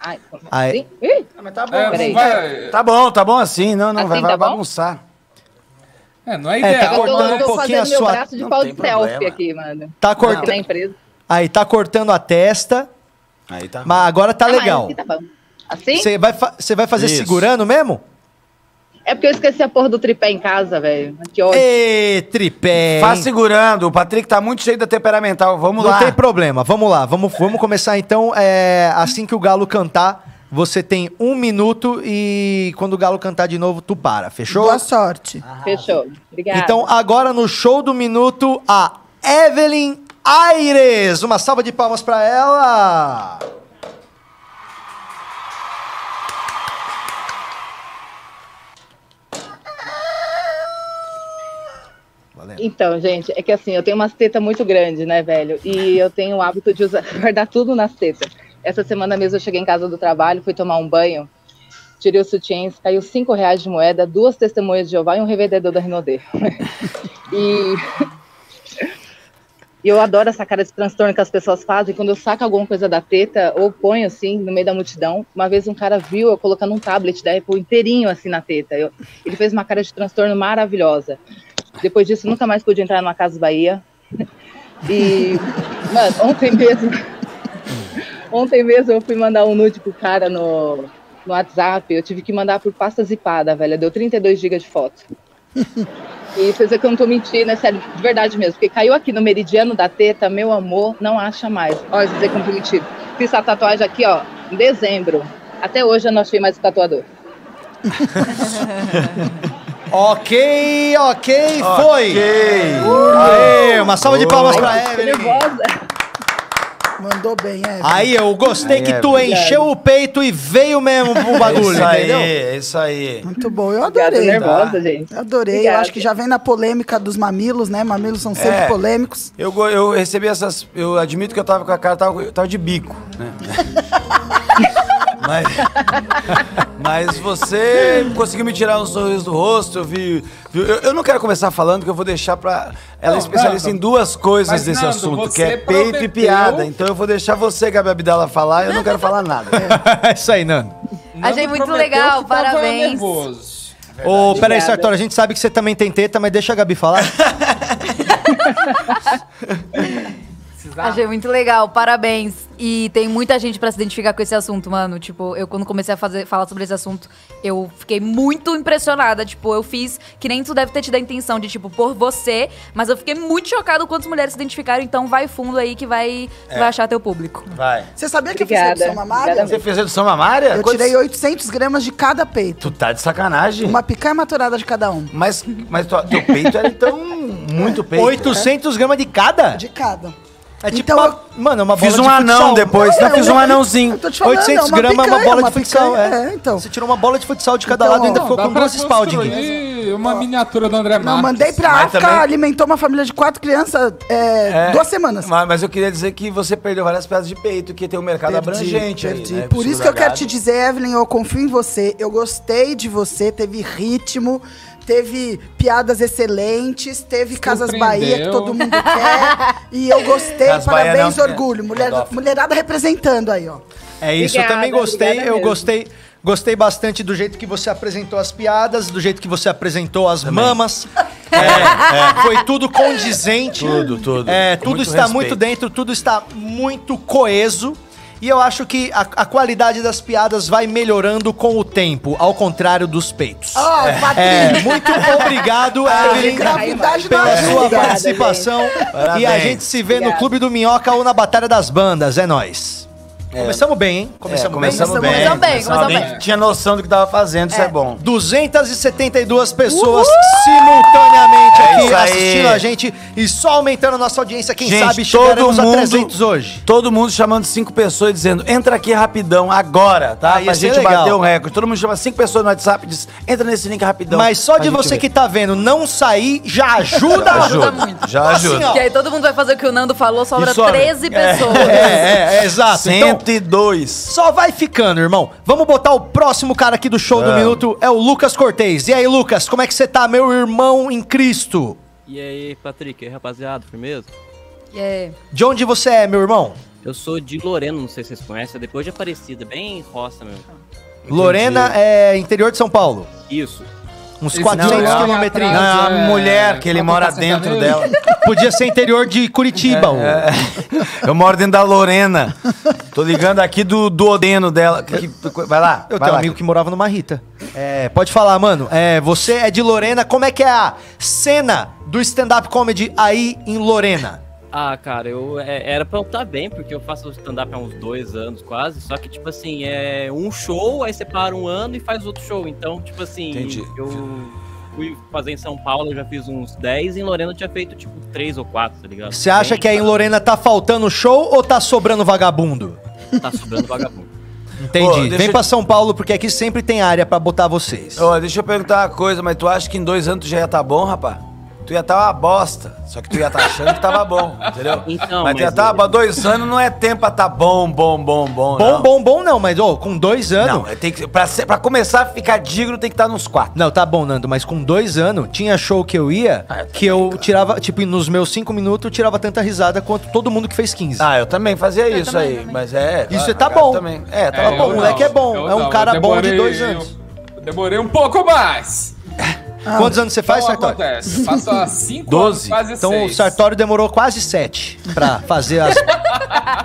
S15: Ai,
S6: Aí,
S15: Ih,
S19: mas tá
S7: bom, É, peraí. vai-
S19: Tá bom, tá bom assim, não, não, vai, vai bagunçar.
S7: É, não é
S6: É,
S7: ideia.
S6: tá
S15: eu tô,
S6: cortando
S15: eu
S6: um
S15: tô
S6: pouquinho a
S15: fazendo meu
S6: sua-
S15: braço de
S6: Não
S15: pau
S6: tem
S15: de selfie
S6: problema.
S15: aqui, mano.
S6: Tá
S15: Aqui
S6: cortando-
S15: Na empresa.
S6: aí tá cortando a testa.
S4: Aí tá.
S6: Mas agora tá
S15: Ah, mas
S6: legal.
S15: aqui tá bom. Assim?
S6: Você vai, fa- você vai fazer
S15: Isso.
S6: segurando mesmo?
S15: É porque eu esqueci a porra do tripé em casa, velho. Que ódio.
S6: Ê, tripé.
S19: Faz segurando, o Patrick tá muito cheio da temperamental, vamos
S6: Não
S19: lá.
S6: tem problema, vamos lá. Vamos, vamos começar então. é, assim que o Galo cantar, você tem um minuto e quando o Galo cantar de novo, tu para, fechou?
S3: Boa sorte.
S15: Fechou. Obrigada.
S6: Ah. Então, agora no show do minuto, a Evelyn Aires. Uma salva de palmas pra ela.
S15: Então, gente, é que assim, eu tenho umas tetas muito grandes, né, velho? E eu tenho o hábito de usar, <laughs> guardar tudo nas tetas. Essa semana mesmo eu cheguei em casa do trabalho, fui tomar um banho, tirei os sutiãs, caiu cinco reais de moeda, duas testemunhas de Jeová e um revendedor da Renaudet. e... <laughs> e eu adoro essa cara de transtorno que as pessoas fazem quando eu saco alguma coisa da teta ou ponho assim no meio da multidão. Uma vez um cara viu eu colocando um tablet da Apple inteirinho assim na teta. Eu- Ele fez uma cara de transtorno maravilhosa. Depois disso, nunca mais pude entrar numa Casa Bahia. E, mano, ontem mesmo. <laughs> Ontem mesmo eu fui mandar um nude pro cara no, no WhatsApp. Eu tive que mandar por pasta zipada, velho. Deu 32 GB de foto. E vocês é que eu não tô mentindo, é sério, de verdade mesmo. Porque caiu aqui no meridiano da teta, meu amor, não acha mais. Olha, dizer que eu não tô mentindo. Fiz essa tatuagem aqui, ó, em dezembro. Até hoje eu não achei mais o tatuador.
S6: Ok, ok, foi. Aê, uma salva de palmas pra Evelyn.
S15: Nervosa.
S3: Mandou bem, é.
S6: Aí, eu gostei
S19: Aí,
S6: que
S19: Evelyn.
S6: tu encheu o peito e veio mesmo pro bagulho,
S19: isso aí,
S6: entendeu?
S19: é isso aí.
S3: Muito bom, eu adorei.
S19: nervosa,
S3: Tá.
S19: gente.
S3: Adorei, eu
S19: Obrigada.
S3: acho que já vem na polêmica dos mamilos, né? Mamilos são sempre
S19: É.
S3: polêmicos.
S19: Eu, go- eu recebi essas. Eu admito que eu tava com a cara, tava, eu tava de bico, né? mas, mas você conseguiu me tirar um sorriso do rosto, eu vi. vi- Eu, eu não quero começar falando, que eu vou deixar pra. Ela é
S7: Não,
S19: especialista
S7: Nando,
S19: em duas coisas
S7: mas,
S19: desse
S7: Nando,
S19: assunto,
S7: você
S19: que é peito e
S7: prometeu-
S19: piada. Então eu vou deixar você, Gabi Abdala, falar, eu não quero falar nada.
S6: <laughs> É isso aí, Nando.
S5: Achei muito
S7: prometeu
S5: legal,
S7: que tava
S5: parabéns.
S7: nervoso.
S19: É
S6: Ô, peraí,
S5: Obrigada.
S6: Sartori, a gente sabe que você também tem teta, mas deixa a
S19: <laughs>
S6: Gabi falar.
S5: Achei muito legal, parabéns. E tem muita gente pra se identificar com esse assunto, mano. Tipo, eu quando comecei a fazer, falar sobre esse assunto, eu fiquei muito impressionada. Tipo, eu fiz que nem tu deve ter tido a intenção de, tipo, por você, mas eu fiquei muito chocada com quantas mulheres se identificaram. Então vai fundo aí que vai,
S19: É.
S5: vai achar teu público.
S19: Vai.
S3: Você sabia que eu fiz
S5: Obrigada.
S3: redução mamária?
S19: Você fez redução mamária?
S3: Eu
S19: Quantos-
S3: tirei 800 gramas de cada
S19: Tu
S3: peito.
S19: tá de sacanagem.
S3: Uma picanha maturada de cada um.
S19: Mas, mas tua- teu peito era então muito peito.
S6: 800 gramas de cada?
S3: De cada. Então,
S6: É tipo, uma- mano, uma bola
S19: Fiz um
S6: de
S19: anão
S6: futsal.
S19: depois, não, fiz um anãozinho.
S3: eu tô te falando,
S6: 800
S3: é uma
S6: gramas, uma
S3: picanha,
S6: bola
S3: uma
S6: de futsal,
S19: é.
S3: picanha,
S6: é. Você tirou uma bola de futsal de cada
S3: Então,
S6: lado e ainda
S3: ó,
S6: ficou
S3: dá
S6: com
S3: pra
S6: duas
S3: construir.
S6: spalding.
S7: de uma miniatura do André Marques.
S3: Não, mandei pra
S7: Mas
S3: África,
S7: também-
S3: alimentou uma família de quatro crianças é,
S20: É,
S3: duas semanas.
S20: Mas, mas eu queria dizer que você perdeu várias peças de peito, que tem um mercado abrangente aí, né?
S3: Por isso que eu quero
S20: Segurado.
S3: te dizer, Evelyn, eu confio em você. Eu gostei de você, teve ritmo, teve piadas excelentes, teve Casas Bahia que todo mundo quer. e eu gostei,
S6: Casas Bahia
S3: parabéns,
S6: não,
S3: orgulho. Mulher,
S6: Rodolfo.
S3: mulherada representando aí, ó.
S6: É isso, eu
S3: Obrigada,
S6: também gostei.
S3: obrigada
S6: Eu
S3: mesmo.
S6: gostei. Gostei bastante do jeito que você apresentou as piadas, do jeito que você apresentou as
S19: <laughs>
S6: mamas. É,
S4: é.
S6: Foi tudo condizente.
S4: Tudo, tudo.
S6: É,
S4: Com
S6: tudo
S4: muito
S6: está
S4: respeito.
S6: muito dentro, tudo está muito coeso. E eu acho que a, a qualidade das piadas vai melhorando com o tempo, ao contrário dos peitos.
S4: Ah,
S3: Oh, Patrick.
S6: É, muito
S4: <laughs>
S6: obrigado,
S3: Ah,
S6: Evelyn,
S3: gravidade
S6: pela
S3: não
S6: sua
S3: ajuda.
S6: participação. E a
S3: Parabéns.
S6: gente se vê no
S3: Obrigada.
S6: Clube do Minhoca ou na Batalha das Bandas. É nóis. Começamos bem, hein? Começamos,
S4: É, começamos
S6: bem.
S4: bem. Começamos bem, começamos bem. Alguém
S6: Tinha noção do que tava fazendo,
S4: isso é bom.
S6: 272 pessoas simultaneamente
S4: É
S6: aqui
S4: isso aí.
S6: assistindo a gente e só aumentando a nossa audiência. Quem
S4: Gente,
S6: sabe
S4: todo
S6: chegaremos
S4: mundo,
S6: a 300 hoje.
S4: Todo mundo chamando cinco pessoas e dizendo, entra aqui rapidão, agora, tá?
S6: Ah, ia
S4: pra
S6: ser
S4: gente
S6: legal.
S4: bater um recorde. Todo mundo chama cinco pessoas no WhatsApp e diz, entra nesse link rapidão.
S6: Mas só
S4: pra
S6: de
S4: gente
S6: você
S4: ver.
S6: que tá vendo não sair já ajuda.
S4: Já <laughs> ajuda muito. Já
S6: Assim,
S4: ajuda.
S6: ó.
S5: Que aí todo mundo vai fazer o que o Nando falou, sobra
S6: E sobra.
S5: 13
S6: <laughs>
S5: pessoas.
S6: É, é, é, exato.
S4: 102.
S6: só vai ficando, irmão. Vamos botar o próximo cara aqui do show do
S16: Vamos.
S6: minuto, é o Lucas Cortez. E aí, Lucas, como é que você tá, meu irmão em Cristo?
S16: E aí, Patrick, e aí, rapaziada, firmeza?
S5: É.
S6: De onde você é, meu irmão?
S16: Eu sou de Loreno, não sei se vocês conhecem, é depois de Aparecida, bem roça mesmo.
S6: Lorena é interior de São Paulo.
S16: Isso.
S6: Uns
S16: Esse
S6: 400
S16: não, lá
S6: quilometrinhos.
S16: atrás Não, é a é mulher
S4: que ele mora dentro dela.
S16: <laughs>
S6: Podia ser interior de Curitiba. ô.
S4: Eu moro dentro da Lorena. Tô ligando aqui do, do Odeno dela. Que- que- vai lá.
S6: Eu
S4: vai
S6: tenho um
S4: lá.
S6: amigo que morava numa Rita. É, pode falar, mano. É, você é de Lorena. Como é que é a cena do stand-up comedy aí em Lorena?
S16: Ah, cara, eu é, era pra eu estar bem, porque eu faço stand-up há uns dois anos quase. Só que, tipo assim, é um show, aí separa um ano e faz outro show. Então, tipo assim,
S4: Entendi.
S16: eu fui fazer em São Paulo, eu já fiz uns 10, e em Lorena eu tinha feito, tipo, três ou quatro, tá ligado?
S6: Você acha
S4: é
S6: que aí em Lorena tá faltando show ou tá sobrando vagabundo?
S16: que. Tá sobrando vagabundo.
S6: Entendi.
S4: Ô, deixa
S6: Vem
S4: eu-
S6: pra São Paulo, porque aqui sempre tem área pra botar vocês.
S4: Ô, deixa eu perguntar uma coisa, mas tu acha que em dois anos tu já ia tá bom, rapaz? Tu ia estar uma bosta. Só que tu ia estar achando que tava bom, entendeu?
S16: <laughs> Então,
S4: mas tu ia
S16: mas
S4: estar
S16: eu-
S4: dois anos, não é tempo pra tá bom, bom, bom, bom.
S6: Bom,
S4: não.
S6: bom, bom não, mas ô, com dois anos.
S4: Não, é, tem que, pra, ser- pra começar a ficar digno, tem que estar nos quatro.
S6: Não, tá bom, Nando, mas com dois anos, tinha show que eu ia,
S4: Ah,
S6: que eu tirava, tipo, nos meus cinco minutos, eu tirava tanta risada quanto todo mundo que fez 15.
S4: Ah, eu também fazia isso aí, mas é...
S6: Isso
S4: ah,
S6: tá
S4: agora
S6: bom.
S4: Também. É, tá
S6: É,
S4: bom,
S6: eu
S4: o
S6: não.
S4: moleque é bom.
S6: Eu
S4: é um
S6: não,
S4: cara
S6: eu
S4: bom de
S6: demorei-
S4: dois anos.
S7: um- Eu demorei um pouco mais.
S6: <laughs> Quantos anos você faz,
S7: então
S6: Sartori?
S7: acontece. Faço há cinco anos, quase
S6: então
S7: seis.
S6: o Sartório demorou quase sete pra
S4: <laughs>
S6: fazer as,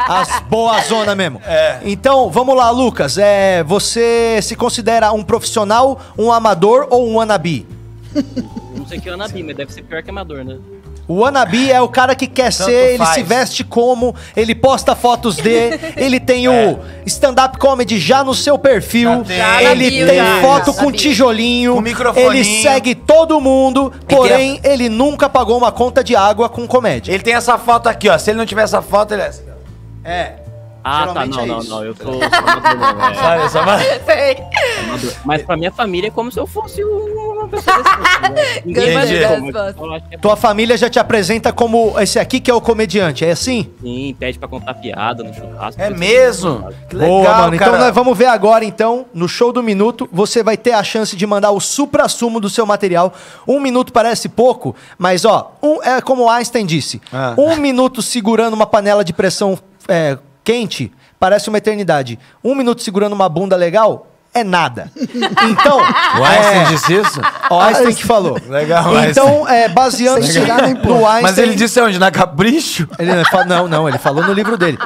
S6: as boas zona mesmo.
S4: É.
S6: Então, vamos lá, Lucas. É, você se considera um profissional, um amador ou um wannabe?
S16: Eu Não sei que é Anabi, mas deve ser pior que amador, né?
S6: O wannabe é o cara que quer
S16: Tanto
S6: ser, ele
S16: faz.
S6: se veste como, ele posta fotos
S4: <laughs>
S6: de, ele tem o stand-up comedy já no seu perfil,
S4: É. Já tem.
S6: ele
S4: Já na bio,
S6: tem
S4: já,
S6: foto
S4: já na
S6: com
S4: bio.
S6: tijolinho,
S4: Com microfoninho.
S6: ele segue todo mundo,
S4: que
S6: porém ele nunca pagou uma conta de água com comédia.
S4: Ele tem essa foto aqui, ó. Se ele não tiver essa foto, ele é... assim, ó.
S6: É.
S16: Ah, tá,
S4: Geralmente
S16: não,
S4: é
S16: não,
S4: isso.
S16: não, eu tô. sou amador, não, é.
S4: Sabe, essa
S5: <laughs>
S4: foto?
S16: Amador. Mas pra minha família é como se eu fosse uma pessoa desse. né? Ninguém vai
S6: Entendi.
S16: me dar essa resposta. Eu acho que é
S6: Tua família já te apresenta como esse aqui que é o comediante, é assim?
S16: Sim, pede pra contar piada no churrasco.
S4: É mesmo? Que legal,
S6: Boa, mano. Então
S4: cara.
S6: nós vamos ver agora, então, no show do minuto, você vai ter a chance de mandar o supra-sumo do seu material. Um minuto parece pouco, mas ó, um- é como Einstein disse:
S4: Ah.
S6: um minuto segurando uma panela de pressão é, quente parece uma eternidade. Um minuto segurando uma bunda legal é nada.
S15: <laughs>
S6: Então.
S4: O Einstein
S6: é,
S4: disse isso?
S6: Ó, Einstein que falou.
S4: Legal,
S6: Então,
S4: Einstein.
S6: é,
S4: <laughs>
S6: baseando-se
S4: Legal.
S6: no Einstein.
S4: Mas ele disse onde? Na Capricho?
S6: Ele não, fa- não, não, ele falou no livro dele.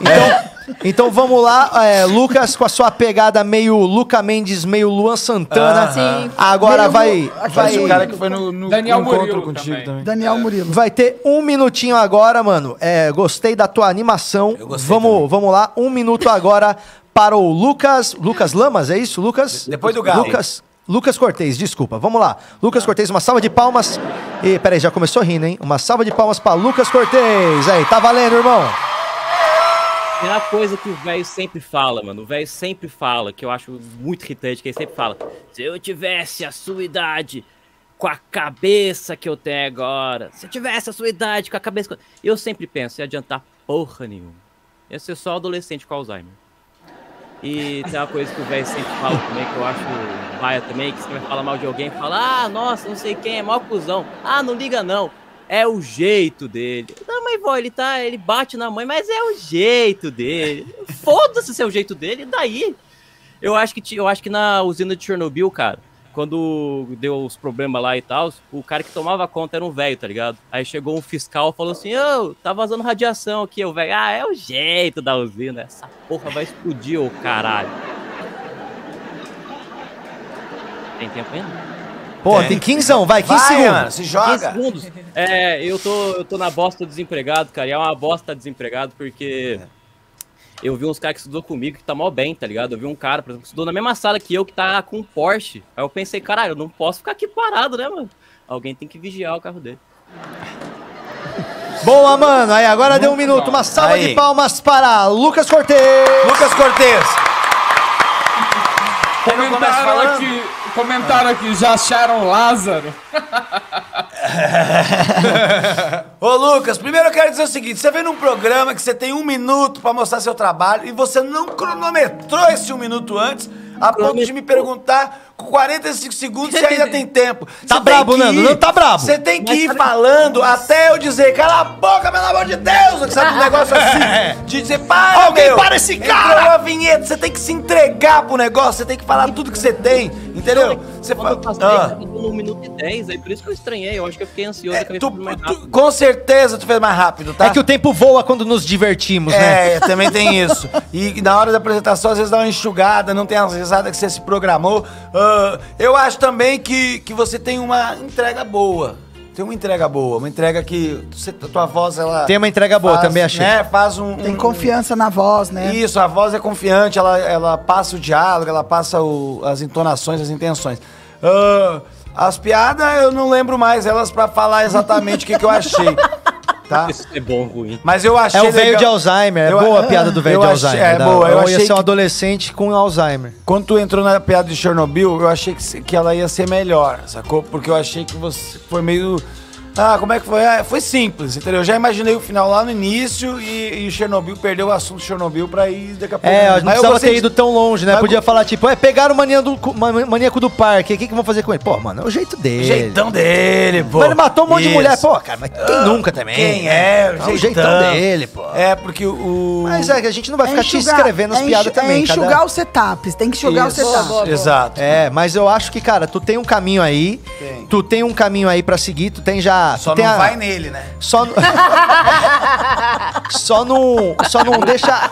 S6: Então, então vamos lá, é, Lucas, com a sua pegada meio Luca Mendes, meio Luan Santana.
S4: Ah, sim.
S6: Agora
S4: Meio
S6: vai.
S4: Lu-
S6: vai
S4: Parece o cara que foi no, no
S6: Daniel
S4: encontro
S6: Murilo
S4: contigo também.
S3: Daniel Murilo.
S6: Vai ter um minutinho agora, mano. É, gostei da tua animação. Vamos, vamos lá, um minuto agora para o Lucas. Lucas Lamas, é isso, Lucas?
S4: Depois do Galo.
S6: Lucas. Lucas Cortez, desculpa, vamos lá. Lucas Cortez, uma salva de palmas. E peraí, já começou rindo, hein? Uma salva de palmas para Lucas Cortez. Aí, tá valendo, irmão.
S16: É a coisa que o velho sempre fala, mano. O velho sempre fala, que eu acho muito irritante, que ele sempre fala: se eu tivesse a sua idade, com a cabeça que eu tenho agora. Se eu tivesse a sua idade com a cabeça. que eu- Eu sempre penso, ia adiantar porra nenhuma. Ia ser só adolescente com Alzheimer. E tem uma coisa que o velho sempre fala também, que eu acho paia também, que você vai falar mal de alguém fala, ah, nossa, não sei quem, é mó cuzão. Ah, não liga não. É o jeito dele. Não, mas vó, ele tá. Ele bate na mãe, mas é o jeito dele. Foda-se se é o jeito dele, e daí. Eu acho que, ti- eu acho que na usina de Chernobyl, cara, quando deu os problemas lá e tal, o cara que tomava conta era um velho, tá ligado? Aí chegou um fiscal e falou assim: Ô, tá vazando radiação aqui, o velho. Ah, é o jeito da usina, essa porra vai explodir, ô caralho. Tem tempo ainda?
S6: Pô, tem 15, vai, 15 segundos.
S16: segundos. É, eu tô, eu tô na bosta do desempregado, cara. E é uma bosta desempregado porque
S4: É.
S16: eu vi uns caras que estudou comigo que tá mal bem, tá ligado? Eu vi um cara, por exemplo, que estudou na mesma sala que eu, que tá com um Porsche. Aí eu pensei, caralho, eu não posso ficar aqui parado, né, mano? Alguém tem que vigiar o carro dele.
S6: Boa, mano. Aí agora deu um minuto. Uma salva
S16: Aí.
S6: de palmas para Lucas Cortez. Lucas Cortez.
S7: Comentaram aqui, comentaram aqui, já acharam Lázaro?
S4: Ô Lucas, primeiro eu quero dizer o seguinte: você vem num programa que você tem um minuto pra mostrar seu trabalho e você não cronometrou esse um minuto antes, a ponto de me perguntar com 45 segundos se ainda tem
S6: <laughs>
S4: tempo. Tá
S6: brabo, Nando, não tá brabo.
S4: Você tem que ir falando até eu dizer, cala a boca, pelo amor de Deus! que Sabe um negócio assim? De dizer, para!
S6: Alguém
S4: meu.
S6: para esse cara!
S4: Entrou a vinheta, você tem que se entregar pro negócio, você tem que falar tudo que você tem, entendeu? Você fala. Ah. É,
S16: Eu tô tá no minuto e 10, aí por isso que eu estranhei. Eu acho que eu fiquei ansioso. que eu fui mais rápido.
S4: Com certeza tu fez mais rápido, tá?
S6: É que o tempo voa quando nos divertimos, né?
S4: É, também tem isso. E na hora da apresentação, às vezes dá uma enxugada, não tem as risadas que você se programou. Ah, eu acho também que, que você tem uma entrega boa. Tem uma entrega boa, uma entrega que você- a tua voz, ela...
S6: Tem uma entrega boa,
S4: faz,
S6: também achei.
S4: Né, faz um...
S3: Tem confiança na voz, né?
S4: Isso, a voz é confiante, ela, ela passa o diálogo, ela passa o- as entonações, as intenções. Ah, as piadas, eu não lembro mais elas pra falar exatamente o que, que eu
S6: <laughs>
S4: achei. Tá?
S16: Isso é bom ou ruim.
S4: Mas eu achei
S6: É o velho
S4: legal-
S6: de Alzheimer. É
S4: Eu-
S6: boa a piada do velho
S4: eu
S6: de
S4: achei-
S6: Alzheimer.
S4: é boa, eu
S6: Eu ia
S4: achei
S6: ser um
S4: que-
S6: adolescente com Alzheimer.
S4: Quando tu entrou na piada de Chernobyl, eu achei que, se- que ela ia ser melhor, sacou? Porque eu achei que você foi meio. Ah, como é que foi? Ah, foi simples, entendeu? Eu já imaginei o final lá no início e, e Chernobyl perdeu o assunto Chernobyl pra ir daqui a pouco.
S6: <laughs> É, não
S4: Mas eu
S6: precisava
S4: gostei
S6: ter
S4: de-
S6: ido tão longe, né?
S4: Mas
S6: Podia falar, tipo, é, pegaram o maníaco do, ma- maníaco do parque, o que, que vão fazer com ele? Pô, mano, é o jeito dele.
S4: Jeitão dele, pô.
S6: Mas ele matou um monte de
S4: Isso.
S6: mulher, pô, cara, mas quem
S4: Ah,
S6: nunca também?
S4: Quem é?
S6: É o jeitão dele, pô.
S4: É, porque o.
S6: Mas é que a gente não vai
S3: É
S6: ficar te
S3: enxugar-
S6: escrevendo as
S3: é
S6: piadas
S3: enxu-
S6: também,
S3: É enxugar
S6: cada-
S3: os setups, tem que enxugar
S6: Isso.
S3: os setups.
S4: Exato.
S6: É, mas eu acho que, cara, tu tem um caminho aí.
S4: Tem.
S6: Tu tem um caminho aí pra seguir, tu tem já.
S4: Só
S6: tu tem
S4: não
S6: a-
S4: vai nele, né?
S6: Só, <laughs> só não. Só não deixa.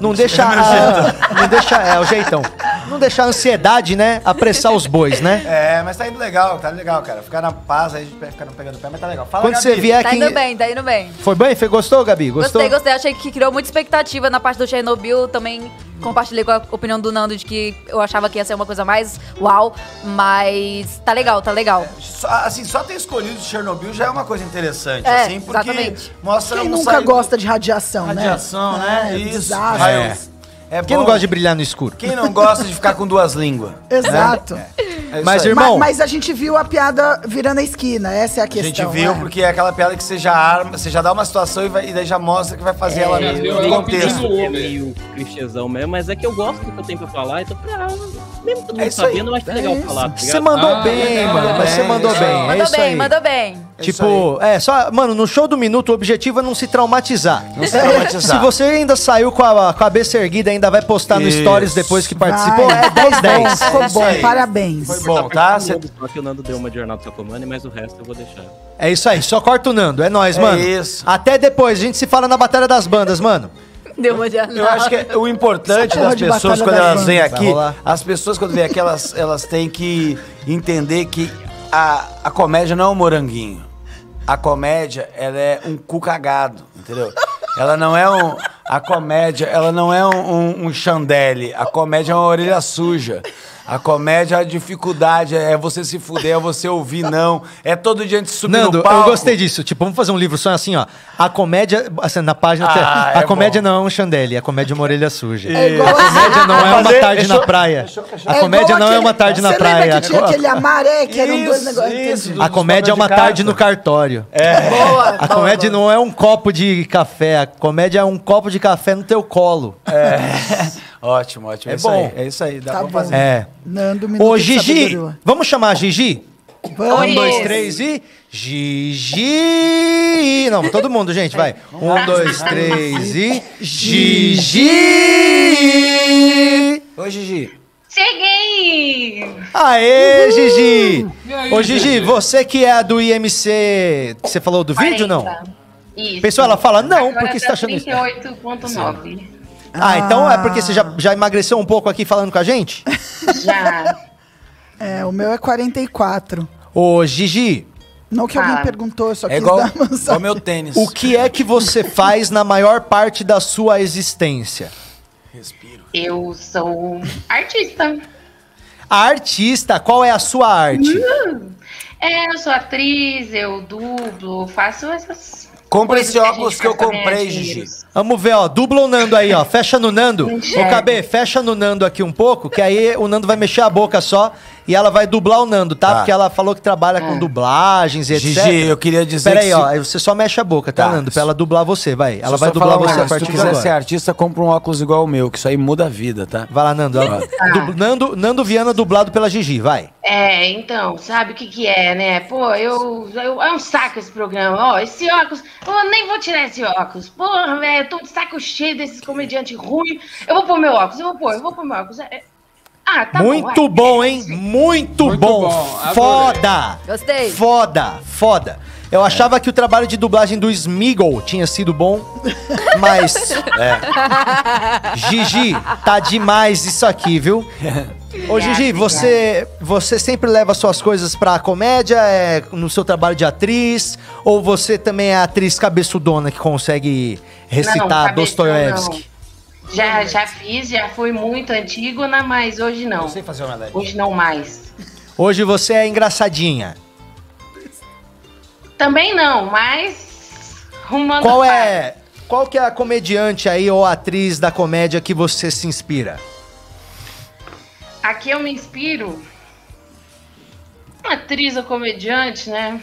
S6: Não deixa.
S4: meu
S6: a- não deixa. É, o jeitão. Não deixa a ansiedade, né? Apressar os bois, né?
S4: <laughs> É, mas tá indo legal, tá legal, cara. Ficar na paz, aí a gente vai ficando pegando pé, mas tá legal. Fala,
S6: Quando
S4: Gabi.
S6: você vier
S5: Tá indo bem, tá indo bem.
S6: Foi bem? Foi, gostou, Gabi? Gostou?
S5: Gostei, gostei. Achei que criou muita expectativa na parte do Chernobyl. Também compartilhei com a opinião do Nando de que eu achava que ia ser uma coisa mais uau, mas tá legal, tá legal.
S4: Só- assim, só ter escolhido Chernobyl já é uma coisa interessante,
S5: É,
S4: assim, porque
S5: exatamente.
S4: mostra
S3: Quem
S4: um
S3: nunca
S4: saído-
S3: gosta de radiação, né?
S4: Radiação, né?
S3: É,
S4: Isso.
S3: Desastre.
S4: Raio. É
S6: Quem não
S4: bom.
S6: gosta de brilhar no escuro?
S4: Quem não gosta de ficar com duas
S3: <laughs>
S4: línguas?
S3: Exato.
S4: né? É. É isso
S6: Mas,
S4: aí.
S6: irmão-
S3: Ma- Mas, a gente viu a piada virando a esquina, essa é a
S4: a gente
S3: questão.
S4: viu
S3: né?
S4: porque é aquela piada que você já arma, você já dá uma situação e, vai- e daí já mostra que vai fazer ela
S16: É,
S4: mesmo.
S16: eu-
S4: no
S16: eu
S4: contexto.
S16: pedi- É meio clichêzão mesmo, mas é que eu gosto do que eu tenho pra falar, então, ah, mesmo todo mundo
S4: É isso aí.
S16: sabendo, eu acho
S4: É
S16: legal
S4: isso.
S16: falar. tá
S6: Você
S16: ligado?
S6: mandou
S16: Ah,
S6: bem,
S16: legal,
S6: mano.
S16: legal.
S6: mas Você mandou bem. é
S5: mandou
S6: isso
S5: bem,
S6: aí.
S5: mandou bem.
S6: Tipo, é só, mano, no show do minuto o objetivo é não se traumatizar.
S4: Não se traumatizar.
S6: Se você ainda saiu com a cabeça erguida, ainda vai postar no
S4: Isso.
S6: stories depois que
S3: Vai,
S6: participou, é
S3: ficou
S6: 10 10.
S3: bom, Ficou
S16: é,
S3: bom,
S4: aí.
S3: parabéns.
S4: Foi bom, tá? Cê-
S16: Só que o Nando deu uma de Arnaldo Sacomani, mas o resto eu vou deixar.
S6: É isso aí, só corta o Nando, é nóis,
S4: É
S6: mano.
S4: isso.
S6: Até depois, a gente se fala na Batalha das Bandas, mano.
S5: Deu uma de
S4: Eu acho que é- o importante
S6: Essa porra
S4: das
S6: de
S4: pessoas
S6: batalha
S4: quando
S6: das
S4: elas
S6: bandas.
S4: vêm
S6: Vai
S4: aqui,
S6: rolar.
S4: as pessoas quando vêm aqui, elas, elas têm que entender que a, a comédia não é um moranguinho. A comédia, ela é um cu cagado, entendeu? Ela não é um. A comédia, ela não é um, um, um chandelle. A comédia é uma orelha suja.
S19: A comédia, a dificuldade é você se fuder, é você ouvir não. É todo dia a gente subir
S6: Nando,
S19: no palco.
S6: eu gostei disso. Tipo, vamos fazer um livro só assim, ó. A comédia. Assim, na página.
S19: Ah,
S6: tem- a
S19: é
S6: comédia não é um chandelle, a comédia é uma orelha suja.
S3: É igual
S6: a
S3: a-
S6: comédia não é uma
S3: Fazer-
S6: tarde na
S3: deixa eu-
S6: praia. A
S3: É
S6: comédia
S3: igual
S6: não é uma
S3: aquele-
S6: tarde na
S3: Você lembra
S6: praia.
S3: que tinha
S6: A-
S3: aquele amaré, que eram dois
S19: Isso,
S3: negócios. entendi.
S6: A comédia é uma tarde no cartório. É.
S3: Boa,
S6: a comédia não é um copo de café, a comédia é um copo de café no teu colo.
S19: É.
S4: <laughs>
S19: Ótimo, ótimo.
S6: É
S19: É, isso
S6: bom.
S19: aí. É isso aí, dá
S3: Tá
S19: pra
S3: bom.
S19: fazer.
S6: É.
S3: Nando, um minuto
S6: Ô,
S3: de
S6: Gigi,
S3: sabedoria.
S6: vamos chamar a Gigi? Um,
S3: Vamos.
S6: dois, três e. Gigi! Não, todo mundo, gente, vai. Um, dois, três e. Gigi!
S4: Oi, Gigi.
S13: Cheguei!
S6: Aê, Gigi!
S13: E aí,
S6: Ô, Gigi,
S13: Gigi?
S6: você que é a do IMC. Você falou do vídeo não?
S13: Isso.
S6: Pessoal, ela fala, não,
S13: Agora
S6: porque você tá
S13: tá
S6: achando isso?
S13: 38,9.
S6: Ah, então é porque você já, já emagreceu um pouco aqui falando com a gente?
S13: Já.
S3: É, o meu é 44.
S6: Ô, Gigi.
S3: Não que alguém
S6: Fala.
S3: perguntou,
S6: É
S3: eu só quis dar uma
S6: o meu tênis. O que é que você faz na maior parte da sua existência?
S13: Eu sou um artista.
S6: A artista, qual é a sua arte?
S13: Hum. É, eu sou atriz, eu dublo, faço essas.
S6: Compre
S13: coisas a gente faz pra ganhar dinheiro.
S6: Vamos ver, ó. Dubla o Nando aí, ó. Fecha no Nando. Ô,
S13: Enxerga.
S6: KB, fecha no Nando aqui um pouco, que aí o Nando vai mexer a boca só e ela vai dublar o Nando, tá?
S19: Tá.
S6: Porque ela falou que trabalha
S13: É.
S6: com dublagens e etc.
S19: Gigi, eu queria dizer
S6: Peraí,
S19: que
S6: ó.
S19: se-
S6: Aí você só mexe a boca, tá,
S19: Tá.
S6: Nando? Pra ela dublar você, vai. Ela
S19: Deixa eu
S6: vai
S19: só
S6: dublar
S19: falar um
S6: você a
S19: negócio.
S6: partir
S19: Se tu
S6: de
S19: quiser ser
S6: agora.
S4: artista, compra um óculos igual o meu, que isso aí muda a vida, tá?
S6: Vai lá, Nando. ó. Dubl- Nando, Nando Viana dublado pela Gigi, vai.
S13: É, então, sabe o que que é, né? Pô, eu, eu- é um saco esse programa. Ó, esse óculos, eu nem vou tirar esse óculos. Porra, velho, eu tô de saco cheio desses comediantes ruins. Eu vou pôr meu óculos, eu vou pôr, eu vou pôr meu óculos. É, é- Ah, tá
S6: Muito
S13: bom. vai.
S6: bom, hein? Muito, bom.
S13: bom, adorei.
S6: Foda.
S5: Gostei.
S6: Foda, foda. Eu achava que o trabalho de dublagem do Smeagol tinha sido bom,
S13: <laughs>
S5: <laughs>
S6: mas
S19: É.
S4: é.
S6: Gigi, tá demais isso aqui,
S13: <laughs>
S6: viu? Ô Gigi, você você sempre leva suas coisas pra comédia, é, no seu trabalho de atriz, ou você também é atriz cabeçudona que consegue recitar
S13: cabeção,
S6: Dostoiévski?
S13: não. Já, já fiz, já fui muito antígona, mas hoje não.
S19: sei fazer uma LED.
S13: Hoje não mais.
S6: Hoje você é engraçadinha.
S13: Também não, mas rumando
S6: Qual
S13: pra-
S6: é qual que é a comediante aí ou atriz da comédia que você se inspira?
S13: Aqui eu me inspiro. Uma atriz ou comediante, né?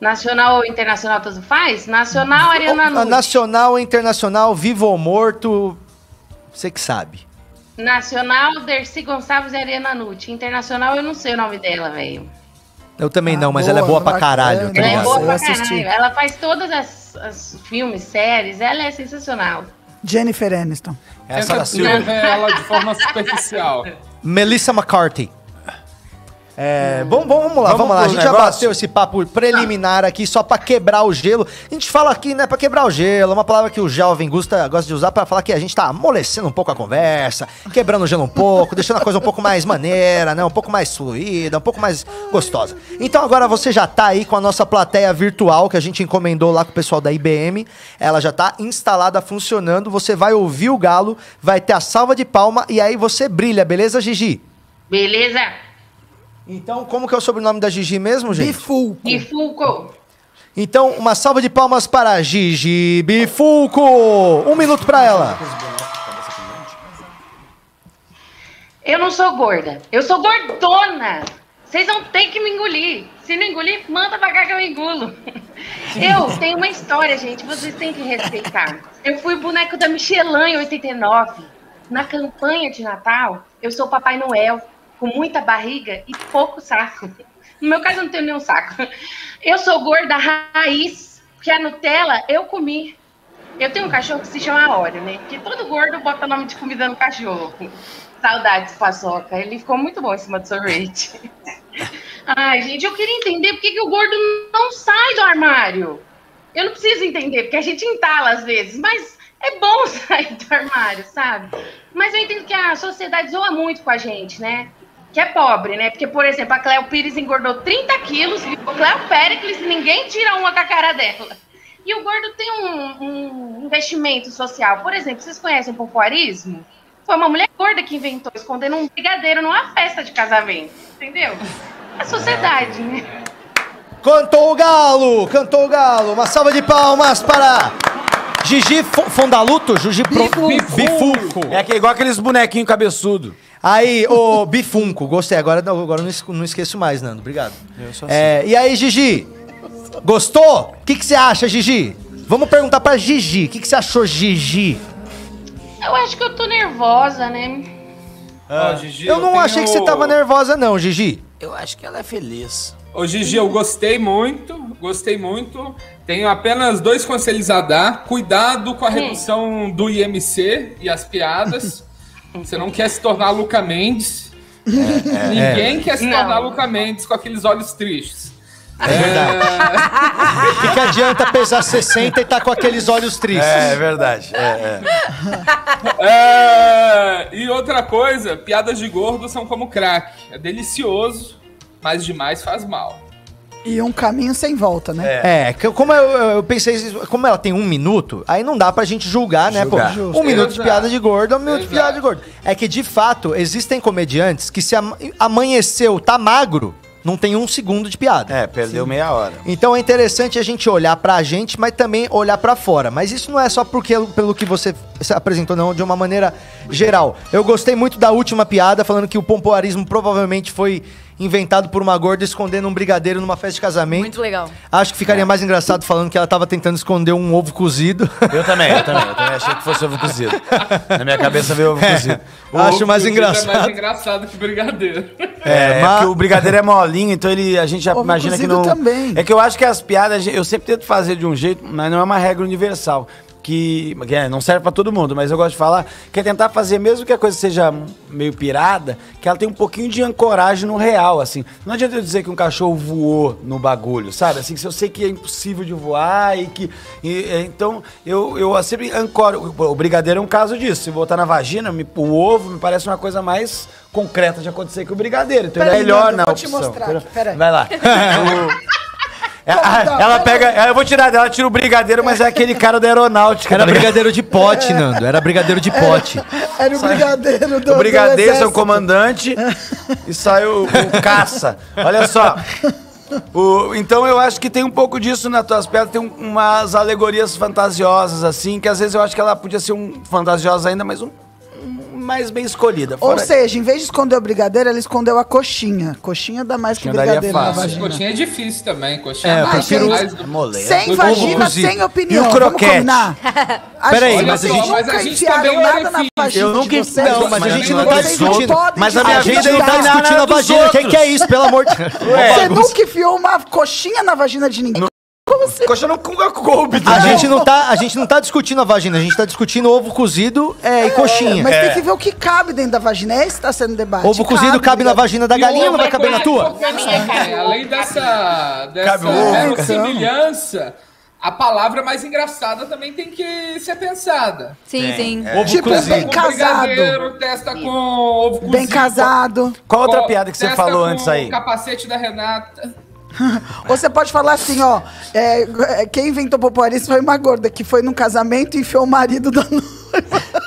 S13: Nacional ou internacional, tanto faz? Nacional, Ariana
S6: Ou-
S13: Nunes.
S6: nacional, internacional, vivo ou morto, você que sabe.
S13: Nacional, Dercy Gonçalves e Ariana Nutti. Internacional, eu não sei o nome dela, velho.
S6: Eu também não, mas ela é boa pra caralho, tá
S13: Ela é
S6: ligado?
S13: boa pra caralho. Ela faz todas as, as filmes, séries. Ela é sensacional.
S3: Jennifer Aniston.
S7: Tenta descrever
S3: É,
S7: ela de forma superficial.
S6: Melissa McCarthy. É, bom, bom, vamos lá,
S7: Vamos
S6: vamos, lá. A
S7: pro
S6: gente já
S7: negócio?
S6: bateu esse papo preliminar aqui só pra quebrar o gelo. A gente fala aqui, né, pra quebrar o gelo, uma palavra que o jovem Gusta gosta de usar pra falar que a gente tá amolecendo um pouco a conversa, quebrando o gelo um pouco, <laughs> deixando a coisa um pouco mais maneira, né, um pouco mais fluida, um pouco mais gostosa. Então agora você já tá aí com a nossa plateia virtual que a gente encomendou lá com o pessoal da IBM. Ela já tá instalada, funcionando. Você vai ouvir o galo, vai ter a salva de palma e aí você brilha, beleza, Gigi?
S13: <laughs> Beleza?
S6: Então, como que é o sobrenome da Gigi mesmo, gente?
S3: Bifulco.
S13: Bifulco.
S6: Então, uma salva de palmas para Gigi Bifulco. Um minuto para ela.
S13: Eu não sou gorda. Eu sou gordona. Vocês não têm que me engolir. Se não engolir, manda pra cá que eu engulo. <laughs> Eu tenho uma história, gente. Vocês têm que respeitar. Eu fui boneco da Michelin em 89. Na campanha de Natal, eu sou Papai Noel, com muita barriga e pouco saco. No meu caso, eu não tenho nenhum saco. Eu sou gorda raiz, porque a Nutella eu comi. Eu tenho um cachorro que se chama Oreo, né? Porque todo gordo bota nome de comida no cachorro. Saudades, paçoca. Ele ficou muito bom em cima do sorvete. <laughs> Ai, gente, eu queria entender por que, que o gordo não sai do armário. Eu não preciso entender, porque a gente entala às vezes, mas é bom <laughs> sair do armário, sabe? Mas eu entendo que a sociedade zoa muito com a gente, né? Que é pobre, né? Porque, por exemplo, a Cléo Pires engordou 30 quilos, virou Cléo Péricles, ninguém tira uma com a cara dela. E o gordo tem um, um investimento social. Por exemplo, vocês conhecem pompoarismo? Foi uma mulher gorda que inventou, escondendo um brigadeiro numa festa de casamento. Entendeu? A sociedade, né?
S6: Cantou o galo, cantou o galo. Uma salva de palmas para Gigi Fo- Fondaluto, Gigi Pro... Bifunco.
S4: É que é igual aqueles bonequinhos cabeçudo.
S6: Aí, ô Bifunco, gostei. Agora, não, agora eu não, es- não esqueço mais, Nando. Obrigado.
S4: sou
S6: É, E aí, Gigi? Gostou? O que que você acha, Gigi? Vamos perguntar pra Gigi. O que que você achou, Gigi?
S13: Eu acho que eu tô nervosa, né?
S7: Ó, Ah, Gigi,
S6: Ah, eu não
S7: tenho-
S6: achei que você tava nervosa, não, Gigi.
S7: Eu acho que ela é feliz. Ô Gigi, eu gostei muito, gostei muito. Tenho apenas dois conselhos a dar. Cuidado com a
S13: Hum.
S7: redução do IMC e as piadas. Você não quer se tornar Luca Mendes.
S4: É,
S21: É.
S7: Ninguém quer se
S13: Não.
S7: tornar Luca Mendes com aqueles olhos tristes.
S6: É verdade. O que, que adianta pesar 60 e tá com aqueles olhos tristes?
S4: É, é verdade. É,
S7: <laughs>
S4: é.
S7: É, e outra coisa, piadas de gordo são como crack. É delicioso, mas demais faz mal.
S3: E um caminho sem volta, né?
S6: É, que eu- como eu, eu pensei, como ela tem um minuto, aí não dá pra gente julgar, né?
S4: Julgar.
S6: Pô,
S4: Justo.
S6: um minuto de
S4: Exato.
S6: piada de gordo é um minuto de piada de gordo. É que, de fato, existem comediantes que se ama- amanheceu, tá magro, não tem um segundo de piada.
S4: É, perdeu meia hora.
S6: Então é interessante a gente olhar pra gente, mas também olhar pra fora. Mas isso não é só porque pelo que você se apresentou, não, de uma maneira geral. Eu gostei muito da última piada, falando que o pompoarismo provavelmente foi inventado por uma gorda escondendo um brigadeiro numa festa de casamento.
S2: Muito legal.
S6: Acho que
S4: É.
S6: ficaria mais engraçado falando que ela tava tentando esconder um ovo cozido. <laughs>
S4: Eu também, eu também. Eu também achei que fosse ovo cozido. Na minha cabeça veio ovo
S6: É,
S4: cozido.
S6: O acho
S7: ovo
S6: mais
S7: cozido É mais
S6: engraçado.
S7: engraçado que brigadeiro.
S4: É, porque o brigadeiro é molinho, então ele, a gente já
S7: Ovo
S4: imagina que
S7: cozido
S4: não.
S7: também.
S4: É que eu acho que as piadas, eu sempre tento fazer de um jeito, mas não é uma regra universal. Que, que é, não serve pra todo mundo, mas eu gosto de falar que é tentar fazer, mesmo que a coisa seja meio pirada, que ela tem um pouquinho de ancoragem no real, assim. Não adianta eu dizer que um cachorro voou no bagulho, sabe? Assim, se eu sei que é impossível de voar e que. e, é, então, eu, eu sempre ancoro. O brigadeiro é um caso disso. Se botar na vagina, me- o ovo me parece uma coisa mais concreta de acontecer que o brigadeiro. Então, ele é
S3: Peraí,
S4: melhor
S3: Nando,
S4: na
S3: eu vou te
S4: opção.
S3: mostrar
S4: Pera-
S3: aqui, peraí.
S4: Vai <laughs> lá. É, a-
S3: Não,
S4: ela pega. ela- Eu vou tirar dela, ela tira o brigadeiro, mas é aquele cara da aeronáutica.
S6: <laughs>
S4: tá
S6: Era brigadeiro de pote, Nando. Era brigadeiro
S4: <laughs>
S6: de pote.
S3: Era o brigadeiro do
S4: O brigadeiro
S3: do
S4: é o comandante e sai o, o caça. Olha só. O- então eu acho que tem um pouco disso nas tuas pedras, tem um- umas alegorias fantasiosas, assim, que às vezes eu acho que ela podia ser um fantasiosa ainda, mas um, um mais bem escolhida.
S3: Ou
S4: Fora-
S3: seja, em vez de esconder o brigadeiro, ela escondeu a coxinha. Coxinha dá mais que
S4: Coxinha daria
S3: brigadeiro né, na
S4: fácil.
S3: vagina.
S7: Coxinha é difícil também, coxinha
S3: É, eu
S7: mais-
S3: prefiro-
S7: mais do-
S3: Sem
S7: do-
S3: vagina,
S7: cozido.
S3: sem opinião.
S4: E o
S3: Vamos
S4: croquete? <laughs>
S3: combinar? Acho
S4: Peraí,
S3: que
S4: mas a
S3: vocês
S4: gente-
S3: nunca
S4: mas a gente
S3: enfiaram
S4: também é
S3: nada
S4: era
S3: na
S4: filho.
S3: vagina
S4: Eu
S3: de
S4: nunca enfi-
S3: vocês.
S4: Não, mas a gente não
S6: tá
S3: Vocês
S6: discutindo.
S3: podem
S6: Mas a
S3: tirar
S6: minha vida não tá
S3: nada
S6: discutindo
S3: dos
S6: a vagina.
S3: outros.
S6: Que que é isso, pelo amor de Deus?
S3: <laughs> Você nunca enfiou uma coxinha na vagina de ninguém? Como assim?
S4: Coxa não coube.
S6: A gente, não tá, a gente não tá discutindo a vagina, a gente tá discutindo ovo cozido é, e coxinha.
S3: Mas tem que ver o que cabe dentro da vagina. Esse tá sendo o debate.
S6: Ovo cozido cabe na vagina da galinha, não vai caber na tua?
S7: É, além dessa, dessa
S6: Cabe ovo,
S7: né,
S6: cabe.
S7: semelhança, a palavra mais engraçada também tem que ser pensada.
S2: Sim, Tem, sim.
S4: é. Ovo
S7: Tipo,
S4: cozido.
S7: bem
S4: Bem casado.
S7: casado. testa com ovo cozido.
S3: Bem casado.
S4: Qual outra
S7: Co-
S4: piada que você
S7: testa
S4: falou
S7: com
S4: antes aí?
S7: o capacete da Renata.
S3: Ou você pode falar assim, ó. é, é, quem inventou popoarismo foi uma gorda que foi num casamento e enfiou o marido da <laughs> noiva.
S6: <laughs>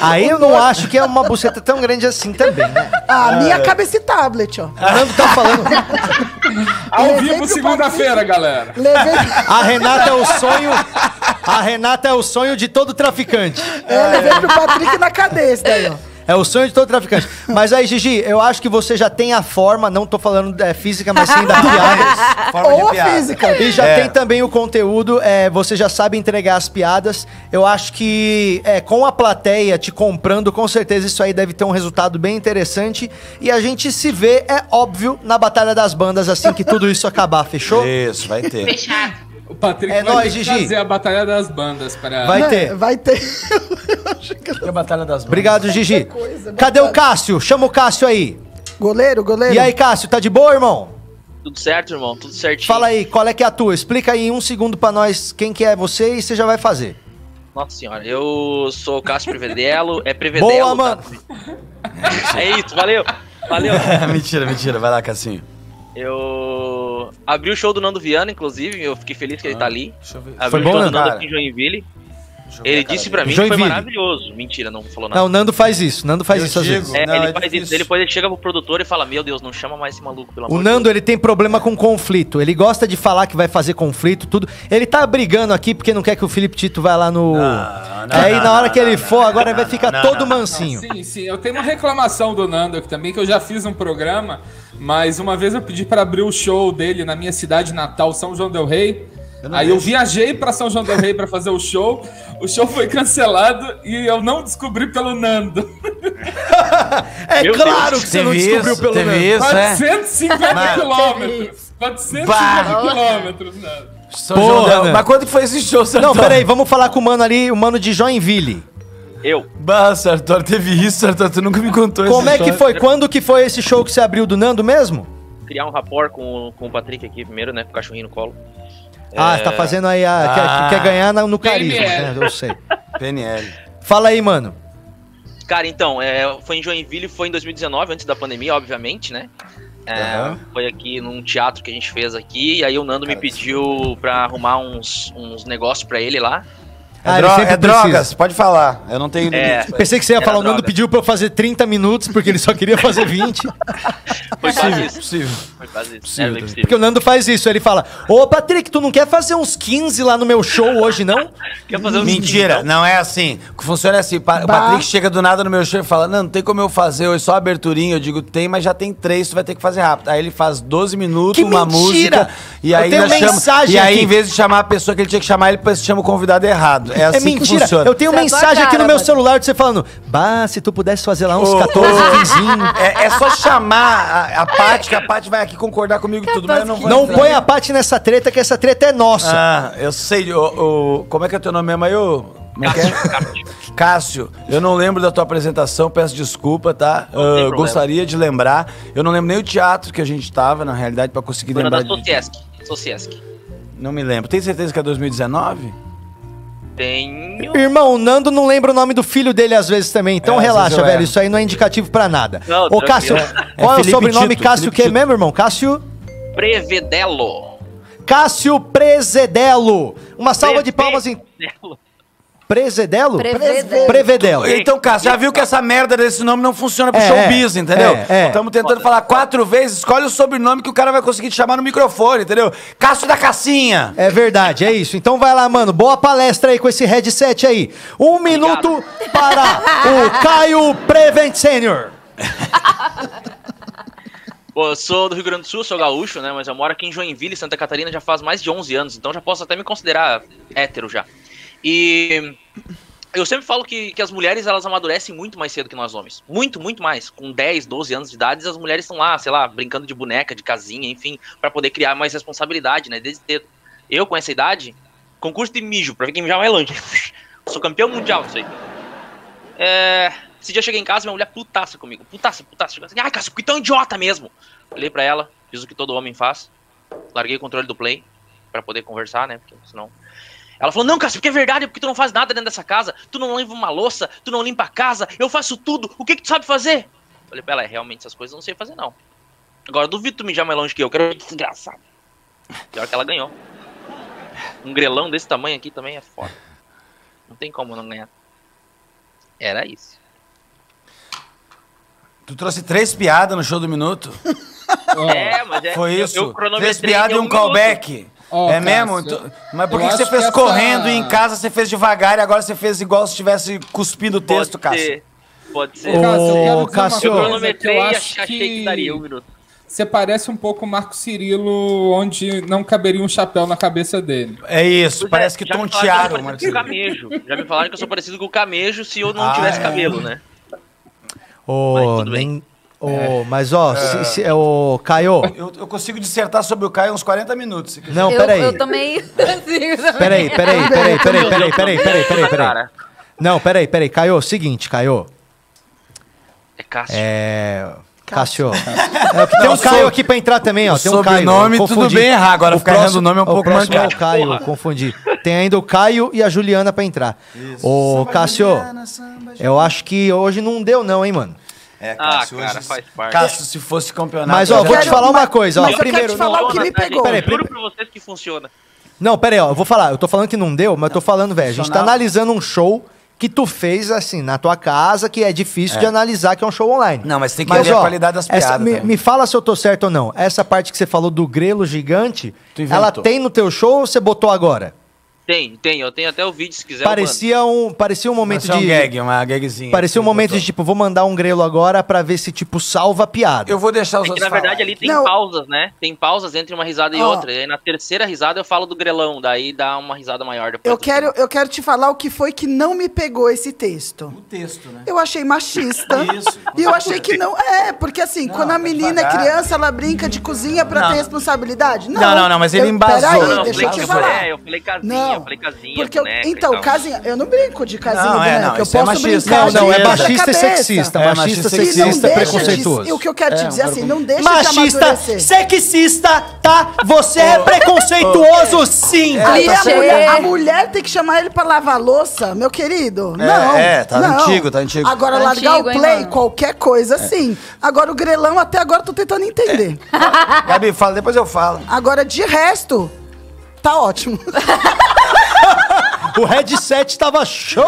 S6: Aí eu não acho que é uma buceta tão grande assim também, né?
S3: <laughs> Ah, A
S4: É.
S3: minha cabeça e tablet, ó.
S6: O Nando tá
S3: <laughs>
S6: falando.
S7: Ao
S3: Levei
S7: vivo,
S3: pro
S7: segunda-feira, galera.
S3: Levei.
S6: A Renata é o sonho. A Renata é o sonho de todo traficante.
S3: É, levei pro Patrick na cadeia esse daí, ó.
S6: É o sonho de todo traficante. Mas aí, Gigi, eu acho que você já tem a forma, não tô falando é, física, mas sim da piada.
S4: Forma de Ou a piada. física.
S6: E já
S4: É.
S6: tem também o conteúdo, é, você já sabe entregar as piadas. Eu acho que é, com a plateia te comprando, com certeza isso aí deve ter um resultado bem interessante. E a gente se vê, é óbvio, na Batalha das Bandas assim que tudo isso acabar, fechou?
S4: Isso, vai ter.
S13: Fechado.
S7: O Patrick
S6: É
S7: vai
S6: nóis,
S7: ter que
S6: Gigi.
S7: fazer a Batalha das Bandas. Para...
S6: Vai ter. <laughs>
S3: Vai ter.
S4: a Batalha das
S6: Obrigado, Gigi. Cadê o Cássio? Chama o Cássio aí.
S3: Goleiro, goleiro.
S6: E aí, Cássio, tá de boa, irmão?
S22: Tudo certo, irmão? Tudo certinho.
S6: Fala aí, qual é que é a tua? Explica aí em um segundo pra nós quem que é você e você já vai fazer.
S22: Nossa senhora, eu sou o Cássio Prevedelo. É Prevedelo.
S6: Boa,
S22: tá?
S6: mano.
S22: É isso, valeu.
S6: <laughs>
S22: Valeu.
S4: <laughs> mentira, mentira. Vai lá, Cassinho.
S22: Eu abri o show do Nando Viana, inclusive. Eu fiquei feliz que ele tá ali. Abri
S4: Foi
S22: o
S4: bom,
S22: show
S4: né,
S22: do Nando
S4: cara?
S22: aqui em Joinville. Ele disse pra mim que foi
S6: Joinville.
S22: maravilhoso. Mentira, não falou nada.
S6: Não, o Nando faz isso. Nando faz isso às vezes.
S22: É, ele faz isso. Ele depois ele chega pro produtor e fala: Meu Deus, não chama mais esse maluco, pelo
S6: O
S22: amor de
S6: Nando, ele tem problema com conflito. Ele gosta de falar que vai fazer conflito, tudo. Ele tá brigando aqui porque não quer que o Felipe Tito vá lá no. É, Aí na hora que ele for, agora vai ficar todo mansinho.
S7: Sim, sim. Eu tenho uma reclamação do Nando aqui também, que eu já fiz um programa, mas uma vez eu pedi pra abrir o show dele na minha cidade natal, São João del Rei.
S4: não
S7: Aí eu
S4: vejo.
S7: viajei pra São João del Rei pra fazer o show. O show foi cancelado e eu não descobri pelo Nando.
S6: <laughs> É Meu claro Deus, que você teve não descobriu isso, pelo teve Nando. isso, é?
S7: 450
S6: Mano.
S7: quilômetros. 450
S6: Bah.
S7: quilômetros, Nando.
S6: Porra,
S4: Del-
S6: né?
S4: Mas quando que foi esse show, Sartori?
S6: Não, peraí, vamos falar com o mano ali, o mano de Joinville.
S22: Eu.
S4: Bah, Sartori, teve isso, Sartori, tu nunca me contou
S6: Como
S4: essa
S6: é que
S4: história.
S6: foi? Quando que foi esse show que você abriu do Nando mesmo?
S22: Deus. Criar um rapport com, o- com o Patrick aqui primeiro, né? Com o cachorrinho no colo.
S6: Ah,
S22: É,
S6: tá fazendo aí a. quer-
S22: Ah.
S6: Quer, ganhar na- no carisma,
S22: PNL.
S6: né? Eu sei.
S4: PNL.
S6: Fala aí, mano.
S22: Cara, então, é, foi em Joinville, foi em 2019, antes da pandemia, obviamente, né? É,
S4: Aham.
S22: Foi aqui num teatro que a gente fez aqui, e aí o Nando me pediu pra arrumar uns, uns negócios pra ele lá.
S4: É,
S6: Ah, ele
S4: dro-
S6: sempre
S4: é
S6: precisa.
S4: drogas, pode falar. Eu não tenho.
S22: É.
S4: limite.
S6: Pensei que você ia
S22: Era
S6: falar, o Nando
S22: droga.
S6: pediu pra eu fazer 30 minutos, porque ele só queria fazer 20.
S22: <laughs> Foi quase
S6: Possível,
S22: isso.
S4: Possível.
S22: Foi quase isso. É,
S6: Possível
S22: Era bem
S6: também.
S22: possível.
S6: Porque o Nando faz isso, ele fala: Ô Patrick, tu não quer fazer uns 15 lá no meu show hoje, não?
S22: Quer então.
S4: Mentira, não é assim. O que Funciona é assim. pa- O Patrick chega do nada no meu show e fala: Não, não tem como eu fazer hoje, só aberturinha. Eu digo: Tem, mas já tem três, tu vai ter que fazer rápido. Aí ele faz 12 minutos,
S6: Que
S4: uma
S6: mentira!
S4: música. E
S6: Eu
S4: aí
S6: tenho
S4: ainda chama-
S6: mensagem
S4: E aí,
S6: aqui.
S4: em vez de chamar a pessoa que ele tinha que chamar, ele chama o convidado errado. É assim que
S6: mentira.
S4: funciona.
S6: Eu
S22: é
S6: tenho mensagem aqui no meu celular de você falando: Bah, se tu pudesse fazer lá uns
S4: Ô,
S6: 14,
S4: ô,
S6: 15.
S4: <laughs> É, é só chamar a, a Paty, que a Paty vai aqui concordar comigo tudo, mas eu não vou
S6: Não
S4: entrar.
S6: põe a parte nessa treta, que essa treta é nossa.
S4: Ah, eu sei. O, o- como é que é teu nome mesmo aí, ô? Como é que é? Cássio, eu não lembro da tua apresentação, peço desculpa, tá? Ah,
S22: problema.
S4: gostaria de lembrar. Eu não lembro nem o teatro que a gente tava, na realidade, pra conseguir
S22: Foi na
S4: lembrar.
S22: da
S4: de-
S22: Sociesc. Sociesc.
S4: Não me lembro. Tem certeza que é 2019?
S22: Tenho.
S6: Irmão, o Nando não lembra o nome do filho dele às vezes também, então
S4: É, às
S6: relaxa,
S4: vezes eu
S6: velho.
S4: erro.
S6: Isso aí não é indicativo pra nada.
S22: Não,
S6: Ô, Cássio,
S22: tranquilo. É
S6: qual é, o
S4: Felipe
S6: sobrenome
S4: Tito,
S6: Cássio
S4: Felipe
S6: que é
S4: Tito.
S6: mesmo, irmão? Cássio?
S22: Prevedelo.
S6: Cássio Prezedelo. Uma salva de palmas em. Prezedelo?
S4: Prevedelo.
S6: Prevedelo.
S4: Então, Cássio, já viu que essa merda desse nome não funciona pro
S6: É,
S4: showbiz,
S6: é,
S4: entendeu?
S6: é.
S4: Estamos tentando falar quatro vezes, escolhe o sobrenome que o cara vai conseguir te chamar no microfone, entendeu? Cássio da Cassinha.
S6: É verdade, é isso. Então vai lá, mano. Boa palestra aí com esse headset aí. Um minuto para o Caio Prevent Senior.
S22: Bom, eu sou do Rio Grande do Sul, sou gaúcho, né? Mas eu moro aqui em Joinville, Santa Catarina, já faz mais de 11 anos, então já posso até me considerar hétero já. E eu sempre falo que, que as mulheres, elas amadurecem muito mais cedo que nós homens. Muito, muito mais. Com 10, 12 anos de idade, as mulheres estão lá, sei lá, brincando de boneca, de casinha, enfim, pra poder criar mais responsabilidade, né? Desde cedo. Eu, com essa idade, concurso de mijo, pra ver quem mijar mais longe. <laughs> Sou campeão mundial disso aí. É, esse dia eu cheguei em casa, minha mulher putaça comigo. Putaça, putaça. Chegou assim, ai, Cássio, que tão idiota mesmo. Olhei pra ela, fiz o que todo homem faz. Larguei o controle do play pra poder conversar, né? Porque senão. Ela falou, não, Cássio, porque é verdade, porque tu não faz nada dentro dessa casa, tu não limpa uma louça, tu não limpa a casa, eu faço tudo, o que que tu sabe fazer? Falei pra ela, é, realmente essas coisas eu não sei fazer, não. Agora, duvido tu mijar mais longe que eu, quero ver que desgraçado. Pior que ela ganhou. Um grelão desse tamanho aqui também é foda. Não tem como não ganhar. Era isso.
S4: Tu trouxe três piadas no show do minuto?
S22: <laughs> É, mas é-
S4: Foi
S22: eu-
S4: isso?
S22: eu cronometrei
S4: três piadas
S22: em
S4: e
S22: um
S4: um callback.
S22: minuto.
S7: Ó,
S4: é
S7: Cássio,
S4: mesmo? Tu- Mas por
S7: eu
S4: que que você
S7: acho
S4: fez
S7: que essa-
S4: correndo e em casa você fez devagar e agora você fez igual se tivesse cuspindo o texto, Cássio?
S22: Pode
S4: ser. Ô, Cássio, eu quero dizer uma
S7: Cássio,
S22: eu
S7: coisa
S22: cronometrei
S7: que
S22: e
S7: eu
S22: achei
S7: acho
S22: que
S7: que-
S22: daria um minuto.
S7: Você parece um pouco o Marco Cirilo, onde não caberia um chapéu na cabeça dele.
S4: É isso,
S22: Pois é, já me falaram que eu sou parecido com o Camejo. Já me falaram que eu sou parecido com o Camejo se eu não
S4: Ah,
S22: tivesse
S4: é.
S22: cabelo, né?
S6: Ô, nem.
S22: É.
S6: Ô, mas
S4: É.
S6: ó, se- se- ô, Caio.
S4: Eu, eu consigo dissertar sobre o Caio uns 40 minutos. se quiser.
S6: Não, peraí.
S5: Eu também. Peraí,
S6: Peraí,
S5: <laughs>
S6: peraí, peraí, peraí, peraí, peraí, peraí, peraí, peraí. Não, peraí, peraí, Caio, seguinte, Caio.
S22: É Cássio.
S6: É. Cássio. É, que tem
S4: Não,
S6: um Caio
S4: sou-
S6: aqui pra entrar também, ó.
S4: o
S6: Tem um Caio.
S4: sobrenome,
S6: eu
S4: tudo
S6: confundi.
S4: bem errar, agora ficar errando o nome é um pouco
S6: O próximo é o
S4: mancado.
S6: Caio, eu confundi. Tem ainda o Caio e a Juliana pra entrar. Ô, Cássio, eu acho que hoje não deu, não, hein, mano.
S4: É,
S22: Cássio, ah, cara, faz parte.
S4: Cássio, se fosse campeonato.
S6: Mas, ó,
S4: eu
S6: vou
S4: já-
S6: te falar uma coisa, ó.
S4: Mas eu quero
S6: Primeiro,
S4: te falar o que me
S22: Funciona, tá,
S4: pegou.
S22: gente?
S4: Peraí,
S22: Eu
S4: peraí.
S22: Juro pra vocês que funciona.
S6: Não, pera aí, ó. Eu vou falar. Eu tô falando que não deu, mas eu tô falando, velho. A gente tá
S2: Funcional.
S6: analisando um show que tu fez, assim, na tua casa, que é difícil
S4: É.
S6: de analisar, que é um show online.
S4: Não, mas tem que ver a qualidade das
S6: essa-
S4: piadas
S6: me,
S4: também.
S6: me fala se eu tô certo ou não. Essa parte que você falou do grelo gigante,
S22: Tu inventou.
S6: ela tem no teu show ou você botou agora?
S22: Tem, tem. Eu tenho até o vídeo se quiser. eu mando.
S6: Parecia um, parecia um momento
S4: Mas é um
S6: de...
S4: gag, uma gagzinha.
S6: Parecia um momento de, tipo, vou mandar um grelo agora pra ver se, tipo, salva a piada.
S4: Eu vou deixar os
S22: É que,
S4: outros
S22: na verdade, ali tem
S6: Não.
S22: pausas, né? Tem pausas entre uma risada e
S3: Ó.
S22: outra. E aí, na terceira risada, eu falo do grelão. Daí dá uma risada maior depois.
S3: Eu quero, eu quero te falar o que foi que não me pegou esse texto. O texto, né? Eu achei machista. Isso. E eu achei que não. É, porque assim, quando a menina é
S4: devagar.
S3: criança, ela brinca de cozinha pra
S4: Não.
S3: ter responsabilidade? Não,
S4: Não, não, não, mas ele
S3: Eu-
S4: embasou.
S3: Peraí,
S4: Não,
S3: deixa eu te
S4: embasou.
S3: falar.
S22: É, eu falei casinha,
S3: Não,
S22: eu falei casinha,
S3: Porque eu-
S22: boneca e
S3: então,
S22: tal.
S3: casinha, eu não brinco de casinha
S4: Não, é,
S3: boneca.
S4: não,
S3: eu
S4: isso é
S3: posso
S4: machista,
S3: brincar
S4: não,
S3: de
S4: não, é
S3: cabeça.
S4: machista e sexista,
S6: É, machista, machista, sexista,
S3: E não deixa
S6: preconceituoso.
S3: de- o que eu quero
S6: É,
S3: te
S6: um
S3: dizer assim, não deixa de
S2: Machista,
S3: amadurecer.
S2: sexista, tá? Você é preconceituoso, sim.
S6: É,
S3: Aí
S4: tá
S6: tá
S3: a, mulher, a mulher tem que chamar ele pra lavar a louça, meu querido.
S4: É,
S3: não.
S4: é, tá
S3: não.
S4: antigo, tá antigo. É.
S3: Agora,
S4: Tá
S3: largar
S4: antigo,
S3: o
S4: hein,
S3: play,
S4: mano?
S3: qualquer coisa, sim. Agora, o grelão, até agora, eu tô tentando entender.
S4: É. Gabi, fala, depois eu falo.
S3: Agora, de resto, tá
S4: <laughs>
S3: ótimo.
S6: O headset tava show!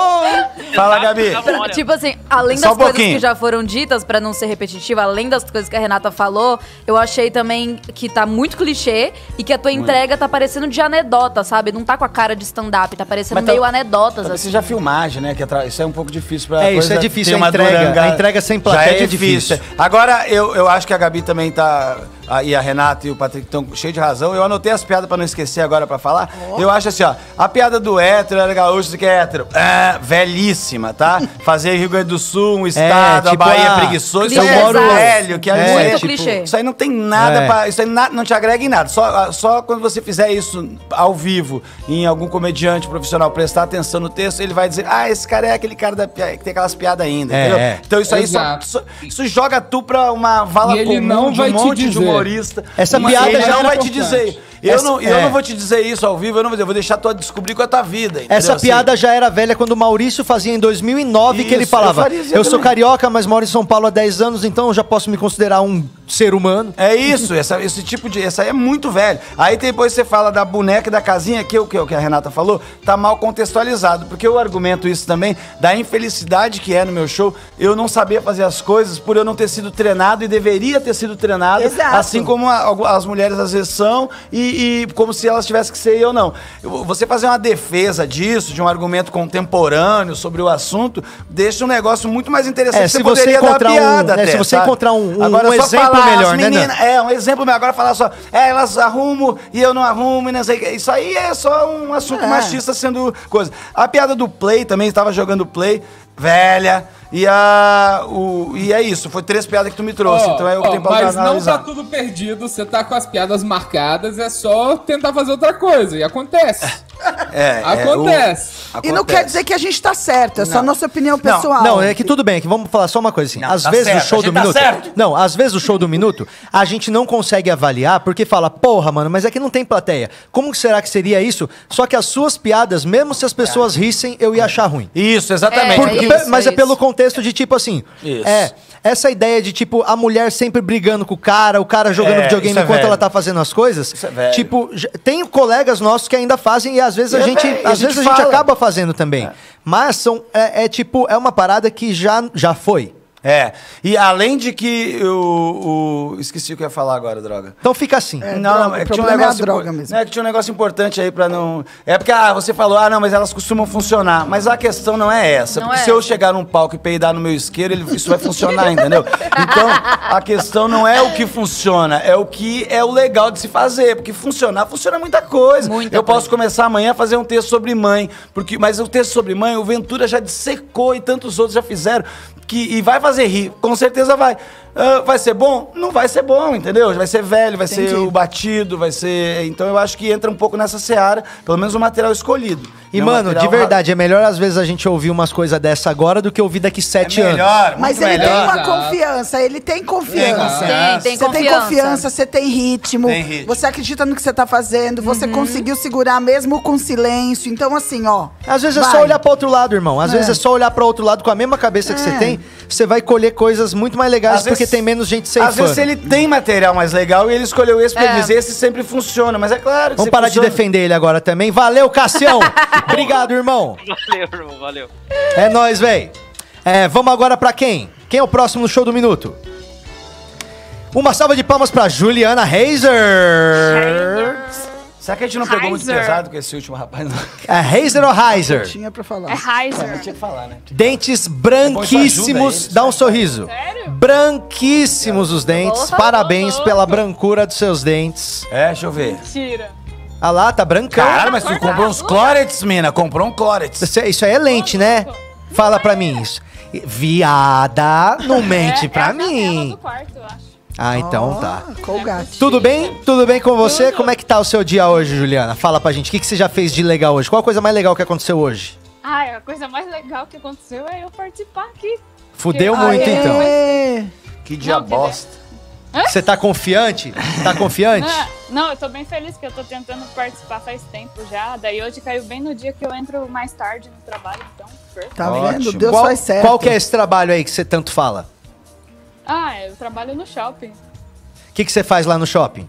S4: Fala, Gabi.
S6: Tá
S5: Tipo assim, além
S4: Só
S5: das
S4: um
S5: coisas
S4: pouquinho.
S5: que já foram ditas, pra não ser repetitiva, além das coisas que a Renata falou, eu achei também que tá muito clichê e que a tua
S23: Muito.
S5: entrega tá parecendo de anedota, sabe? Não tá com a cara de stand-up, tá parecendo
S23: Mas tá-
S5: meio anedotas,
S23: Talvez
S5: assim.
S23: seja filmagem, né? Que é tra- Isso é um pouco difícil pra.
S6: É, isso
S23: coisa-
S6: é difícil,
S23: tem
S6: a
S23: uma
S6: entrega.
S23: duranga-
S6: A entrega sem plateia é difícil.
S4: Agora, eu, eu acho que a Gabi também tá. a- E a Renata e o Patrick estão cheios de razão. Eu anotei as piadas pra não esquecer agora pra falar. Eu acho assim, ó. A piada do hétero era gaúcho que é hétero. É, velhíssima, tá? Fazer Rio Grande do Sul, um estado,
S6: tipo,
S4: a Bahia
S6: ah,
S4: preguiçosa. Isso
S6: eu
S4: é
S6: moro-
S4: velho, que
S6: É,
S4: é,
S6: Muito
S4: isso aí,
S6: clichê.
S4: Isso aí não tem nada
S6: É.
S4: pra. Isso aí na- não te agrega em nada. Só, ah, só quando você fizer isso ao vivo, em algum comediante profissional, prestar atenção no texto, ele vai dizer: ah, esse cara é aquele cara da, pia- que tem aquelas piadas ainda.
S6: É,
S4: entendeu?
S6: é.
S4: Então isso aí só,
S6: Exato.
S4: só- isso joga tu pra uma vala
S6: E ele
S4: comum
S6: não
S4: de
S6: vai
S4: um
S6: te
S4: monte de
S6: dizer.
S4: humorista.
S6: Essa
S4: Mas
S6: piada
S4: ele
S6: já
S4: não
S6: era
S4: vai te
S6: importante.
S4: dizer. Eu,
S6: Essa-
S4: não, eu
S6: é.
S4: não vou te dizer isso ao vivo, eu não vou dizer, eu vou deixar tu descobrir com a tua vida. entendeu?
S6: Essa
S4: Assim,
S6: piada já era velha quando o Maurício fazia em 2009, que ele
S4: Isso,
S6: falava:
S4: eu
S6: Eu,
S4: faria isso
S6: sou
S4: também."
S6: carioca, mas moro em São Paulo há 10 anos, então eu já posso me considerar um ser humano.
S4: É isso, essa- esse tipo de. Essa aí é muito velho. Aí depois você fala da boneca e da casinha, que é o que, o que a Renata falou, tá mal contextualizado. Porque eu argumento isso também da infelicidade que é no meu show eu não sabia fazer as coisas por eu não ter sido treinado e deveria ter sido treinado.
S3: Exato.
S4: Assim como a- algu- as mulheres às vezes são, e, e como se elas tivessem que ser e eu não. Eu- Você fazer uma defesa disso, de um argumento contemporâneo sobre o assunto, deixa um negócio muito mais interessante.
S6: É, se você encontrar um- né, se você encontrar um- um- um
S4: só
S6: exemplo
S4: falar,
S6: melhor,
S4: as
S6: né,
S4: meninas-
S6: Nando?
S4: é, um exemplo, mas agora falar só, é, elas arrumam e eu não arrumo e não sei o que. Isso aí é só um assunto machista sendo coisa. A piada do Play também, estava jogando Play, velha, e a. O, e é isso, foi três piadas que tu me trouxe,
S7: Ó,
S4: então é o
S7: ó,
S4: que tem pra
S7: Mas não
S4: analisar.
S7: tá tudo perdido, você tá com as piadas marcadas, é só tentar fazer outra coisa. E acontece.
S4: É,
S7: acontece.
S3: E não quer dizer que a gente tá certo, é só nossa opinião pessoal.
S6: Não, é que tudo bem, é que vamos falar só uma coisa assim. às
S3: tá
S6: vezes
S3: certo,
S6: o show
S3: a gente
S6: do
S3: tá
S6: minuto.
S3: certo.
S6: Não, às vezes o show do minuto, a gente não consegue avaliar porque fala, porra, mano, mas é que não tem plateia. Como que será que seria isso? Só que as suas piadas, mesmo se as pessoas rissem, eu ia achar ruim.
S4: Isso, exatamente.
S6: Porque-
S4: Isso,
S6: pe-
S4: é
S6: mas é
S4: isso.
S6: pelo contexto de tipo assim.
S4: Isso.
S6: É. Essa ideia de, tipo, a mulher sempre brigando com o cara, o cara jogando
S4: É,
S6: videogame
S4: isso é
S6: enquanto
S4: velho.
S6: ela tá fazendo as coisas.
S4: Isso é velho.
S6: Tipo, j- tem colegas nossos que ainda fazem e às vezes a
S4: É
S6: gente.
S4: velho, e a
S6: às
S4: gente
S6: vezes a gente
S4: fala.
S6: acaba fazendo também. Mas são, é, é tipo, é uma parada que já, já foi.
S4: É. E além de que o. o- esqueci o que eu ia falar agora, droga.
S6: Então fica assim.
S4: não, não, é que tinha um negócio. impo- não, é que tinha um negócio importante aí pra não. É porque, ah, você falou, ah, não, mas elas costumam funcionar. Mas a questão não é essa.
S5: Não
S4: porque
S5: é
S4: se eu chegar num palco e peidar no meu isqueiro, ele- isso vai funcionar, <laughs> entendeu? Então, a questão não é o que funciona, é o que é o legal de se fazer. Porque funcionar, funciona muita coisa. eu posso começar amanhã a fazer um texto sobre mãe. porque Mas o texto sobre mãe, o Ventura já dissecou e tantos outros já fizeram. Que, e vai fazer rir, com certeza vai. Ah, vai ser bom? Não vai ser bom, entendeu? Vai ser velho, vai ser
S6: Entendi.
S4: o batido, vai ser. Então eu acho que entra um pouco nessa seara, pelo menos o material escolhido.
S6: E,
S4: Não
S6: mano, de
S4: material
S6: verdade, é melhor às vezes a gente ouvir umas coisas dessa agora do que ouvir daqui sete
S4: É
S6: anos.
S3: Mas ele tem uma confiança, ele tem confiança.
S6: Tem, tem
S3: você tem
S6: confiança.
S3: confiança, você tem ritmo,
S6: Tem ritmo.
S3: Você acredita no que você tá fazendo, você
S6: Uhum.
S3: conseguiu segurar mesmo com silêncio. Então, assim, ó.
S6: Às vezes é
S3: vai.
S6: só olhar para outro lado, irmão. Às
S3: É.
S6: vezes é só olhar para outro lado com a mesma cabeça que você tem, você vai colher coisas muito mais legais
S4: Às
S6: porque
S4: vezes
S6: porque tem menos gente sem
S19: Às vezes ele tem material mais legal e ele escolheu esse porque
S6: É.
S19: ele diz, esse sempre funciona, mas é claro que
S6: Vamos
S19: sempre
S6: parar de
S19: funciona.
S6: defender ele agora também. Valeu, Cassião! Obrigado, irmão.
S22: Valeu, irmão, valeu.
S6: É nóis, véi. É, vamos agora pra quem? Quem é o próximo no show do minuto? Uma salva de palmas pra Juliana Heiser.
S4: Será que a gente não pegou muito
S6: Heiser.
S4: pesado com esse
S19: <laughs>
S4: último rapaz? não?
S6: É Heiser ou Heiser?
S3: Tinha pra falar.
S21: É Heiser.
S4: Tinha que falar, né?
S6: Dentes
S4: Bom, isso
S6: branquíssimos.
S4: ajuda
S6: Dá um sorriso. Branquíssimos os dentes.
S21: Opa,
S6: Parabéns pela brancura dos seus dentes.
S4: É, deixa eu ver.
S21: Mentira.
S6: Ah lá, tá brancão.
S4: Caralho, mas tu comprou uns clorets, mina. Comprou um clorets.
S6: Isso, é- isso aí é lente, né? Fala pra mim isso. Viada, não mente pra mim. Ah, então tá.
S3: Colgate.
S6: Tudo bem? Tudo bem com você? Como é que tá o seu dia hoje, Juliana? Fala pra gente, o que, que você já fez de legal hoje? Qual a coisa mais legal que aconteceu hoje?
S21: Ai, a coisa mais legal que aconteceu é eu participar aqui.
S6: Fudeu
S21: Porque-
S6: muito,
S21: Aê.
S6: então.
S4: Que
S21: dia é. Não, quer dizer- bosta. Hã?
S6: Você tá confiante?
S21: <laughs>
S6: Tá confiante?
S21: Ah, não, eu tô bem feliz porque eu tô tentando participar faz tempo já. Daí hoje caiu bem no dia que eu entro mais tarde no trabalho, então perfeito.
S3: Tá vendo?
S6: Ótimo.
S3: Deus
S6: qual,
S3: faz certo.
S6: Qual que é esse trabalho aí que você tanto fala?
S21: Ah, eu trabalho no shopping.
S6: O que, que você faz lá no shopping?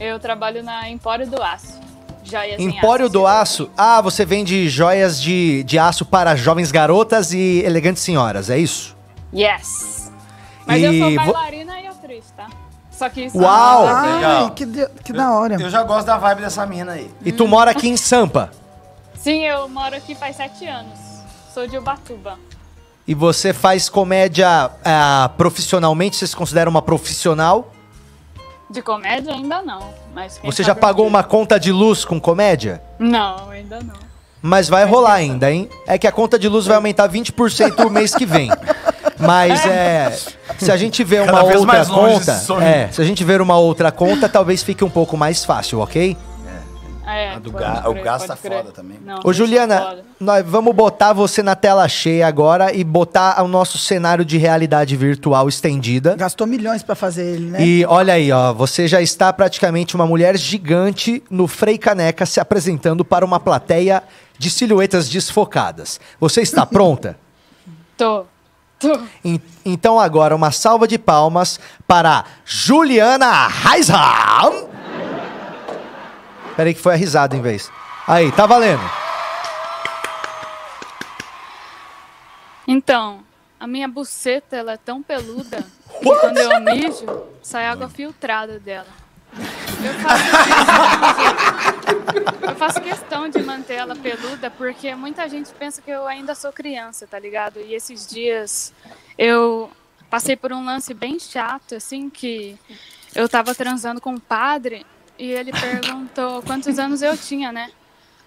S21: Eu trabalho na Empório do Aço. Joias em
S6: Empório
S21: aço.
S6: do Aço. Ah, você vende joias de, de aço para jovens garotas e elegantes senhoras, é isso?
S21: Yes! Mas eu
S6: E
S21: sou
S6: vo-
S21: bailarina e atriz, tá? Só que isso
S6: Uau!
S21: Ah,
S6: Legal.
S3: que, de- que da hora.
S19: Eu já gosto da vibe dessa mina aí.
S6: E tu mora aqui em Sampa.
S21: Sim, eu moro aqui faz sete anos. Sou de Ubatuba.
S6: E você faz comédia ah, profissionalmente? Você se considera uma profissional?
S21: De comédia ainda não, mas quem
S6: Você já
S21: sabe um
S6: pagou
S21: dia.
S6: uma conta de luz com comédia?
S21: Não, ainda não.
S6: Mas vai rolar ainda, hein? É que a conta de luz vai aumentar 20% o mês que vem. Mas é. Se a gente vê
S19: Cada
S6: uma
S19: vez
S6: outra
S19: mais longe
S6: conta.
S19: esse sonho.
S6: É, se a gente ver uma outra conta, talvez fique um pouco mais fácil, ok?
S21: É,
S4: a do
S21: pode
S4: ga- o
S21: crer,
S4: gás
S21: pode
S4: tá
S19: é
S21: crer.
S4: foda também.
S21: Não,
S6: Ô,
S21: deixa
S6: Juliana,
S21: fora.
S6: nós vamos botar você na tela cheia agora e botar o nosso cenário de realidade virtual estendida.
S3: Gastou milhões pra fazer ele, né?
S6: E olha aí, ó, você já está praticamente uma mulher gigante no Frei Caneca se apresentando para uma plateia de silhuetas desfocadas. Você está pronta?
S21: Tô. Tô.
S6: En- então agora uma salva de palmas para Juliana Reisham. Peraí que foi a risada em vez. Aí, tá valendo.
S21: Então, a minha buceta ela é tão peluda que quando eu mijo, sai água filtrada dela. Eu faço, <laughs> eu faço questão de manter ela peluda porque muita gente pensa que eu ainda sou criança, tá ligado? E esses dias eu passei por um lance bem chato, assim, que eu tava transando com um padre e ele perguntou quantos anos eu tinha, né?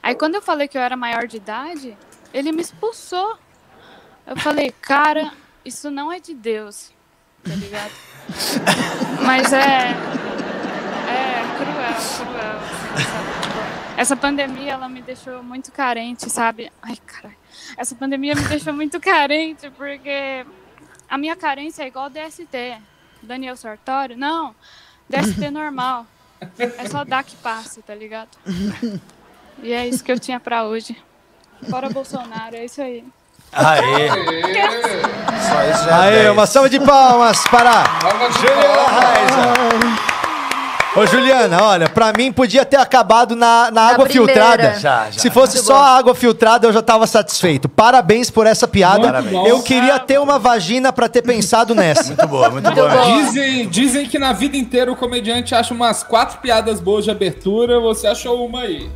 S21: Aí quando eu falei que eu era maior de idade, ele me expulsou. Eu falei, cara, isso não é de Deus, tá ligado? Mas é. É cruel, cruel. <laughs> sabe? Essa pandemia, ela me deixou muito carente, sabe? Ai, caralho. Essa pandemia me deixou muito carente, porque a minha carência é igual DST. Daniel Sartório? Não. DST normal. É só dar que passa, tá ligado? E é isso que eu tinha pra hoje. Fora Bolsonaro, é isso aí.
S6: É.
S19: Aê! Só isso já é
S6: Aí,
S19: dez.
S6: uma salva de palmas para Ô Juliana, olha, pra mim podia ter acabado na, na água
S19: primeira.
S6: filtrada.
S19: Já, já.
S6: Se fosse só a água filtrada, eu já tava satisfeito. Parabéns por essa piada.
S7: Parabéns.
S6: Eu queria ter uma vagina pra ter pensado nessa. Muito boa, muito
S7: Dizem, dizem que na vida inteira o comediante acha umas quatro piadas boas de abertura, você achou uma aí.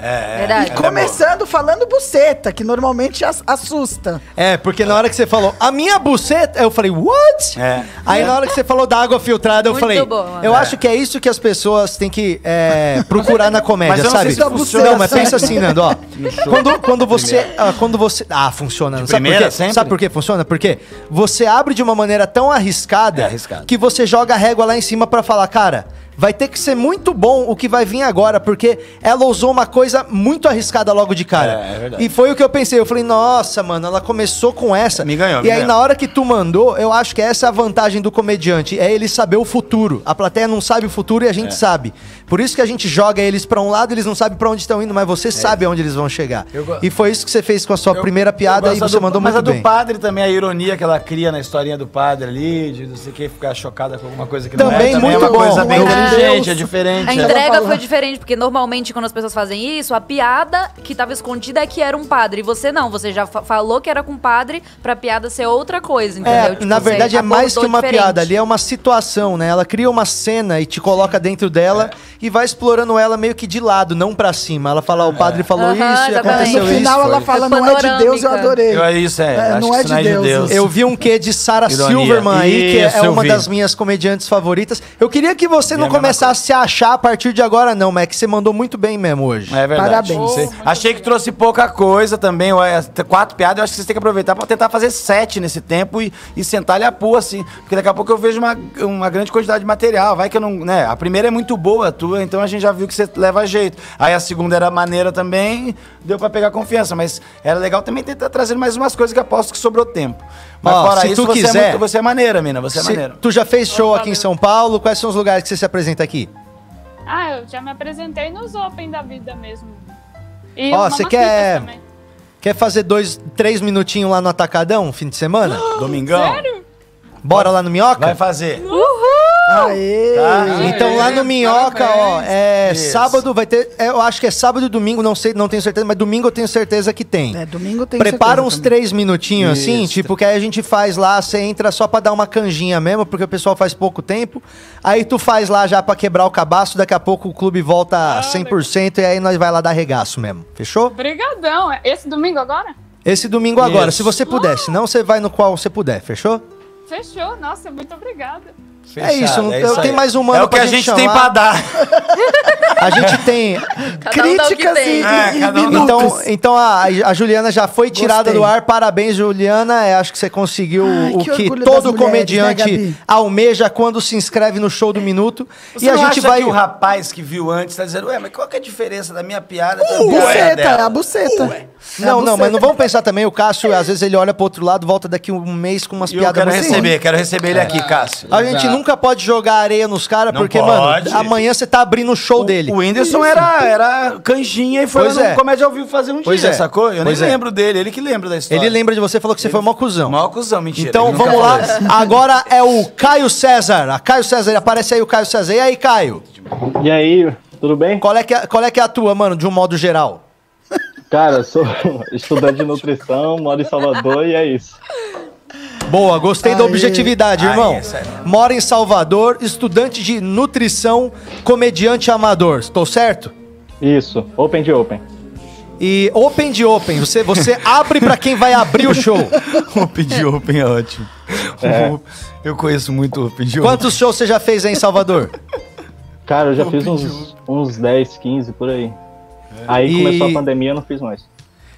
S19: É,
S3: E começando falando buceta, que normalmente as- assusta.
S6: É, porque na hora que você falou, a minha buceta, eu falei, what?
S19: É.
S6: Aí na hora que você falou da água filtrada, eu
S3: Muito
S6: falei,
S3: boa.
S6: eu
S3: É.
S6: acho que é isso que as pessoas têm que é, procurar na comédia,
S19: Mas eu não
S6: sabe?
S19: sei se funciona,
S6: não, mas
S19: sabe?
S6: pensa assim,
S19: <laughs>
S6: Nando, ó.
S19: No show.
S6: Quando, quando
S19: De
S6: você,
S19: primeira.
S6: ah, quando você, ah, funciona, sabe
S19: primeira,
S6: por quê?
S19: sempre?
S6: Sabe por quê funciona? Porque você abre de uma maneira tão
S19: É
S6: arriscada, que você joga a régua lá em cima pra falar, cara, vai ter que ser muito bom o que vai vir agora, porque ela usou uma coisa muito arriscada logo de cara.
S19: É, é verdade.
S6: E foi o que eu pensei. Eu falei, nossa, mano, ela começou com essa. Me ganhou, E
S19: me
S6: aí,
S19: ganhou.
S6: na hora que tu mandou, eu acho que essa é a vantagem do comediante. É ele saber o futuro. A plateia não sabe o futuro e a gente
S19: É.
S6: sabe. Por isso que a gente joga eles pra um lado, eles não sabem pra onde estão indo, mas você sabe aonde eles vão vão chegar.
S4: go-
S6: E foi isso que você fez com a sua primeira piada
S4: Eu
S6: e
S4: gosto
S6: você
S4: do-
S6: mandou
S4: mas
S6: muito
S4: a
S6: bem.
S4: do padre também, a ironia que ela cria na historinha do padre ali, de não sei o que, ficar chocada com alguma coisa que
S6: Também
S4: não é.
S6: muito
S4: é uma coisa
S6: bom.
S4: bem
S6: Meu
S4: inteligente,
S6: Deus.
S4: é diferente.
S5: A
S4: né?
S5: entrega foi diferente, porque normalmente quando as pessoas fazem isso, a piada que tava escondida é que era um padre. E você não, você já fa- falou que era com padre pra piada ser outra coisa, entendeu?
S6: É,
S5: Tipo,
S6: na
S5: você
S6: verdade é mais que
S5: abordou
S6: uma
S5: diferente.
S6: piada ali, é uma situação, né? Ela cria uma cena e te coloca dentro dela e vai explorando ela meio que de lado, não pra cima. Ela fala, "Ah, o padre falou
S3: Aham,
S6: isso, e
S3: exatamente.
S6: aconteceu
S3: No final
S6: isso.
S3: ela
S6: foi.
S3: fala, "Não é de Deus, eu adorei."
S4: Eu- é isso, é, É, acho não que é isso de não é de Deus. Deus.
S6: Eu vi um quê de Sarah
S4: Ironia.
S6: Silverman aí, que
S4: Isso,
S6: é
S4: eu
S6: uma
S4: vi. é
S6: das minhas comediantes favoritas. Eu queria que você não começasse a se achar a partir de agora, não, mas é que você mandou muito bem mesmo hoje.
S4: É verdade. não sei. Achei que trouxe pouca coisa também. ué, t- Quatro piadas, eu acho que vocês têm que aproveitar pra tentar fazer sete nesse tempo e, e sentar-lhe a pua, assim. Porque daqui a pouco eu vejo uma, uma grande quantidade de material. Vai que eu não. né? A primeira é muito boa a tua, então a gente já viu que você leva jeito. Aí a segunda era maneira também, deu pra pegar confiança. Mas era legal também tentar trazer mais umas coisas que aposto que sobrou tempo. Mas
S6: Ó,
S4: fora
S6: se
S4: isso,
S6: tu
S4: você,
S6: quiser-
S4: é muito- você é maneira, mina. Você é
S6: Se-
S4: maneira.
S6: Tu já fez show aqui em São Paulo? Quais são os lugares que você se apresenta aqui?
S21: Ah, eu já me apresentei nos Open da vida mesmo. E
S6: Ó,
S21: o
S6: você
S21: Mamacita
S6: quer.
S21: também.
S6: Quer fazer dois, três minutinhos lá no Atacadão, fim de semana?
S4: <gasps> Domingão?
S21: Sério?
S6: Bora lá no Minhoca? Vai
S4: fazer. Tá?
S6: Uhul!
S3: Aê!
S6: Então lá no Minhoca, ó, é sábado vai ter, é, eu acho que é sábado e domingo, não sei, não tenho certeza, mas domingo eu tenho certeza que tem.
S3: É, domingo tem
S6: Prepara
S3: certeza
S6: uns
S3: também.
S6: três minutinhos assim,
S3: Isso.
S6: tipo que aí a gente faz lá, você entra só pra dar uma canjinha mesmo, porque o pessoal faz pouco tempo. Aí tu faz lá já pra quebrar o cabaço, daqui a pouco o clube
S3: Ah,
S6: volta 100% e aí nós vai lá dar regaço mesmo. Fechou?
S21: Obrigadão. É Esse domingo agora?
S6: Esse domingo agora,
S4: Isso.
S6: se você puder,
S3: Ah.
S6: senão você vai no qual você puder, fechou?
S21: Fechou. Nossa, muito obrigada.
S6: é isso, não-
S4: é
S6: eu
S4: isso aí.
S6: tenho mais um
S4: É
S6: ano
S4: o que
S6: pra
S4: a
S6: gente
S4: gente tem
S6: chamar.
S4: pra dar.
S6: A gente tem
S3: um dá o que Críticas tem. e-
S4: É,
S3: e-
S4: um
S3: e
S6: então,
S3: minutos.
S6: então a, a Juliana já foi tirada
S3: Gostei.
S6: do ar. Parabéns, Juliana. É, acho que você conseguiu o
S3: que
S6: que,
S3: orgulho das
S6: todo
S3: mulheres,
S6: comediante
S3: né, Gabi?
S6: almeja quando se inscreve no show do minuto.
S4: Você
S6: e a
S4: não
S6: gente
S4: acha
S6: vai.
S4: que o rapaz que viu antes tá dizendo, ué, mas qual que é a diferença da minha piada da
S6: Ué,
S4: piada
S6: buceta,
S4: dela?"
S6: é a
S3: buceta.
S6: Não, não, mas não vamos pensar também. O Cássio, às vezes, ele olha pro outro lado, volta daqui um mês com umas
S4: E eu
S6: piadas
S4: quero
S6: muito
S4: receber,
S6: ruins. É.
S4: quero receber ele aqui, Cássio.
S6: A gente nunca pode jogar areia nos caras,
S4: Não
S6: porque,
S4: pode.
S6: mano, amanhã você tá abrindo o show dele.
S4: O Whindersson era, era canjinha e foi
S6: Pois
S4: lá no
S6: é.
S4: Comédia ao Vivo fazer um
S6: Pois
S4: dia,
S6: é.
S4: sacou? Eu
S6: Pois é.
S4: nem lembro dele, ele que lembra da história.
S6: Ele lembra de você e falou que você foi mó cuzão.
S4: Mó cuzão, mentira.
S6: Então
S4: ele nunca
S6: vamos lá.
S4: falou isso. <laughs>
S6: Agora é o Caio César. A Caio César, aparece aí o Caio César. E aí, Caio?
S12: E aí, tudo bem?
S6: Qual é que é, qual é, que é a tua, mano, de um modo geral?
S12: Cara, sou <laughs> estudante de nutrição, moro em Salvador e é isso.
S6: Boa, gostei da
S12: Aí.
S6: objetividade,
S12: Aí,
S6: irmão.
S12: isso aí.
S6: Mora em Salvador, estudante de nutrição, comediante amador. Estou certo?
S12: Isso, open de open.
S6: E open de open, você,
S4: <laughs>
S6: você abre pra quem vai abrir o show.
S4: Open de Open é ótimo.
S12: É.
S4: Eu conheço muito Open de Open.
S6: Quantos shows você já fez aí em Salvador?
S12: Cara, eu já fiz uns, uns 10, 15 por aí. Aí
S6: E-
S12: começou a pandemia, eu não fiz mais.
S4: né?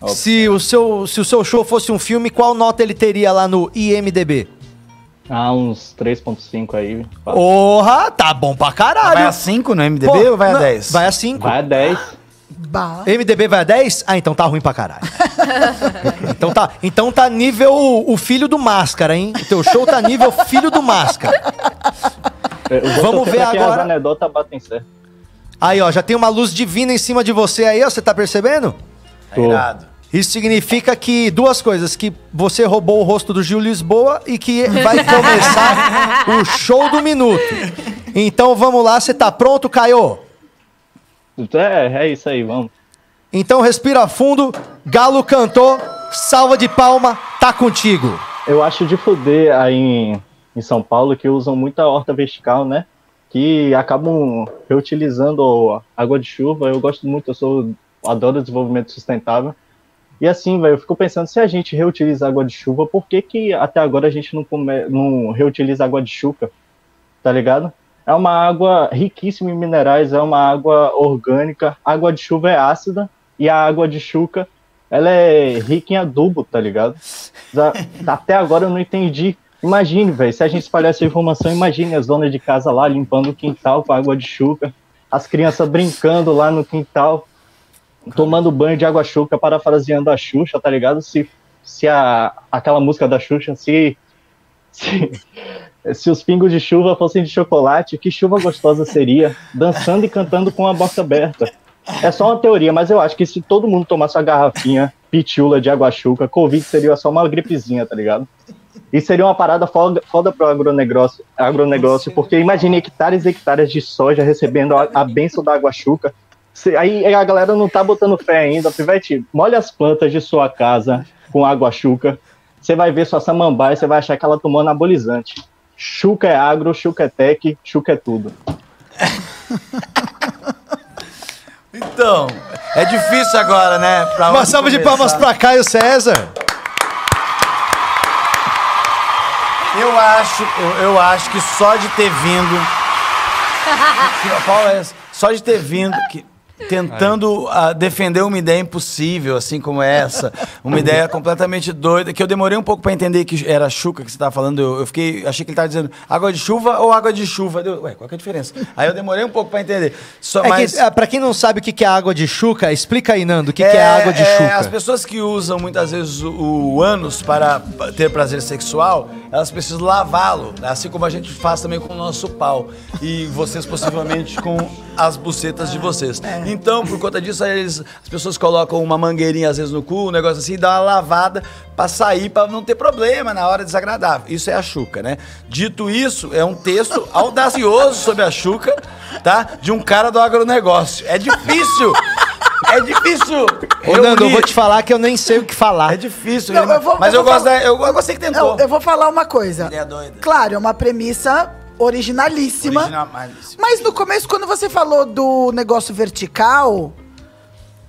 S6: Se o, seu, se o seu show fosse um filme, qual nota ele teria lá no IMDB?
S12: Ah, uns 3.5 aí.
S6: Porra, tá bom pra caralho.
S4: Vai a 5 no MDB
S6: Pô,
S4: ou vai a
S6: não,
S4: 10?
S6: Vai a 5.
S12: Vai a 10.
S6: MDB vai a 10? Ah, então tá ruim pra caralho. então, tá, então tá nível o filho do Máscara, hein? O teu show tá nível filho do Máscara.
S12: Eu vou
S6: Vamos
S12: torcer
S6: ver
S12: pra que As
S6: agora.
S12: anedotas batem certo.
S6: Aí, ó, já tem uma luz divina em cima de você aí, ó, você tá percebendo?
S12: Tô. Tá irado.
S6: Isso significa que duas coisas, que você roubou o rosto do Gil Lisboa e que
S4: <laughs>
S6: vai começar o show do minuto. Então vamos lá, você tá pronto, Caio?
S12: É, é isso aí, vamos.
S6: Então respira fundo, Galo cantou, salva de palma, tá contigo.
S12: Eu acho de fuder aí em, em São Paulo que usam muita horta vertical, né? Que acabam reutilizando água de chuva. Eu gosto muito, eu sou adoro desenvolvimento sustentável. E assim, velho, eu fico pensando se a gente reutiliza água de chuva, por que, que até agora a gente não, come- não reutiliza água de chuva? Tá ligado? É uma água riquíssima em minerais, é uma água orgânica. A água de chuva é ácida e a água de chuca ela é rica em adubo, tá ligado? Já- até agora eu não entendi. Imagine, velho, se a gente espalhar essa informação, imagine as donas de casa lá limpando o quintal com água de chuca, as crianças brincando lá no quintal tomando banho de água chuca, parafraseando a Xuxa, tá ligado? Se, se a, aquela música da Xuxa, se, se, se os pingos de chuva fossem de chocolate, que chuva gostosa seria, dançando e cantando com a boca aberta. É só uma teoria, mas eu acho que se todo mundo tomasse uma garrafinha pitula de aguachuca, Covid seria só uma gripezinha, tá ligado? E seria uma parada foda, foda pro agronegócio, agronegócio porque imagine hectares e hectares de soja recebendo a, a benção da aguachuca. Se- Aí aí a galera não tá botando fé ainda. Pivete, molha as plantas de sua casa com aguachuca. Você vai ver sua samambaia, você vai achar que ela tomou anabolizante. Chuca é agro, chuca é tech, chuca é tudo.
S4: Então, é difícil agora, né? pra
S6: Uma
S4: onde
S6: salva de
S4: começar?
S6: palmas pra Caio César.
S4: Eu acho, eu, eu acho que só de ter vindo. é Que Paulo é essa? Só de ter vindo. que- tentando ah, defender uma ideia impossível, assim como essa. Uma ideia completamente doida, que eu demorei um pouco pra entender que era chuca que você tava falando. Eu, eu fiquei. Achei que ele tava dizendo água de chuva ou água de chuva. Eu, Ué, qual que é a diferença? Aí eu demorei um pouco pra entender. Só,
S6: É que,
S4: mas...
S6: ah, pra quem não sabe o que que é água de chuca, explica aí, Nando, o que, que é água de
S4: é,
S6: chuca.
S4: As pessoas que usam muitas vezes o, o ânus para pa- ter prazer sexual, elas precisam lavá-lo, assim como a gente faz também com o nosso pau. E vocês possivelmente com as bucetas de vocês. Então, por conta disso, aí eles- as pessoas colocam uma mangueirinha às vezes no cu, um negócio assim, e dá uma lavada pra sair, pra não ter problema na hora desagradável. Isso é a chuca, né? Dito isso, é um texto <laughs> audacioso sobre a chuca, tá? De um cara do agronegócio. É difícil! É difícil.
S6: Ô, Nando, eu vou te falar que eu nem sei o que falar. É
S4: difícil, né?
S3: Não, eu vou-
S4: mas eu,
S3: vou
S4: gosto
S3: falar-
S4: da. Eu, eu gostei que tentou.
S3: Não, eu vou falar uma coisa.
S4: Ele é doido.
S3: Claro, é uma premissa originalíssima. Mas no começo, quando você falou do negócio vertical,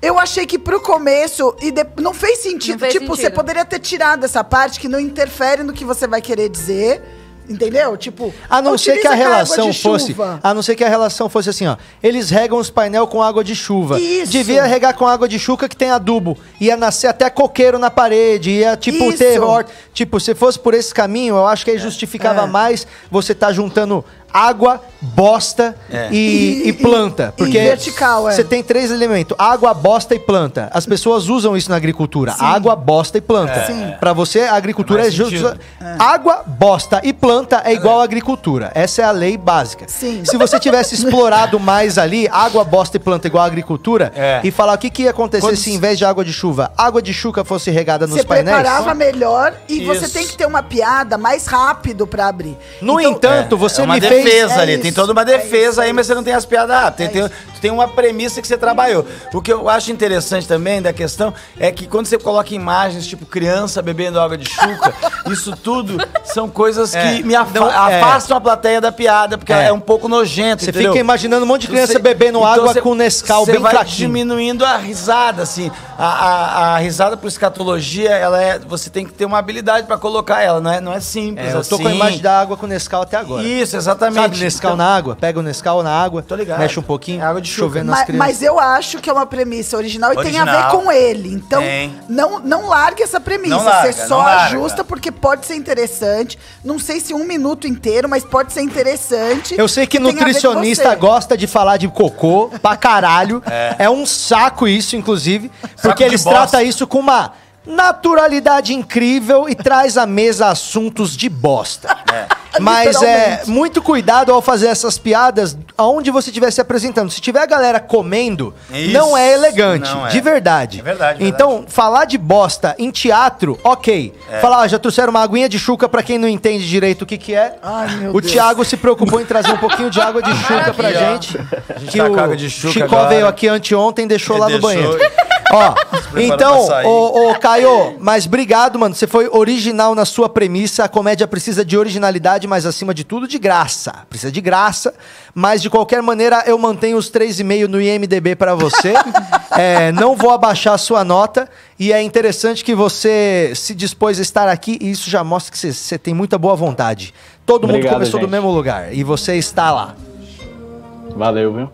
S3: eu achei que pro começo e de- não fez sentido.
S2: Não fez
S3: tipo, você
S2: sentido.
S3: poderia ter tirado essa parte que não interfere no que você vai querer dizer. Entendeu? Tipo,
S6: A não ser que a
S3: utiliza água de
S6: relação fosse.
S3: chuva.
S6: A não ser que a relação fosse assim, ó. Eles regam os painel com água de chuva.
S3: Isso.
S6: Devia regar com água de chuca que tem adubo. Ia nascer até coqueiro na parede. Ia, tipo,
S3: Isso.
S6: ter hort- Tipo, se fosse por esse caminho, eu acho que aí justificava
S3: É.
S6: mais você tá juntando água, bosta
S3: É.
S6: e,
S3: E-
S6: e planta.
S3: e
S6: Porque
S3: vertical, é.
S6: você tem três elementos: água, bosta e planta. As pessoas usam isso na agricultura: água, bosta e planta.
S4: É. Sim.
S6: Pra você, a agricultura é,
S4: Faz
S6: justa.
S4: sentido.
S6: Água, bosta e planta é igual à agricultura. Essa é a lei básica. Sim. Se
S4: <laughs>
S6: você tivesse explorado mais ali, água, bosta e planta igual à agricultura,
S4: É.
S6: e falar o que, que ia acontecer
S4: Quando
S6: se em vez de água de chuva, água de chuca fosse regada nos
S3: Você
S6: painéis?
S3: preparava melhor e você
S6: Isso.
S3: tem que ter uma piada mais rápido pra abrir.
S6: No entanto, você
S4: é uma
S6: me fez-
S4: defesa
S6: É
S4: ali,
S6: isso, É
S4: tem toda uma defesa aí, mas você não tem as piadas. Ah, tem, tem, tem uma premissa que você trabalhou. O que eu acho interessante também da questão é que quando você coloca imagens, tipo criança bebendo água de
S6: <laughs>
S4: chuca, isso tudo são coisas que me afa-
S6: não- é.
S4: afastam a plateia da piada, porque ela é, um pouco nojento.
S6: Você
S4: entendeu?
S6: fica imaginando um monte de criança
S4: Você-
S6: bebendo
S4: então
S6: água
S4: você-
S6: com Nescau
S4: você
S6: bem
S4: vai
S6: fraquinho.
S4: diminuindo a risada, assim. A, a- a risada por escatologia, ela é. Você tem que ter uma habilidade pra colocar ela, não é, não é simples.
S6: É, eu tô
S4: assim.
S6: com a imagem da água com Nescau até agora.
S4: Isso, exatamente. É
S6: Sabe, Nescau na água? Pega o Nescau na água, mexe um pouquinho, água de chovendo nas
S3: Ma-
S6: crianças.
S3: mas eu acho que é uma premissa original, e tem a ver
S6: Original.
S3: com ele. Então,
S6: Tem.
S3: não, não largue essa premissa.
S4: Não larga,
S3: Você só
S4: não larga.
S3: ajusta porque pode ser interessante. Não sei se um minuto inteiro, mas pode ser interessante.
S6: Eu sei que
S3: Tem a ver com
S6: nutricionista
S3: você.
S6: gosta de falar de cocô
S4: <laughs>
S6: pra caralho. É, um saco isso, inclusive, porque
S4: de
S6: eles
S4: bosta.
S6: tratam isso com uma naturalidade incrível e traz à mesa assuntos
S3: <laughs>
S6: de bosta. Mas é
S4: Literalmente.
S6: muito cuidado ao fazer essas piadas aonde você estiver se apresentando. Se tiver a galera comendo,
S4: Isso,
S6: não é elegante,
S4: não é.
S6: de verdade.
S4: É verdade, verdade.
S6: Então, falar de bosta em teatro, ok.
S4: É.
S6: Falar, ó, já trouxeram uma aguinha de chuca pra quem não entende direito o que que é.
S3: Ai, meu
S6: o
S3: Deus.
S6: Thiago se preocupou em trazer um pouquinho de água de chuca pra
S4: Maravilha.
S6: gente.
S4: A gente
S6: Que
S4: tá
S6: o
S4: com água de chuca
S6: Chicó
S4: agora.
S6: veio aqui anteontem e deixou
S4: Ele
S6: lá no
S4: deixou.
S6: banheiro.
S4: <laughs> preparou
S6: Ó,
S4: pra
S6: então,
S4: sair.
S6: ô, ô Caio, mas obrigado, mano. Você foi original na sua premissa. A comédia precisa de originalidade, mas acima de tudo, de graça. Precisa de graça. Mas de qualquer maneira, eu mantenho os 3,5 no IMDB pra você. É, não vou abaixar a sua nota. E é interessante que você se dispôs a estar aqui, e isso já mostra que você- você tem muita boa vontade. Todo mundo
S12: Obrigado,
S6: começou do
S12: gente.
S6: mesmo lugar. E você está lá.
S12: Valeu, viu?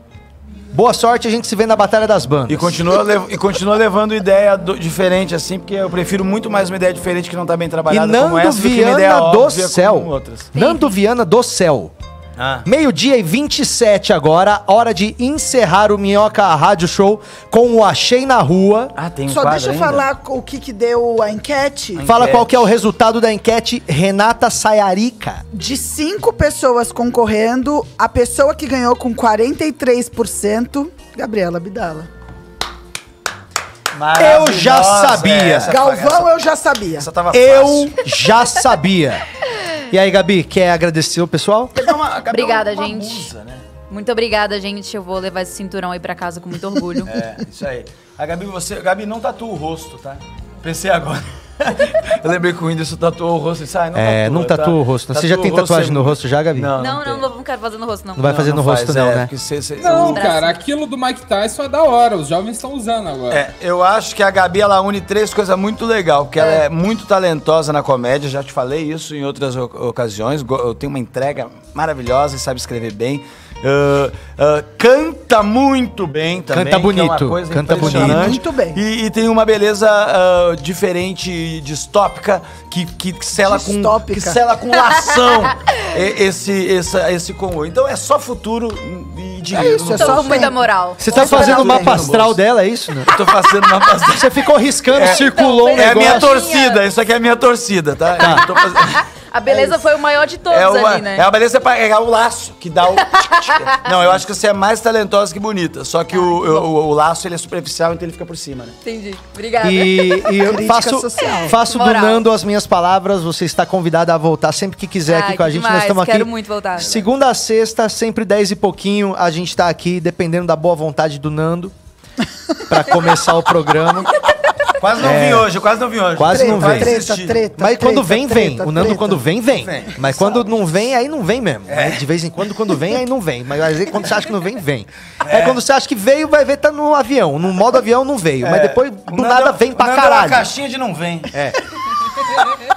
S6: Boa sorte, a gente se vê na Batalha das Bandas.
S4: E continua, lev- e continua levando ideia do- diferente, assim, porque eu prefiro muito mais uma ideia diferente que não tá bem
S6: E
S4: trabalhada como
S6: Nando
S4: essa do que uma ideia
S6: Viana do
S4: óbvia como
S6: Céu.
S4: outras.
S6: Nando Viana do Céu.
S4: Ah.
S6: Meio-dia e 27 agora, hora de encerrar o Minhoca Rádio Show com o Achei na Rua.
S4: Ah, tem
S3: Só deixa eu falar o que, que deu a enquete.
S6: Fala qual que é o resultado da enquete Renata Sayarica.
S3: De cinco pessoas concorrendo, a pessoa que ganhou com 43% Gabriela Abdala.
S6: Eu já sabia.
S3: Galvão, eu já sabia. <laughs>
S6: Eu já sabia. E aí, Gabi, quer agradecer o pessoal?
S5: Obrigada, gente.
S4: né?
S5: Muito obrigada, gente. Eu vou levar esse cinturão aí pra casa com muito orgulho.
S4: <laughs> É, isso aí. A Gabi, você. Gabi, não tatua o rosto, tá? Pensei agora. <laughs> Eu lembrei que o Whindersson tatuou o rosto e sai, não tá
S6: É, não tatua o rosto. Você já tem tatuagem no rosto já, Gabi?
S4: é Não, é,
S5: Não, não, não, quero fazer no rosto, não.
S6: Não vai fazer no rosto, não, né?
S7: Não, cara, aquilo do Mike Tyson é da hora, os jovens estão usando agora.
S4: É, eu acho que a Gabi ela une três coisas muito legal, porque ela é muito talentosa na comédia, já te falei isso em outras o- ocasiões. go- Eu tenho uma entrega maravilhosa e sabe escrever bem. Ah, ah, canta muito bem também.
S6: Canta
S4: que é uma
S6: bonito,
S4: coisa
S6: canta bonito.
S4: impressionante.
S6: Muito
S3: bem.
S4: E, e tem uma beleza ah, diferente e distópica que, que, sela com que sela com lação e- esse, essa, esse combo. Então é só futuro e dinheiro.
S5: isso, é só muita moral.
S6: Você tá fazendo o mapa astral dela, é isso? Né?
S4: Eu tô fazendo uma passagem.
S6: Você ficou riscando,
S4: É.
S6: circulou um
S4: É a
S6: negócio.
S4: minha torcida, isso aqui é a minha torcida, tá? Eu tô fazendo-
S5: <laughs> A beleza foi o maior de todos
S4: É, uma,
S5: ali, né?
S4: é a beleza pra- é o laço que dá o. Não, eu acho que você é mais talentosa que bonita. Só que o, o- o laço ele é superficial, então ele fica por cima, né?
S5: Entendi. Obrigada.
S6: E,
S5: <laughs>
S6: e eu faço, faço do
S5: Moral.
S6: Nando as minhas palavras. Você está convidada a voltar sempre que quiser
S5: Ai,
S6: aqui com a
S5: que
S6: gente.
S5: demais,
S6: Nós estamos aqui.
S5: Quero muito voltar.
S6: Segunda a sexta, sempre 10 e pouquinho, a gente tá aqui, dependendo da boa vontade do Nando, pra começar o programa.
S4: Quase não vim hoje, eu quase não vim hoje.
S6: É. Quase não
S4: Treta,
S6: vem.
S4: treta, treta,
S6: Mas quando
S4: treta,
S6: vem, vem.
S4: treta,
S6: o Nando
S4: treta.
S6: quando vem, vem.
S4: Vem. É.
S6: Mas quando não vem, aí não vem mesmo. Mas de vez em quando, quando vem, aí não vem. Mas às vezes quando você acha que não vem, vem.
S4: É.
S6: Aí quando você acha que veio, vai ver tá no avião. No modo avião não veio. Mas
S4: É.
S6: depois,
S4: O
S6: do
S4: Nando-
S6: nada, vem
S4: o
S6: pra
S4: Nando É uma
S6: caralho.
S4: caixinha de não vem.
S6: É.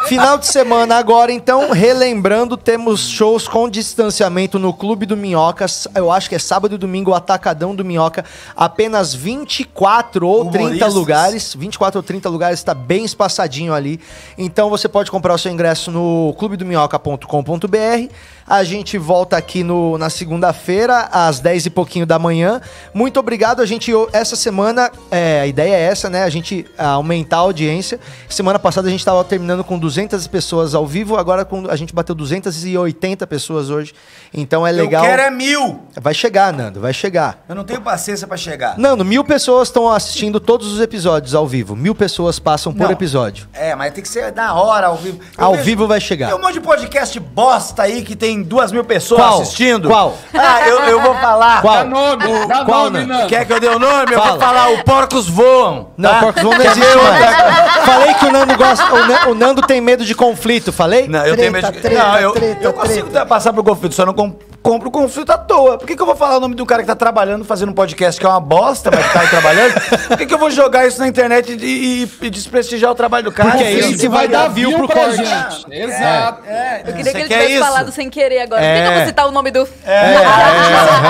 S6: Final de semana agora, então, relembrando, temos shows com distanciamento no Clube do Minhoca. S- Eu acho que é sábado e domingo, o Atacadão do Minhoca. Apenas 24 ou 30
S4: Humoristas.
S6: lugares. 24 ou 30 lugares, está bem espaçadinho ali. Então você pode comprar o seu ingresso no clubedominhoca.com.br. A gente volta aqui no- na segunda-feira, às 10 e pouquinho da manhã. Muito obrigado. A gente, o- essa semana, é, a ideia é essa, né? A gente aumentar a audiência. Semana passada a gente estava terminando com 200 pessoas ao vivo, agora com- a gente bateu 280 pessoas hoje. Então é legal.
S4: Eu quero é mil.
S6: Vai chegar, Nando, vai chegar.
S4: Eu não tenho paciência pra chegar.
S6: Nando, mil pessoas estão assistindo todos os episódios ao vivo. Mil pessoas passam por
S4: Não.
S6: episódio.
S4: É, mas tem que ser na hora, ao vivo. Eu
S6: ao
S4: vejo-
S6: vivo vai
S4: Tem
S6: chegar.
S4: um monte de podcast bosta aí que tem duas mil pessoas
S6: Qual?
S4: assistindo.
S6: Qual?
S4: Ah, eu, eu vou falar.
S6: Qual? Dá
S4: nome,
S6: dá Qual nome, nome? Nando?
S4: Quer que eu dê o nome? Eu vou
S6: Fala.
S4: falar o Porcos Voam.
S6: Não,
S4: tá?
S6: porcos vão não
S4: Quer
S6: existe
S4: ver
S6: mais.
S4: outra coisa?
S6: Falei que o Nando gosta. O Nan- o Nando tem medo de conflito, falei?
S4: Não, eu tenho medo de... não, eu, eu consigo passar pro conflito, só não com- compro o conflito à toa. Por que, que eu vou falar o nome do cara que tá trabalhando, fazendo um podcast que é uma bosta, mas que tá aí trabalhando? Por que, que eu vou jogar isso na internet e, e- e desprestigiar o trabalho do cara?
S6: Porque é isso que vai dar view pro corte.
S5: Eu
S4: Exato.
S5: queria
S4: É. Você
S5: que ele
S4: quer
S5: tivesse
S4: isso? É.
S5: falado sem querer agora. Por que que eu
S6: É.
S5: vou citar o nome do. <laughs>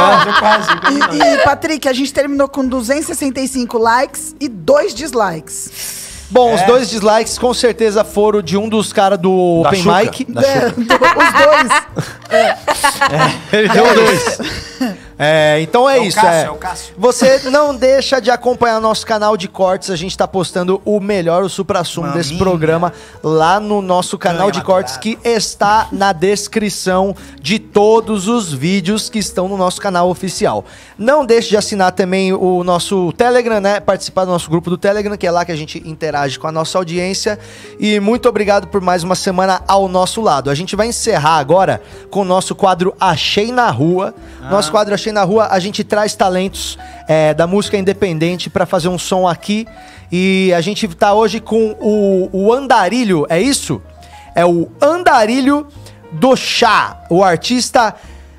S3: E, e, Patrick, a gente terminou com 265 likes e dois
S6: <laughs>
S3: dislikes.
S6: Bom,
S4: É.
S6: os dois dislikes com certeza foram de um dos caras do
S3: Da
S6: Open
S3: Xuca,
S6: Mic.
S3: da É,
S6: <laughs>
S3: Xuca. do- os dois.
S6: Ele deu dois. É, então é,
S4: É o
S6: isso.
S4: Cássio,
S6: é.
S4: é o Cássio.
S6: Você não deixa de acompanhar nosso canal de cortes. A gente tá postando o melhor, o supra-sumo desse programa lá no nosso canal de cortes, que está na descrição de todos os vídeos que estão no nosso canal oficial. Não deixe de assinar também o nosso Telegram, né? Participar do nosso grupo do Telegram, que é lá que a gente interage com a nossa audiência. E muito obrigado por mais uma semana ao nosso lado. A gente vai encerrar agora com o nosso quadro Achei na Rua. Nosso quadro Achei na Rua, a gente traz talentos é, da música independente para fazer um som aqui. E a gente tá hoje com o, o Andarilho, é isso? É o Andarilho do Chá, o artista.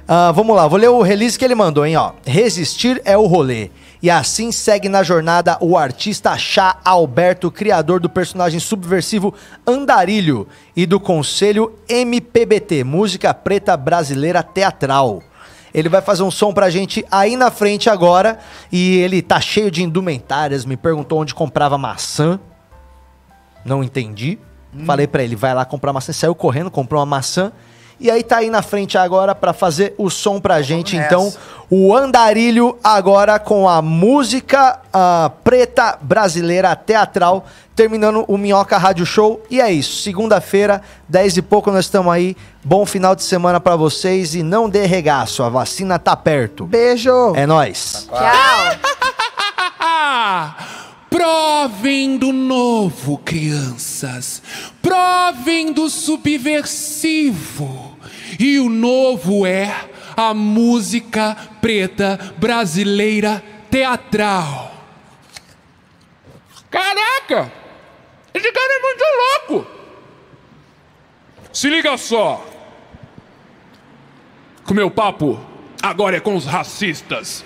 S6: ah, vamos lá, vou ler o release que ele mandou, hein? Ó. Resistir é o rolê. E assim segue na jornada o artista Chá Alberto, criador do personagem subversivo Andarilho e do Conselho MPBT, Música Preta Brasileira Teatral. Ele vai fazer um som pra gente aí na frente agora. E ele tá cheio de indumentárias, me perguntou onde comprava maçã. Não entendi. Falei pra ele, vai lá comprar maçã. Ele Saiu correndo, comprou uma maçã. E aí tá aí na frente agora pra fazer o som pra gente.
S8: Vamos
S6: Então,
S8: nessa.
S6: o Andarilho agora com a música ah, preta brasileira teatral, terminando o Minhoca Rádio Show. E é isso. Segunda-feira, 10 e pouco, nós estamos aí. Bom final de semana pra vocês e não dê regaço, a vacina tá perto.
S3: Beijo!
S6: É nóis.
S24: Provem do novo, crianças. Provem do subversivo. E o novo é a música preta brasileira teatral. Caraca! Esse cara é muito louco! Se liga só! Que o meu papo agora é com os racistas.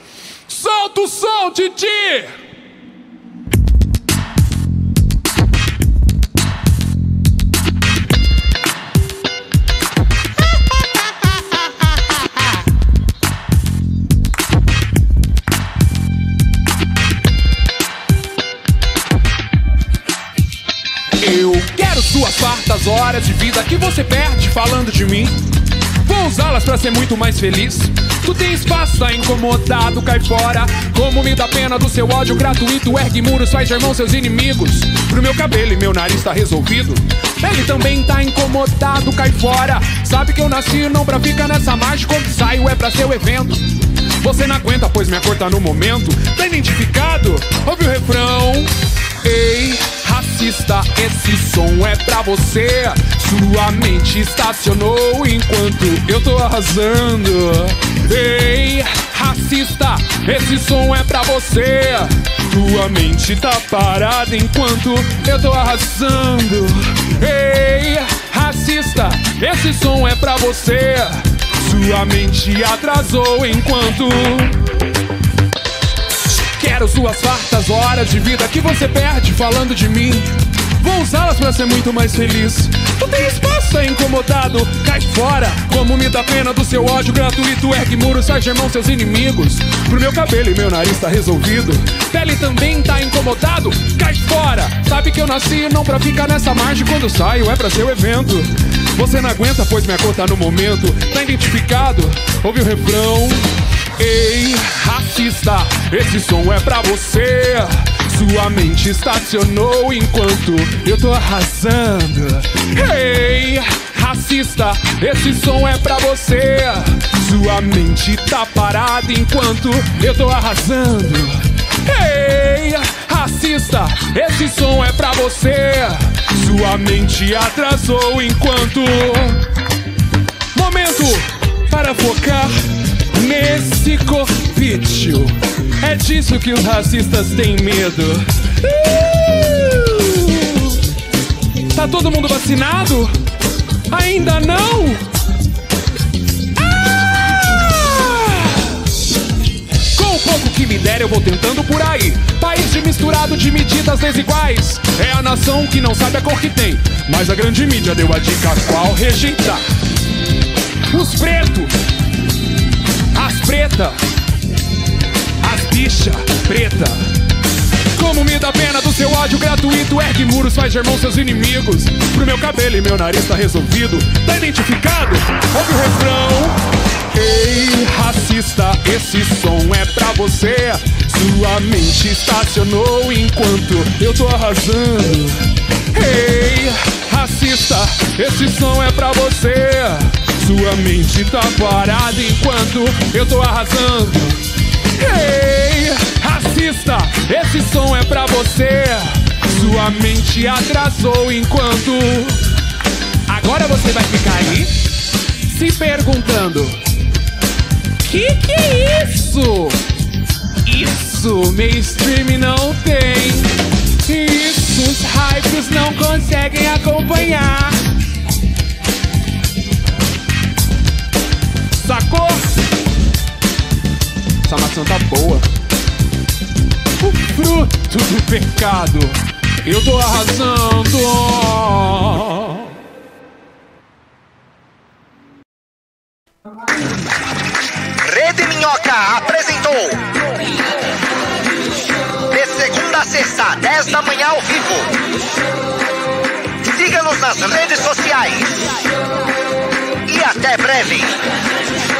S24: Solta o som, Titi! Eu quero suas fartas horas de vida que você perde falando de mim. Vou usá-las pra ser muito mais feliz. Tu tem espaço, tá incomodado, cai fora. Como me dá pena do seu ódio gratuito, ergue muros, faz de irmão seus inimigos. Pro meu cabelo e meu nariz tá resolvido. Ele também tá incomodado, cai fora. Sabe que eu nasci não pra ficar nessa margem. Quando saio é pra seu evento. Você não aguenta, pois minha cor tá no momento. Tá identificado? Ouve o refrão. Ei, racista, esse som é pra você. Sua mente estacionou enquanto eu tô arrasando. Ei, racista, esse som é pra você. Sua mente tá parada enquanto eu tô arrasando. Ei, racista, esse som é pra você. Sua mente atrasou enquanto Quero suas fartas horas de vida que você perde falando de mim. Vou usá-las pra ser muito mais feliz. Tu tem espaço, é incomodado, cai fora. Como me dá pena do seu ódio gratuito, ergue muros, sai germão seus inimigos. Pro meu cabelo e meu nariz tá resolvido. Pele também tá incomodado, cai fora. Sabe que eu nasci não pra ficar nessa margem. Quando saio é pra seu evento. Você não aguenta, pois minha cor tá no momento. Tá identificado? Ouve o refrão. Ei, racista, esse som é pra você. Sua mente estacionou enquanto eu tô arrasando. Ei, racista, esse som é pra você. Sua mente tá parada enquanto eu tô arrasando. Ei, racista, esse som é pra você. Sua mente atrasou enquanto. Momento para focar nesse corpício. É disso que os racistas têm medo. Uh! Tá todo mundo vacinado? Ainda não? Ah! Com o pouco que me der, eu vou tentando por aí. País de misturado de medidas desiguais. É a nação que não sabe a cor que tem. Mas a grande mídia deu a dica qual rejeitar. Os pretos as preta, as bicha preta. Como me dá pena do seu ódio gratuito, ergue muros, faz germão seus inimigos. Pro meu cabelo e meu nariz tá resolvido, tá identificado? Ouve o refrão. Ei, racista, esse som é pra você. Sua mente estacionou enquanto eu tô arrasando. Ei, racista, esse som é pra você. Sua mente tá parada enquanto eu tô arrasando. Ei, racista, esse som é pra você. Sua mente atrasou enquanto. Agora você vai ficar aí se perguntando: Que que é isso? Isso mainstream não tem. Isso os hypes não conseguem acompanhar. Sacou? Essa maçã tá boa. O fruto do pecado. Eu tô arrasando.
S1: Rede Minhoca apresentou. De segunda a sexta, 10 da manhã ao vivo. Siga-nos nas redes sociais. E
S2: e até breve.